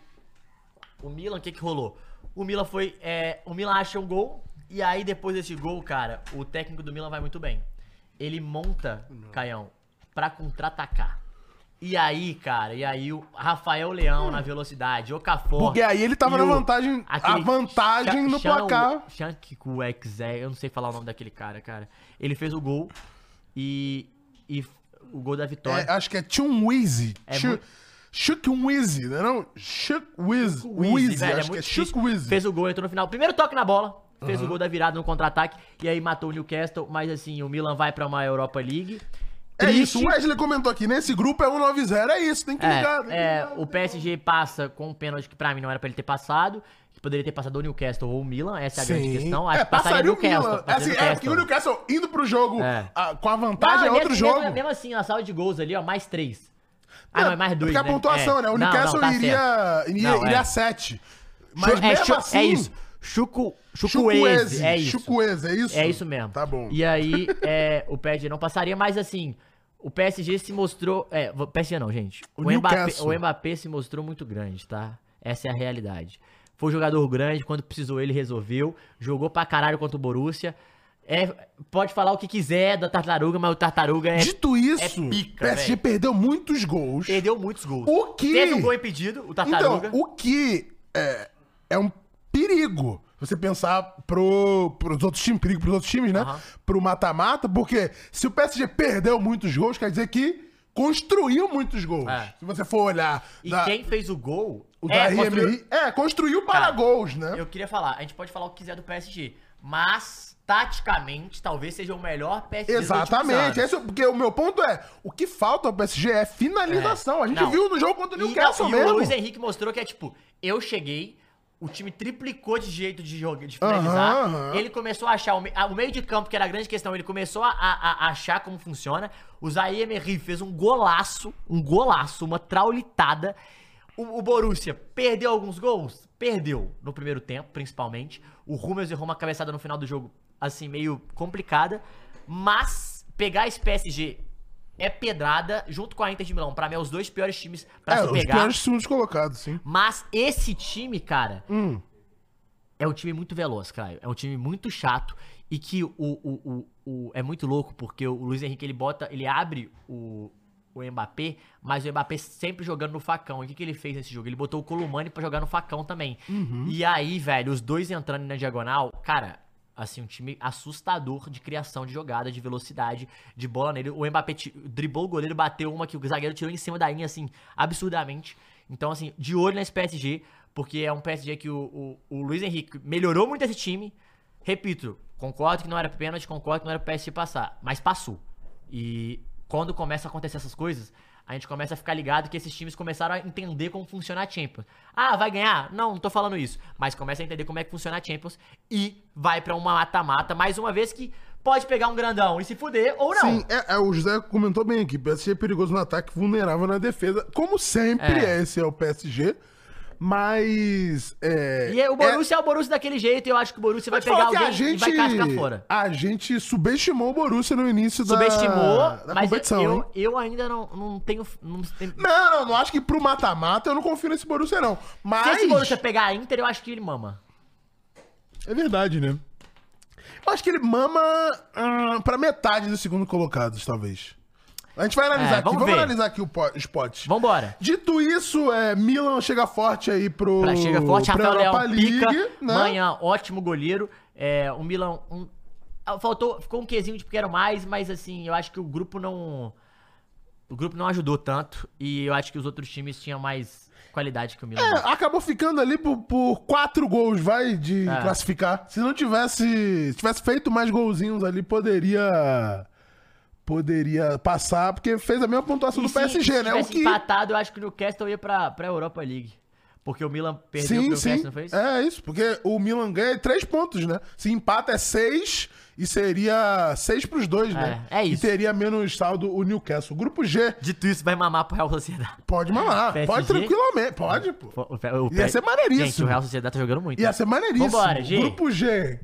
[SPEAKER 1] o Milan, o que que rolou? O Milan foi. é, o Milan acha um gol. E aí, depois desse gol, cara, o técnico do Milan vai muito bem. Ele monta, Caião, pra contra-atacar. E aí, cara, e aí o Rafael Leão na velocidade, o Cafor.
[SPEAKER 2] Porque aí ele tava
[SPEAKER 1] e
[SPEAKER 2] na
[SPEAKER 1] o-
[SPEAKER 2] vantagem- a vantagem no placar.
[SPEAKER 1] Shankiku Exé, é eu não sei falar o nome daquele cara, cara. Ele fez o gol e. e o gol da vitória.
[SPEAKER 2] É, acho que é Chun Wizzy.
[SPEAKER 1] É
[SPEAKER 2] Chu-
[SPEAKER 1] muito-
[SPEAKER 2] Chuck Wizzy, não é não? Chuck Wizzy.
[SPEAKER 1] Wizzy,
[SPEAKER 2] Wizzy,
[SPEAKER 1] velho, é
[SPEAKER 2] acho que é
[SPEAKER 1] muito
[SPEAKER 2] Chuck
[SPEAKER 1] difícil.
[SPEAKER 2] Wizzy.
[SPEAKER 1] Fez o gol, entrou no final. Primeiro toque na bola. Fez o gol da virada no contra-ataque. E aí matou o Newcastle. Mas assim, o Milan vai pra uma Europa League.
[SPEAKER 2] É
[SPEAKER 1] Triste.
[SPEAKER 2] isso, o Wesley comentou aqui, nesse grupo é 190, é isso, tem que
[SPEAKER 1] É,
[SPEAKER 2] ligar. tem que
[SPEAKER 1] é,
[SPEAKER 2] ligar.
[SPEAKER 1] o PSG passa com um pênalti que pra mim não era pra ele ter passado. Que poderia ter passado o Newcastle ou o Milan. Essa é a grande questão. Acho
[SPEAKER 2] é,
[SPEAKER 1] que passaria
[SPEAKER 2] passaria
[SPEAKER 1] o Newcastle.
[SPEAKER 2] É, assim,
[SPEAKER 1] passaria
[SPEAKER 2] é porque o Newcastle indo pro jogo
[SPEAKER 1] É.
[SPEAKER 2] ah, com a
[SPEAKER 1] Mas
[SPEAKER 2] vantagem é
[SPEAKER 1] mesmo-
[SPEAKER 2] outro
[SPEAKER 1] mesmo-
[SPEAKER 2] jogo.
[SPEAKER 1] Mesmo assim, a sala de gols ali, ó, mais três. Ah,
[SPEAKER 2] É,
[SPEAKER 1] não, é mais dois.
[SPEAKER 2] Porque a pontuação,
[SPEAKER 1] É.
[SPEAKER 2] né?
[SPEAKER 1] Não,
[SPEAKER 2] O
[SPEAKER 1] não,
[SPEAKER 2] Newcastle
[SPEAKER 1] tá certo.
[SPEAKER 2] iria, iria,
[SPEAKER 1] Não, é.
[SPEAKER 2] iria 7.
[SPEAKER 1] Chu-
[SPEAKER 2] Mas
[SPEAKER 1] é,
[SPEAKER 2] mesmo
[SPEAKER 1] chu-
[SPEAKER 2] assim...
[SPEAKER 1] é isso. Chucu,
[SPEAKER 2] Chukwueze,
[SPEAKER 1] Chukwueze, é isso.
[SPEAKER 2] Chukwueze, é isso?
[SPEAKER 1] É isso mesmo.
[SPEAKER 2] Tá bom.
[SPEAKER 1] E aí, é, o PSG não passaria, mas assim, o PSG se mostrou. É, o PSG não, gente.
[SPEAKER 2] O
[SPEAKER 1] O, Mbappé,
[SPEAKER 2] Newcastle.
[SPEAKER 1] o Mbappé se mostrou muito grande, tá? Essa é a realidade. Foi um jogador grande, quando precisou ele resolveu. Jogou pra caralho contra o Borussia. É, pode falar o que quiser da Tartaruga, mas o Tartaruga é-
[SPEAKER 2] Dito isso, o
[SPEAKER 1] pica,
[SPEAKER 2] PSG
[SPEAKER 1] velho.
[SPEAKER 2] perdeu muitos gols.
[SPEAKER 1] perdeu muitos gols.
[SPEAKER 2] O que-
[SPEAKER 1] Teve um gol impedido, o
[SPEAKER 2] Então,
[SPEAKER 1] Tartaruga.
[SPEAKER 2] o que é, é um perigo você pensar pro, pros outros times, perigo pros outros times, né?
[SPEAKER 1] Aham.
[SPEAKER 2] Pro mata-mata, porque se o PSG perdeu muitos gols, quer dizer que construiu muitos gols.
[SPEAKER 1] É.
[SPEAKER 2] Se você for olhar
[SPEAKER 1] E
[SPEAKER 2] da-
[SPEAKER 1] quem fez o gol
[SPEAKER 2] o
[SPEAKER 1] é,
[SPEAKER 2] da
[SPEAKER 1] construiu- Tá.
[SPEAKER 2] RMI, é, construiu para
[SPEAKER 1] Cara,
[SPEAKER 2] gols, né?
[SPEAKER 1] Eu queria falar, a gente pode falar o que quiser do PSG, mas taticamente talvez seja o melhor PSG dos últimos anos.
[SPEAKER 2] Exatamente. Esse, é- porque o meu ponto é, o que falta ao PSG é finalização. A gente
[SPEAKER 1] Não.
[SPEAKER 2] viu no jogo contra o
[SPEAKER 1] E, não,
[SPEAKER 2] Newcastle
[SPEAKER 1] e
[SPEAKER 2] mesmo.
[SPEAKER 1] o Luiz Henrique mostrou que é tipo, eu cheguei, o time triplicou de jeito de, jogar, de
[SPEAKER 2] Aham,
[SPEAKER 1] finalizar,
[SPEAKER 2] aham.
[SPEAKER 1] ele começou a achar o, me- a- o meio de campo, que era a grande questão, ele começou a, a- a achar como funciona, o Zaire Emery fez um golaço, um golaço, uma traulitada, o, o Borussia perdeu alguns gols? Perdeu, no primeiro tempo, principalmente, o Hummels errou uma cabeçada no final do jogo, assim, meio complicada, mas pegar esse PSG... É pedrada junto com a Inter de Milão. Pra mim, é os dois piores times pra
[SPEAKER 2] é,
[SPEAKER 1] se
[SPEAKER 2] os
[SPEAKER 1] pegar.
[SPEAKER 2] piores segundos colocados, sim.
[SPEAKER 1] Mas esse time, cara,
[SPEAKER 2] Hum.
[SPEAKER 1] é um time muito veloz, cara. É um time muito chato e que o, o, o, o- é muito louco porque o Luiz Henrique ele bota, ele abre o, o Mbappé, mas o Mbappé sempre jogando no facão. E o que, que ele fez nesse jogo? Ele botou o Columani pra jogar no facão também.
[SPEAKER 2] Uhum.
[SPEAKER 1] E aí, velho, os dois entrando na diagonal, cara. Assim, um time assustador de criação de jogada, de velocidade, de bola nele. O Mbappé ti- driblou o goleiro, bateu uma que o zagueiro tirou em cima da linha, assim, absurdamente. Então, assim, de olho nesse PSG, porque é um PSG que o, o, o Luiz Henrique melhorou muito esse time. Repito, concordo que não era pênalti, concordo que não era pro PSG passar, mas passou. E quando começa a acontecer essas coisas, a gente começa a ficar ligado que esses times começaram a entender como funciona a Champions. Ah, vai ganhar? Não, não tô falando isso. Mas começa a entender como é que funciona a Champions e vai pra uma mata-mata, mais uma vez que pode pegar um grandão e se fuder ou não.
[SPEAKER 2] Sim, é, é, o José comentou bem aqui. PSG é perigoso no ataque, vulnerável na defesa. Como sempre,
[SPEAKER 1] É.
[SPEAKER 2] esse é o PSG. Mas. É,
[SPEAKER 1] E é- o Borussia é... o Borussia daquele jeito, e eu acho que o Borussia vai
[SPEAKER 2] Pode falar
[SPEAKER 1] pegar
[SPEAKER 2] que
[SPEAKER 1] alguém
[SPEAKER 2] a gente,
[SPEAKER 1] e vai cascar fora.
[SPEAKER 2] A gente subestimou o Borussia no início da,
[SPEAKER 1] Subestimou,
[SPEAKER 2] da
[SPEAKER 1] mas
[SPEAKER 2] competição. hein?
[SPEAKER 1] eu, eu ainda não, não tenho. Não tenho...
[SPEAKER 2] Não, não, não acho que pro mata-mata eu não confio nesse Borussia, não.
[SPEAKER 1] Se
[SPEAKER 2] Mas.
[SPEAKER 1] esse assim, Borussia pegar a Inter, eu acho que ele mama.
[SPEAKER 2] É verdade, né? Eu acho que ele mama hum, pra metade do segundo colocados, talvez. A gente vai analisar
[SPEAKER 1] É,
[SPEAKER 2] aqui.
[SPEAKER 1] vamos
[SPEAKER 2] Vamos
[SPEAKER 1] ver.
[SPEAKER 2] analisar aqui o po- os potes.
[SPEAKER 1] Vambora.
[SPEAKER 2] Dito isso, é, Milan chega forte aí pro.
[SPEAKER 1] Pra chega forte,
[SPEAKER 2] pra
[SPEAKER 1] Rafael
[SPEAKER 2] Europa
[SPEAKER 1] Leão
[SPEAKER 2] League,
[SPEAKER 1] pica,
[SPEAKER 2] né?
[SPEAKER 1] manhã, ótimo goleiro. É, o Milan. um- ah, faltou, ficou um quezinho de quero mais, mas assim, eu acho que o grupo não. O grupo não ajudou tanto. E eu acho que os outros times tinham mais qualidade que o Milan.
[SPEAKER 2] É, acabou ficando ali por, por quatro gols, vai, de
[SPEAKER 1] É.
[SPEAKER 2] classificar. Se não tivesse. Se tivesse feito mais golzinhos ali, poderia. Poderia passar, porque fez a mesma pontuação
[SPEAKER 1] E
[SPEAKER 2] do PSG,
[SPEAKER 1] se,
[SPEAKER 2] né?
[SPEAKER 1] Se
[SPEAKER 2] O
[SPEAKER 1] tivesse
[SPEAKER 2] que.
[SPEAKER 1] empatado, eu acho que o Newcastle ia pra, pra Europa League. Porque o Milan perdeu pro
[SPEAKER 2] Sim,
[SPEAKER 1] Newcastle,
[SPEAKER 2] sim.
[SPEAKER 1] não foi isso?
[SPEAKER 2] É isso, porque o Milan ganha três pontos, né? Se empata é seis e seria seis pros dois, né?
[SPEAKER 1] É, é isso.
[SPEAKER 2] E teria menos saldo o Newcastle. Grupo G,
[SPEAKER 1] Dito isso, vai mamar pro Real Sociedade.
[SPEAKER 2] pode mamar.
[SPEAKER 1] PSG?
[SPEAKER 2] Pode tranquilamente. Pode, pô.
[SPEAKER 1] O- o- o-
[SPEAKER 2] Ia ser maneiríssimo.
[SPEAKER 1] Gente, o Real Sociedade tá jogando muito.
[SPEAKER 2] Ia
[SPEAKER 1] né?
[SPEAKER 2] ser maneiríssimo.
[SPEAKER 1] Vambora, G.
[SPEAKER 2] é Grupo G.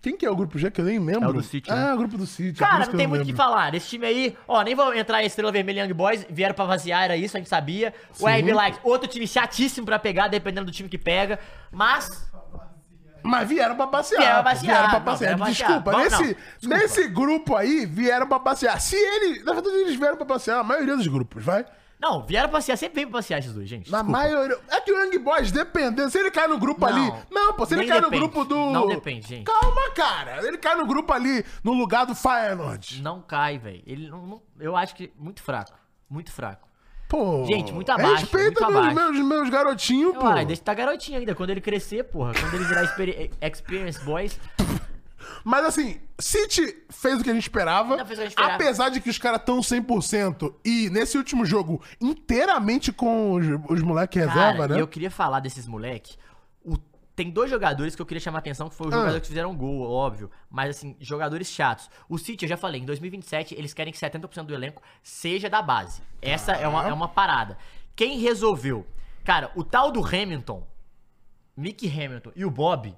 [SPEAKER 2] Quem que é o grupo G que eu nem lembro?
[SPEAKER 1] É o do City, né?
[SPEAKER 2] Ah, o grupo do City. por
[SPEAKER 1] Cara,
[SPEAKER 2] isso
[SPEAKER 1] não
[SPEAKER 2] que eu
[SPEAKER 1] tem muito o que
[SPEAKER 2] lembro.
[SPEAKER 1] falar. Esse time aí, ó, nem vou entrar em Estrela Vermelha e Young Boys, vieram pra vaziar, era isso, a gente sabia. O RB Leipzig, outro time chatíssimo pra pegar, dependendo do time que pega. Mas,
[SPEAKER 2] Mas vieram pra passear.
[SPEAKER 1] Vieram pra passear.
[SPEAKER 2] Vieram pra
[SPEAKER 1] Não,
[SPEAKER 2] passear.
[SPEAKER 1] vieram pra
[SPEAKER 2] Desculpa,
[SPEAKER 1] passear. Vamos,
[SPEAKER 2] nesse, nesse grupo aí, vieram pra passear. Se eles. Na verdade, eles vieram pra passear. A maioria dos grupos, vai.
[SPEAKER 1] não, vieram passear, sempre vem pra passear esses dois, gente.
[SPEAKER 2] Na maioria. É que o Young Boys, dependendo. Se ele cai no grupo
[SPEAKER 1] Não.
[SPEAKER 2] ali. Não, pô, se ele
[SPEAKER 1] Nem
[SPEAKER 2] cai
[SPEAKER 1] depende.
[SPEAKER 2] no grupo do.
[SPEAKER 1] Não depende, gente.
[SPEAKER 2] Calma, cara. Ele cai no grupo ali, no lugar do Feyenoord.
[SPEAKER 1] Não cai, velho. Ele não, não- Eu acho que muito fraco. Muito fraco.
[SPEAKER 2] Pô.
[SPEAKER 1] Gente, muito abaixo,
[SPEAKER 2] Respeita
[SPEAKER 1] muito
[SPEAKER 2] meus,
[SPEAKER 1] abaixo.
[SPEAKER 2] meus, meus garotinhos, pô.
[SPEAKER 1] Uai, deixa tá garotinho ainda. Quando ele crescer, porra. Quando ele virar experi- Experience Boys.
[SPEAKER 2] Mas assim, City fez o que a gente esperava.
[SPEAKER 1] Não fez o que a gente esperava.
[SPEAKER 2] Apesar de que os caras estão 100% e nesse último jogo inteiramente com os, os moleques
[SPEAKER 1] Cara,
[SPEAKER 2] reserva,
[SPEAKER 1] e
[SPEAKER 2] né?
[SPEAKER 1] eu queria falar desses moleque. O- Tem dois jogadores que eu queria chamar atenção, que foi os
[SPEAKER 2] Ah.
[SPEAKER 1] jogadores que fizeram gol, óbvio. Mas, assim, jogadores chatos. O City, eu já falei, em 2027, eles querem que 70% do elenco seja da base. Essa é, uma, é uma parada. Quem resolveu? Cara, o tal do Hamilton, Mick Hamilton e o Bob,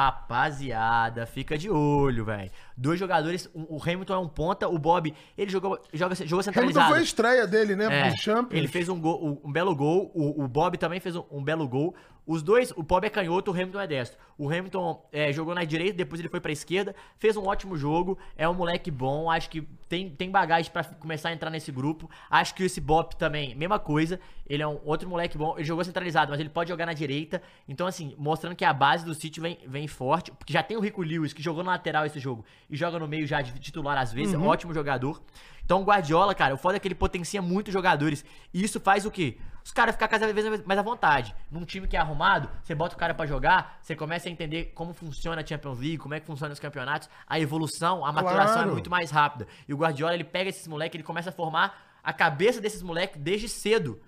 [SPEAKER 1] Rapaziada, fica de olho, velho. Dois jogadores, o o Hamilton é um ponta, o Bob, ele jogou, joga, jogou
[SPEAKER 2] Hamilton
[SPEAKER 1] centralizado.
[SPEAKER 2] foi a estreia dele, né?
[SPEAKER 1] É,
[SPEAKER 2] pro Champions.
[SPEAKER 1] ele fez um, gol, um- um belo gol, o, o Bob também fez um, um belo gol. Os dois, o Bob é canhoto, o Hamilton é destro. O Hamilton é, jogou na direita, depois ele foi pra esquerda, fez um ótimo jogo, é um moleque bom, acho que tem, tem bagagem pra começar a entrar nesse grupo. Acho que esse Bob também, mesma coisa, ele é um outro moleque bom, ele jogou centralizado, mas ele pode jogar na direita. Então, assim, mostrando que a base do City vem, vem forte, porque já tem o Rico Lewis, que jogou na lateral esse jogo, e joga no meio já de titular às vezes, ótimo jogador. Então o Guardiola, cara, o foda é que ele potencia muito os jogadores. E isso faz o quê? Os caras ficam cada vez mais à vontade. Num time que é arrumado, você bota o cara pra jogar, você começa a entender como funciona a Champions League, como é que funciona os campeonatos, a evolução, a maturação
[SPEAKER 2] Claro.
[SPEAKER 1] é muito mais rápida. E o Guardiola, ele pega esses moleques, ele começa a formar a cabeça desses moleques desde cedo,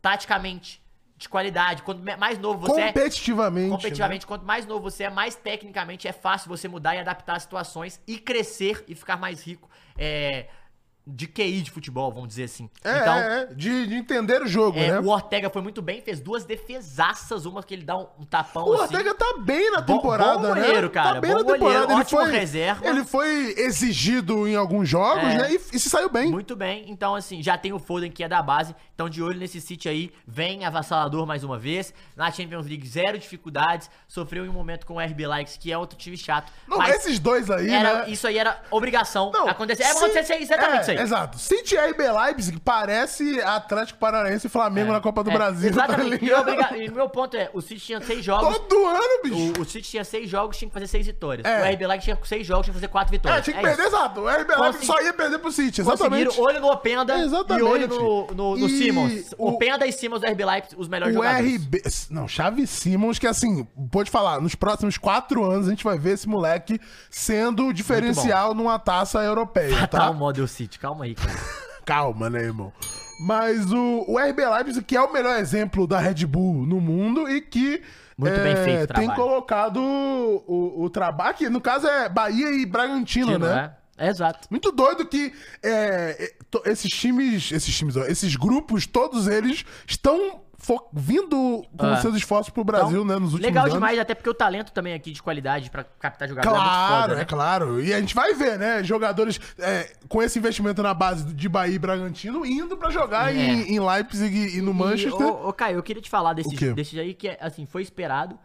[SPEAKER 1] taticamente, de qualidade. Quanto me- mais novo você é,
[SPEAKER 2] competitivamente. né?
[SPEAKER 1] Competitivamente, quanto mais novo você é, mais tecnicamente é fácil você mudar e adaptar as situações e crescer e ficar mais rico é, de QI de futebol, vamos dizer assim.
[SPEAKER 2] né? É,
[SPEAKER 1] então,
[SPEAKER 2] é, é, de, de entender o jogo,
[SPEAKER 1] é,
[SPEAKER 2] né?
[SPEAKER 1] o Ortega foi muito bem, fez duas defesaças, uma que ele dá um, um tapão
[SPEAKER 2] O
[SPEAKER 1] assim.
[SPEAKER 2] Ortega tá bem na
[SPEAKER 1] Bom-
[SPEAKER 2] temporada,
[SPEAKER 1] bom
[SPEAKER 2] né?
[SPEAKER 1] goleiro, cara,
[SPEAKER 2] Tá bem
[SPEAKER 1] bom
[SPEAKER 2] na temporada.
[SPEAKER 1] goleiro,
[SPEAKER 2] ele,
[SPEAKER 1] ótimo
[SPEAKER 2] foi,
[SPEAKER 1] reserva.
[SPEAKER 2] ele foi exigido em alguns jogos,
[SPEAKER 1] É.
[SPEAKER 2] né? E, e se saiu bem.
[SPEAKER 1] Muito bem, então assim, já tem o Foden que é da base, então de olho nesse City aí, vem avassalador mais uma vez, na Champions League zero dificuldades, sofreu em um momento com o RB Leipzig, que é outro time chato,
[SPEAKER 2] Não,
[SPEAKER 1] mas
[SPEAKER 2] esses dois aí,
[SPEAKER 1] era,
[SPEAKER 2] né?
[SPEAKER 1] isso aí era obrigação
[SPEAKER 2] Não,
[SPEAKER 1] acontecer, é,
[SPEAKER 2] se-
[SPEAKER 1] acontecer exatamente
[SPEAKER 2] é,
[SPEAKER 1] isso aí.
[SPEAKER 2] Exato. City e RB Leipzig parece Atlético Paranaense e Flamengo na Copa do
[SPEAKER 1] É,
[SPEAKER 2] Brasil. tá
[SPEAKER 1] Exatamente. E,
[SPEAKER 2] ligado?
[SPEAKER 1] obriga- e meu ponto é, o City tinha seis jogos.
[SPEAKER 2] Todo ano, bicho.
[SPEAKER 1] O, o City tinha seis jogos, tinha que fazer seis vitórias.
[SPEAKER 2] É.
[SPEAKER 1] O RB Leipzig tinha seis jogos, tinha que fazer quatro
[SPEAKER 2] É,
[SPEAKER 1] vitórias.
[SPEAKER 2] tinha que
[SPEAKER 1] É
[SPEAKER 2] perder,
[SPEAKER 1] isso.
[SPEAKER 2] exato. O RB Leipzig
[SPEAKER 1] Consegui-
[SPEAKER 2] só ia perder pro City,
[SPEAKER 1] Conseguiram
[SPEAKER 2] exatamente.
[SPEAKER 1] olho no Openda e
[SPEAKER 2] Exatamente.
[SPEAKER 1] olho no, no, no
[SPEAKER 2] E
[SPEAKER 1] Simmons.
[SPEAKER 2] o-
[SPEAKER 1] Openda e Simmons do RB Leipzig, os melhores
[SPEAKER 2] O
[SPEAKER 1] jogadores.
[SPEAKER 2] RB. Não, Chave Simmons, que assim, pode falar, nos próximos quatro anos a gente vai ver esse moleque sendo o diferencial numa taça europeia,
[SPEAKER 1] Tá
[SPEAKER 2] tá?
[SPEAKER 1] o Model City, calma aí, cara.
[SPEAKER 2] calma, né, irmão? Mas o, o RB Leipzig, que é o melhor exemplo da Red Bull no mundo e que
[SPEAKER 1] Muito
[SPEAKER 2] é,
[SPEAKER 1] bem feito o
[SPEAKER 2] tem
[SPEAKER 1] trabalho.
[SPEAKER 2] colocado o, o trabalho, que no caso é Bahia e Bragantino,
[SPEAKER 1] Tino,
[SPEAKER 2] né?
[SPEAKER 1] né? É, Exato.
[SPEAKER 2] Muito doido que é, é, to- esses times, esses times, ó, esses grupos, todos eles estão fo- vindo com
[SPEAKER 1] É.
[SPEAKER 2] seus esforços pro Brasil, né, nos últimos
[SPEAKER 1] Legal
[SPEAKER 2] anos.
[SPEAKER 1] demais, até porque o talento também aqui de qualidade pra captar jogador é muito
[SPEAKER 2] Claro,
[SPEAKER 1] foda,
[SPEAKER 2] é
[SPEAKER 1] né?
[SPEAKER 2] claro. E a gente vai ver, né? Jogadores é, com esse investimento na base de Bahia e Bragantino indo pra jogar
[SPEAKER 1] É.
[SPEAKER 2] em, em Leipzig e no Manchester.
[SPEAKER 1] E, ô, ô, Caio, eu queria te falar desse,
[SPEAKER 2] O quê?
[SPEAKER 1] desse aí que, é, assim, foi esperado,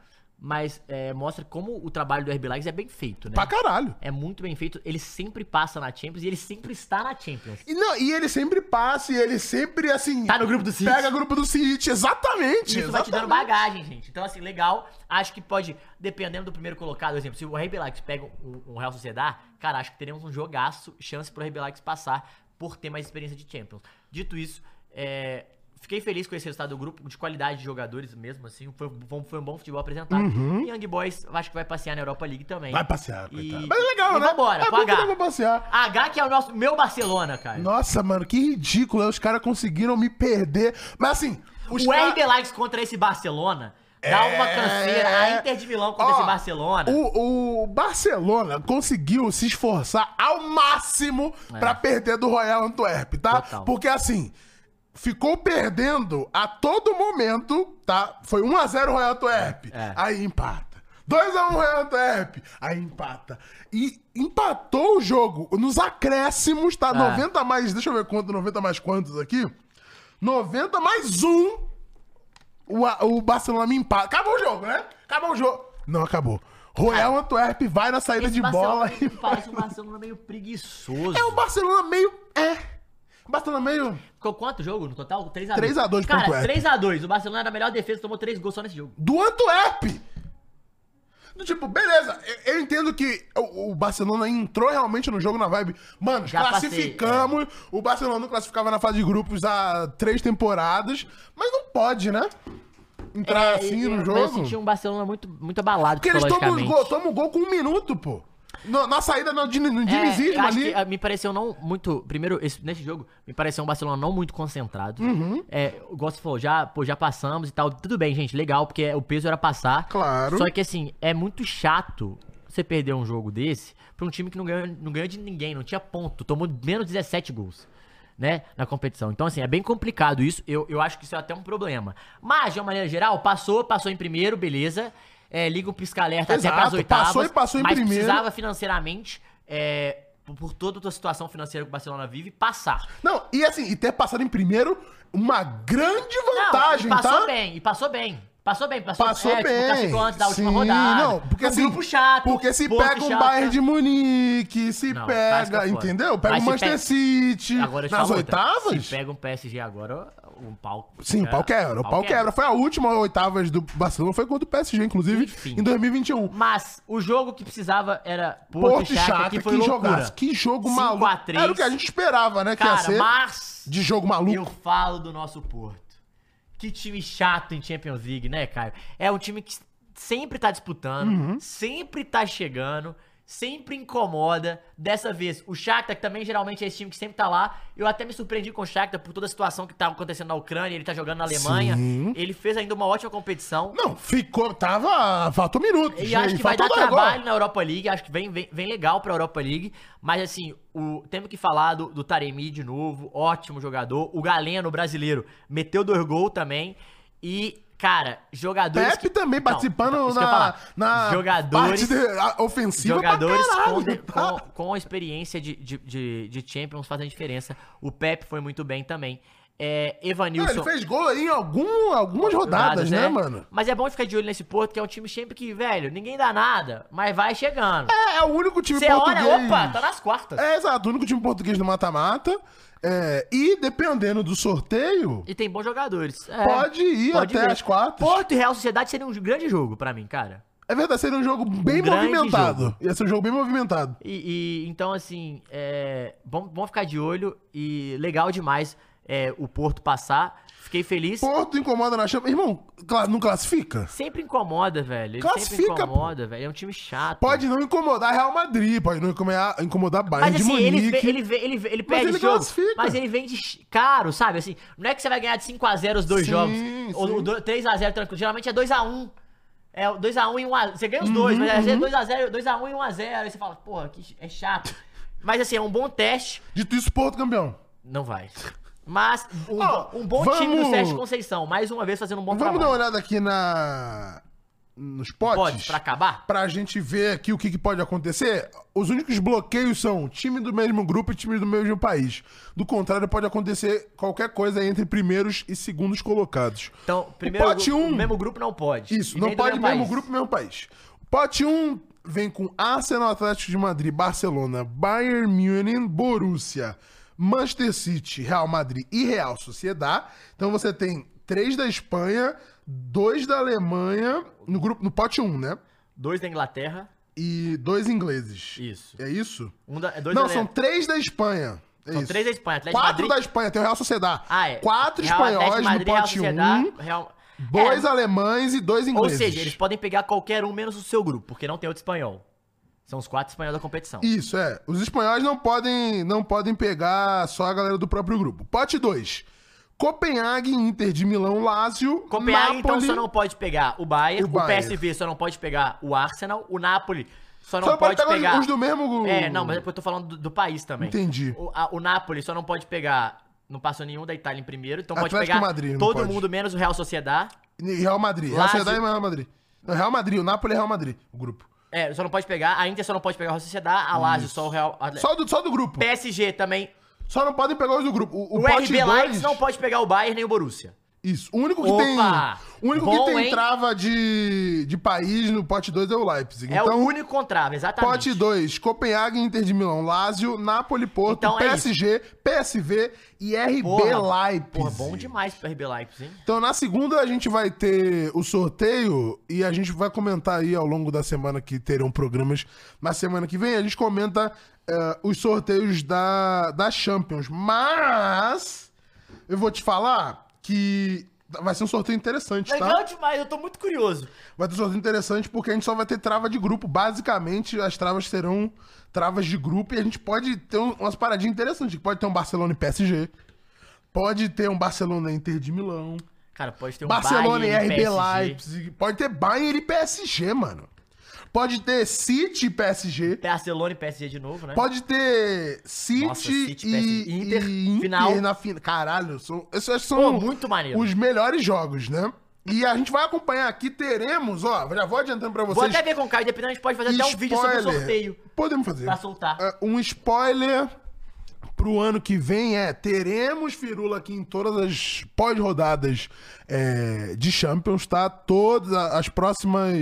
[SPEAKER 1] mas é, mostra como o trabalho do RB Leipzig é bem feito, né?
[SPEAKER 2] Pra caralho.
[SPEAKER 1] É muito bem feito. Ele sempre passa na Champions e ele sempre está na Champions.
[SPEAKER 2] E, não, e ele sempre passa, e ele sempre, assim.
[SPEAKER 1] Tá no grupo do City.
[SPEAKER 2] Pega o grupo do City, exatamente.
[SPEAKER 1] Isso vai te dando
[SPEAKER 2] exatamente.
[SPEAKER 1] bagagem, gente. Então, assim, legal. Acho que pode, dependendo do primeiro colocado, por exemplo, se o RB Leipzig pega um, um Real Sociedad, cara, acho que teremos um jogaço, chance pro RB Leipzig passar por ter mais experiência de Champions. Dito isso, é, fiquei feliz com esse resultado do grupo, de qualidade de jogadores mesmo, assim, foi, foi um- foi um bom futebol apresentado. E Young Boys, acho que vai passear na Europa League também.
[SPEAKER 2] Vai passear,
[SPEAKER 1] E-
[SPEAKER 2] coitado. Mas é legal,
[SPEAKER 1] e
[SPEAKER 2] né?
[SPEAKER 1] Vambora,
[SPEAKER 2] é
[SPEAKER 1] com
[SPEAKER 2] bom que dá
[SPEAKER 1] H. É.
[SPEAKER 2] pra passear.
[SPEAKER 1] H que é o nosso, meu Barcelona, cara.
[SPEAKER 2] Nossa, mano, que ridículo. né? Os caras conseguiram me perder. Mas assim, os
[SPEAKER 1] O RB Leipzig contra esse Barcelona dá uma canseira. A Inter de Milão contra
[SPEAKER 2] É. Ó,
[SPEAKER 1] esse Barcelona.
[SPEAKER 2] O, o Barcelona conseguiu se esforçar ao máximo pra perder do Royal Antwerp, tá?
[SPEAKER 1] É. Total.
[SPEAKER 2] Porque assim, ficou perdendo a todo momento, tá? Foi 1x0 Royal Antwerp,
[SPEAKER 1] É.
[SPEAKER 2] aí empata. 2x1 Royal Antwerp, aí empata. E empatou o jogo nos acréscimos,
[SPEAKER 1] É.
[SPEAKER 2] tá? 90 mais, deixa eu ver quanto, 90 mais quantos aqui? 90 mais um o, a- o Barcelona me empata. Acabou o jogo, né? Acabou o jogo. Não, acabou. Royal Antwerp vai na saída
[SPEAKER 1] Esse
[SPEAKER 2] de bola
[SPEAKER 1] Barcelona
[SPEAKER 2] e
[SPEAKER 1] me Parece um Barcelona meio preguiçoso.
[SPEAKER 2] É o Barcelona meio. É. O Barcelona meio.
[SPEAKER 1] Ficou quanto jogo no total? 3x2.
[SPEAKER 2] 3x2 pro
[SPEAKER 1] Cara,
[SPEAKER 2] Antwerp.
[SPEAKER 1] 3x2. O Barcelona era a melhor defesa, tomou 3 gols só nesse jogo.
[SPEAKER 2] Do Antwerp! Do Tipo, beleza, eu- eu entendo que o o Barcelona entrou realmente no jogo na vibe. Mano,
[SPEAKER 1] Já passei, é.
[SPEAKER 2] classificamos. O Barcelona não classificava na fase de grupos há três temporadas. Mas não pode, né? Entrar
[SPEAKER 1] É,
[SPEAKER 2] assim
[SPEAKER 1] e-
[SPEAKER 2] no
[SPEAKER 1] mas
[SPEAKER 2] jogo.
[SPEAKER 1] Eu senti um Barcelona muito, muito abalado
[SPEAKER 2] Porque eles tomam um
[SPEAKER 1] psicologicamente.
[SPEAKER 2] gol, tomam um gol com um minuto, pô. Na, na saída no, din- no
[SPEAKER 1] É, eu
[SPEAKER 2] dinizismo
[SPEAKER 1] acho
[SPEAKER 2] ali.
[SPEAKER 1] que, ah, me pareceu não muito. Primeiro, esse- nesse jogo, me pareceu um Barcelona não muito concentrado.
[SPEAKER 2] Uhum.
[SPEAKER 1] É, o Gosto falou, já, pô, já passamos e tal. Tudo bem, gente, legal, porque é, o peso era passar.
[SPEAKER 2] Claro.
[SPEAKER 1] Só que assim, é muito chato você perder um jogo desse pra um time que não ganhou, não ganhou de ninguém, não tinha ponto. Tomou menos 17 gols. Né, na competição. Então, assim, é bem complicado isso. Eu, eu acho que isso é até um problema. Mas, de uma maneira geral, passou, passou em primeiro, beleza. É, liga o pisca-alerta até
[SPEAKER 2] Exato,
[SPEAKER 1] pras oitavas.
[SPEAKER 2] passou e passou em
[SPEAKER 1] mas
[SPEAKER 2] primeiro.
[SPEAKER 1] precisava precisava financeiramente, é, por, por toda a tua situação financeira que o Barcelona vive, passar.
[SPEAKER 2] Não, e assim, e ter passado em primeiro, uma grande
[SPEAKER 1] Não,
[SPEAKER 2] vantagem,
[SPEAKER 1] e passou
[SPEAKER 2] tá?
[SPEAKER 1] bem, e passou bem. Passou bem, passou,
[SPEAKER 2] Passou
[SPEAKER 1] é, tipo,
[SPEAKER 2] bem.
[SPEAKER 1] classificou antes da última
[SPEAKER 2] Sim,
[SPEAKER 1] rodada.
[SPEAKER 2] Não, porque
[SPEAKER 1] um
[SPEAKER 2] assim,
[SPEAKER 1] grupo chato.
[SPEAKER 2] porque se
[SPEAKER 1] ponto
[SPEAKER 2] pega um
[SPEAKER 1] chato.
[SPEAKER 2] Bayern de Munique, se
[SPEAKER 1] Não, Vasco é
[SPEAKER 2] pega,
[SPEAKER 1] fora.
[SPEAKER 2] entendeu? Pega
[SPEAKER 1] Mas
[SPEAKER 2] o
[SPEAKER 1] se
[SPEAKER 2] Manchester
[SPEAKER 1] pega-
[SPEAKER 2] City
[SPEAKER 1] Agora eu te
[SPEAKER 2] nas
[SPEAKER 1] falo outra.
[SPEAKER 2] oitavas.
[SPEAKER 1] Se pega um PSG agora, um pau.
[SPEAKER 2] Sim, o pau quebra, o pau quebra. Foi a última oitavas do Barcelona, foi contra o PSG, inclusive,
[SPEAKER 1] Enfim.
[SPEAKER 2] em 2021.
[SPEAKER 1] Mas o jogo que precisava era Porto,
[SPEAKER 2] Porto
[SPEAKER 1] Porto
[SPEAKER 2] e Chaka,
[SPEAKER 1] que
[SPEAKER 2] que,
[SPEAKER 1] foi loucura.
[SPEAKER 2] jogaço, que jogo
[SPEAKER 1] 5 a
[SPEAKER 2] maluco. Era o que a
[SPEAKER 1] 3.
[SPEAKER 2] gente esperava, né? Que ia
[SPEAKER 1] Cara,
[SPEAKER 2] ser
[SPEAKER 1] mas...
[SPEAKER 2] de jogo maluco.
[SPEAKER 1] Eu falo do nosso Porto. Que time chato em Champions League, né, Caio? É um time que sempre tá disputando,
[SPEAKER 2] Uhum.
[SPEAKER 1] sempre tá chegando, sempre incomoda. Dessa vez, o Shakhtar, que também geralmente é esse time que sempre tá lá. Eu até me surpreendi com o Shakhtar por toda a situação que tá acontecendo na Ucrânia, ele tá jogando na Alemanha.
[SPEAKER 2] Sim.
[SPEAKER 1] Ele fez ainda uma ótima competição.
[SPEAKER 2] Não, ficou, tava, faltou minutos.
[SPEAKER 1] E
[SPEAKER 2] né?
[SPEAKER 1] acho que vai dar
[SPEAKER 2] faltou dois
[SPEAKER 1] trabalho
[SPEAKER 2] gols.
[SPEAKER 1] na Europa League, acho que vem, vem, vem legal pra Europa League, mas assim, o, temos que falar do, do Taremi de novo, ótimo jogador, o Galeno, brasileiro, meteu dois gols também, e, cara, jogadores...
[SPEAKER 2] Pepe também
[SPEAKER 1] Não,
[SPEAKER 2] participando
[SPEAKER 1] então, isso que eu ia
[SPEAKER 2] na,
[SPEAKER 1] falar.
[SPEAKER 2] na
[SPEAKER 1] jogadores,
[SPEAKER 2] parte de- a- ofensiva
[SPEAKER 1] jogadores
[SPEAKER 2] pra caralho,
[SPEAKER 1] com, de-
[SPEAKER 2] tá?
[SPEAKER 1] com, com a experiência de, de, de, de Champions fazem diferença, o Pepe foi muito bem também, é,
[SPEAKER 2] Não,
[SPEAKER 1] Evanilson...
[SPEAKER 2] ele fez gol aí em algum, algumas rodadas, né,
[SPEAKER 1] é.
[SPEAKER 2] mano?
[SPEAKER 1] Mas é bom ficar de olho nesse Porto, que é um time sempre que, velho, ninguém dá nada, mas vai chegando.
[SPEAKER 2] É, é o único time
[SPEAKER 1] Você
[SPEAKER 2] português.
[SPEAKER 1] olha, opa, tá nas quartas.
[SPEAKER 2] É, exato, o único time português no mata-mata. É, e dependendo do sorteio,
[SPEAKER 1] E tem bons jogadores. É,
[SPEAKER 2] pode ir até
[SPEAKER 1] ver.
[SPEAKER 2] as quartas.
[SPEAKER 1] Porto e Real Sociedade seria um grande jogo pra mim, cara.
[SPEAKER 2] É verdade, seria um jogo bem
[SPEAKER 1] grande
[SPEAKER 2] movimentado. Ia ser um jogo bem movimentado.
[SPEAKER 1] E, e- então, assim, é, bom, bom ficar de olho e legal demais é, o Porto passar. Fiquei feliz.
[SPEAKER 2] Porto incomoda na chama. Irmão, cla- não classifica?
[SPEAKER 1] Sempre incomoda, velho. Ele sempre
[SPEAKER 2] Classifica, pô.
[SPEAKER 1] incomoda, velho. É um time chato.
[SPEAKER 2] Pode não incomodar Real Madrid, pode não incomodar, incomodar Bayern
[SPEAKER 1] Mas
[SPEAKER 2] de
[SPEAKER 1] assim, ele,
[SPEAKER 2] Munique.
[SPEAKER 1] vê- ele, vê- ele, vê- ele perde
[SPEAKER 2] ele
[SPEAKER 1] o jogo,
[SPEAKER 2] classifica.
[SPEAKER 1] mas ele vende ch- caro, sabe? Assim, não é que você vai ganhar de 5x0 os dois
[SPEAKER 2] Sim,
[SPEAKER 1] jogos.
[SPEAKER 2] sim.
[SPEAKER 1] Ou 3x0 tranquilo. Geralmente é 2x1. É 2x1 e 1x0. Você ganha os
[SPEAKER 2] Uhum,
[SPEAKER 1] dois, mas às vezes 2x0, 2x1 e 1x0. Aí você fala, porra, que ch- é chato. mas assim, é um bom teste.
[SPEAKER 2] Dito isso, Porto campeão.
[SPEAKER 1] Não vai. Mas um,
[SPEAKER 2] Ó,
[SPEAKER 1] um bom time do
[SPEAKER 2] vamos-
[SPEAKER 1] Sérgio Conceição. Mais uma vez fazendo um bom
[SPEAKER 2] Vamos dar um uma
[SPEAKER 1] trabalho.
[SPEAKER 2] olhada aqui na... nos potes.
[SPEAKER 1] Pode, pra acabar?
[SPEAKER 2] pra gente ver aqui o que, que pode acontecer, os únicos bloqueios são time do mesmo grupo e time do mesmo país. Do contrário, pode acontecer qualquer coisa entre primeiros e segundos colocados.
[SPEAKER 1] Então, primeiro,
[SPEAKER 2] pote
[SPEAKER 1] gru-
[SPEAKER 2] um.
[SPEAKER 1] o mesmo grupo não pode.
[SPEAKER 2] Isso,
[SPEAKER 1] E
[SPEAKER 2] não
[SPEAKER 1] nem do
[SPEAKER 2] pode mesmo
[SPEAKER 1] país.
[SPEAKER 2] grupo, mesmo país. Pote 1 vem com Arsenal, Atlético de Madrid, Barcelona, Bayern Munich, Borussia, Manchester City, Real Madrid e Real Sociedad. Então você tem três da Espanha, dois da Alemanha no grupo no pote 1, né?
[SPEAKER 1] Dois da Inglaterra.
[SPEAKER 2] E dois ingleses.
[SPEAKER 1] Isso.
[SPEAKER 2] É isso?
[SPEAKER 1] Um da, dois
[SPEAKER 2] Não,
[SPEAKER 1] da
[SPEAKER 2] são três da Espanha. É
[SPEAKER 1] São
[SPEAKER 2] isso.
[SPEAKER 1] três da Espanha, Atlético de
[SPEAKER 2] Quatro
[SPEAKER 1] Madrid.
[SPEAKER 2] da Espanha, tem o Real Sociedad.
[SPEAKER 1] Ah, é.
[SPEAKER 2] Quatro
[SPEAKER 1] Real Atlético
[SPEAKER 2] espanhóis
[SPEAKER 1] de
[SPEAKER 2] no
[SPEAKER 1] Madrid,
[SPEAKER 2] pote
[SPEAKER 1] Real Sociedad,
[SPEAKER 2] 1,
[SPEAKER 1] Real-
[SPEAKER 2] dois
[SPEAKER 1] É,
[SPEAKER 2] alemães e dois
[SPEAKER 1] Ou
[SPEAKER 2] ingleses.
[SPEAKER 1] seja, eles podem pegar qualquer um menos o seu grupo, porque não tem outro espanhol. São os quatro espanhóis da competição.
[SPEAKER 2] Isso, é. Os espanhóis não podem, não podem pegar só a galera do próprio grupo. Pote 2. Copenhague, Inter de Milão, Lazio,
[SPEAKER 1] Copenhague, então,
[SPEAKER 2] Napoli.
[SPEAKER 1] só não pode pegar o Bayern,
[SPEAKER 2] O
[SPEAKER 1] o,
[SPEAKER 2] Bayern.
[SPEAKER 1] PSV só não pode pegar o Arsenal, o Napoli só não
[SPEAKER 2] Só
[SPEAKER 1] pode, pegar...
[SPEAKER 2] os do mesmo...
[SPEAKER 1] É, não, mas é porque eu tô falando do, do país também.
[SPEAKER 2] Entendi.
[SPEAKER 1] O, a- o Napoli só não pode pegar... Não passou nenhum da Itália em primeiro, então pode
[SPEAKER 2] Atlético
[SPEAKER 1] pegar
[SPEAKER 2] Madrid, não
[SPEAKER 1] todo
[SPEAKER 2] pode.
[SPEAKER 1] mundo menos o Real Sociedad.
[SPEAKER 2] E Real Madrid. Real
[SPEAKER 1] Lazio.
[SPEAKER 2] Sociedade e Real Madrid. Não, Real Madrid, o Napoli e Real Madrid, o grupo.
[SPEAKER 1] É, só não pode pegar... A Inter só não pode pegar o Real Sociedad, a Lazio só o Real... Atlético.
[SPEAKER 2] Só do, só do grupo.
[SPEAKER 1] PSG também.
[SPEAKER 2] Só não podem pegar os do grupo. O, o
[SPEAKER 1] O,
[SPEAKER 2] pote
[SPEAKER 1] RB Leipzig
[SPEAKER 2] dois-
[SPEAKER 1] não pode pegar o Bayern nem o Borussia.
[SPEAKER 2] Isso. O único que
[SPEAKER 1] Opa!
[SPEAKER 2] tem, o único
[SPEAKER 1] Bom,
[SPEAKER 2] que tem
[SPEAKER 1] hein?
[SPEAKER 2] trava de, de país no pote 2 é o Leipzig.
[SPEAKER 1] É
[SPEAKER 2] então,
[SPEAKER 1] o único contrável, exatamente.
[SPEAKER 2] pote 2, Copenhague, Inter de Milão, Lazio, Napoli, Porto,
[SPEAKER 1] Então é
[SPEAKER 2] PSG, PSV e RB
[SPEAKER 1] Porra,
[SPEAKER 2] Leipzig.
[SPEAKER 1] Porra, bom demais pro RB Leipzig, hein?
[SPEAKER 2] Então, na segunda, a gente vai ter o sorteio e a gente vai comentar aí ao longo da semana que terão programas. Na semana que vem, a gente comenta eh, os sorteios da, da Champions. Mas, eu vou te falar que vai ser um sorteio interessante,
[SPEAKER 1] Legal
[SPEAKER 2] tá?
[SPEAKER 1] demais, eu tô muito curioso.
[SPEAKER 2] Vai ter um sorteio interessante porque a gente só vai ter trava de grupo. Basicamente, as travas serão travas de grupo e a gente pode ter um- umas paradinhas interessantes. Pode ter um Barcelona e PSG. Pode ter um Barcelona e Inter de Milão.
[SPEAKER 1] Cara, pode ter um
[SPEAKER 2] Barcelona e
[SPEAKER 1] Bayern,
[SPEAKER 2] RB
[SPEAKER 1] PSG.
[SPEAKER 2] Leipzig. Pode ter Bayern e PSG, mano. Pode ter City e PSG.
[SPEAKER 1] Barcelona e PSG de novo, né?
[SPEAKER 2] Pode ter City,
[SPEAKER 1] Nossa, City,
[SPEAKER 2] e,
[SPEAKER 1] PSG,
[SPEAKER 2] e Inter,
[SPEAKER 1] Inter, final.
[SPEAKER 2] na final. Caralho, são, esses
[SPEAKER 1] Pô,
[SPEAKER 2] são
[SPEAKER 1] muito maneiro.
[SPEAKER 2] um os melhores jogos, né? E a gente vai acompanhar aqui, teremos, ó, já vou adiantando pra vocês.
[SPEAKER 1] Vou até ver com o Caio, dependendo, a gente pode fazer até um vídeo sobre o
[SPEAKER 2] Spoiler.
[SPEAKER 1] sorteio
[SPEAKER 2] Podemos fazer.
[SPEAKER 1] pra soltar.
[SPEAKER 2] Ah, um spoiler pro ano que vem é: teremos Firula aqui em todas as pós-rodadas é, de Champions, tá? Todas a- as próximas.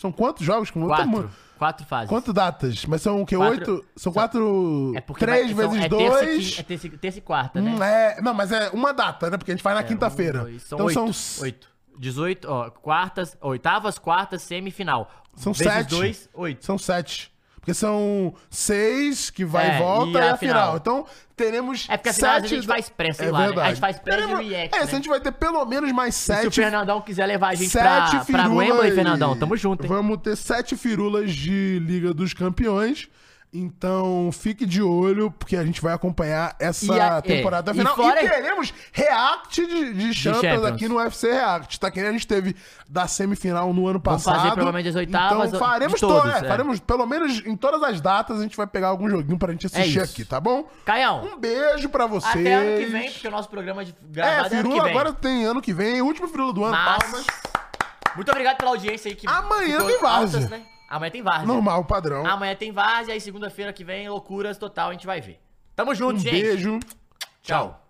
[SPEAKER 2] São quantos jogos? Com
[SPEAKER 1] Quatro. Quatro fases.
[SPEAKER 2] Quanto datas? Mas são o quê?
[SPEAKER 1] Quatro-
[SPEAKER 2] Oito? São quatro. três
[SPEAKER 1] vai- são-
[SPEAKER 2] vezes
[SPEAKER 1] é terça e
[SPEAKER 2] dois.
[SPEAKER 1] quin- é terça, e- terça e quarta, né?
[SPEAKER 2] Hum, é, não, mas é uma data, né? Porque a gente faz na
[SPEAKER 1] É, um,
[SPEAKER 2] quinta-feira.
[SPEAKER 1] dois,
[SPEAKER 2] então
[SPEAKER 1] São oito.
[SPEAKER 2] são. s-
[SPEAKER 1] Oito. 18, ó, quartas, oitavas, quartas, semifinal.
[SPEAKER 2] São
[SPEAKER 1] Vezes
[SPEAKER 2] sete.
[SPEAKER 1] dois, oito.
[SPEAKER 2] São sete. Porque são seis que vai
[SPEAKER 1] É,
[SPEAKER 2] e volta e a, final.
[SPEAKER 1] final.
[SPEAKER 2] Então, teremos É
[SPEAKER 1] É porque assim, às vezes a gente faz pressa, sei lá, né? A gente faz pressa e
[SPEAKER 2] Teremos-
[SPEAKER 1] react,
[SPEAKER 2] É,
[SPEAKER 1] né?
[SPEAKER 2] se a gente vai ter pelo menos mais
[SPEAKER 1] Se o
[SPEAKER 2] sete...
[SPEAKER 1] Fernandão quiser levar a gente pra,
[SPEAKER 2] sete
[SPEAKER 1] pra Wembley,
[SPEAKER 2] firulas-
[SPEAKER 1] Fernandão, tamo junto, hein?
[SPEAKER 2] Vamos ter sete firulas de Liga dos Campeões. Então, fique de olho, porque a gente vai acompanhar essa
[SPEAKER 1] E a- é.
[SPEAKER 2] temporada
[SPEAKER 1] E
[SPEAKER 2] final. E,
[SPEAKER 1] fora-
[SPEAKER 2] teremos react de, de Champions,
[SPEAKER 1] Champions.
[SPEAKER 2] aqui no UFC React, tá? Que nem a gente teve da semifinal no ano
[SPEAKER 1] Vamos
[SPEAKER 2] passado.
[SPEAKER 1] fazer provavelmente as oitavas,
[SPEAKER 2] Então,
[SPEAKER 1] de
[SPEAKER 2] faremos,
[SPEAKER 1] todos,
[SPEAKER 2] to- é,
[SPEAKER 1] é.
[SPEAKER 2] faremos pelo menos em todas as datas, a gente vai pegar algum joguinho pra gente assistir
[SPEAKER 1] É isso.
[SPEAKER 2] aqui, tá bom?
[SPEAKER 1] Caião,
[SPEAKER 2] Um beijo pra vocês.
[SPEAKER 1] até ano que vem, porque o nosso programa de
[SPEAKER 2] É,
[SPEAKER 1] gravado é, ano que
[SPEAKER 2] Firula
[SPEAKER 1] vem.
[SPEAKER 2] agora tem ano que vem, último Firula do ano.
[SPEAKER 1] Mas,
[SPEAKER 2] palmas.
[SPEAKER 1] muito obrigado pela audiência aí. Que
[SPEAKER 2] Amanhã
[SPEAKER 1] ficou
[SPEAKER 2] tem várzea.
[SPEAKER 1] altas, né? Amanhã tem Várzea.
[SPEAKER 2] Normal, padrão.
[SPEAKER 1] Amanhã tem Várzea, aí segunda-feira que vem, loucuras total, a gente vai ver. Tamo junto,
[SPEAKER 2] Um
[SPEAKER 1] gente.
[SPEAKER 2] beijo.
[SPEAKER 1] Tchau.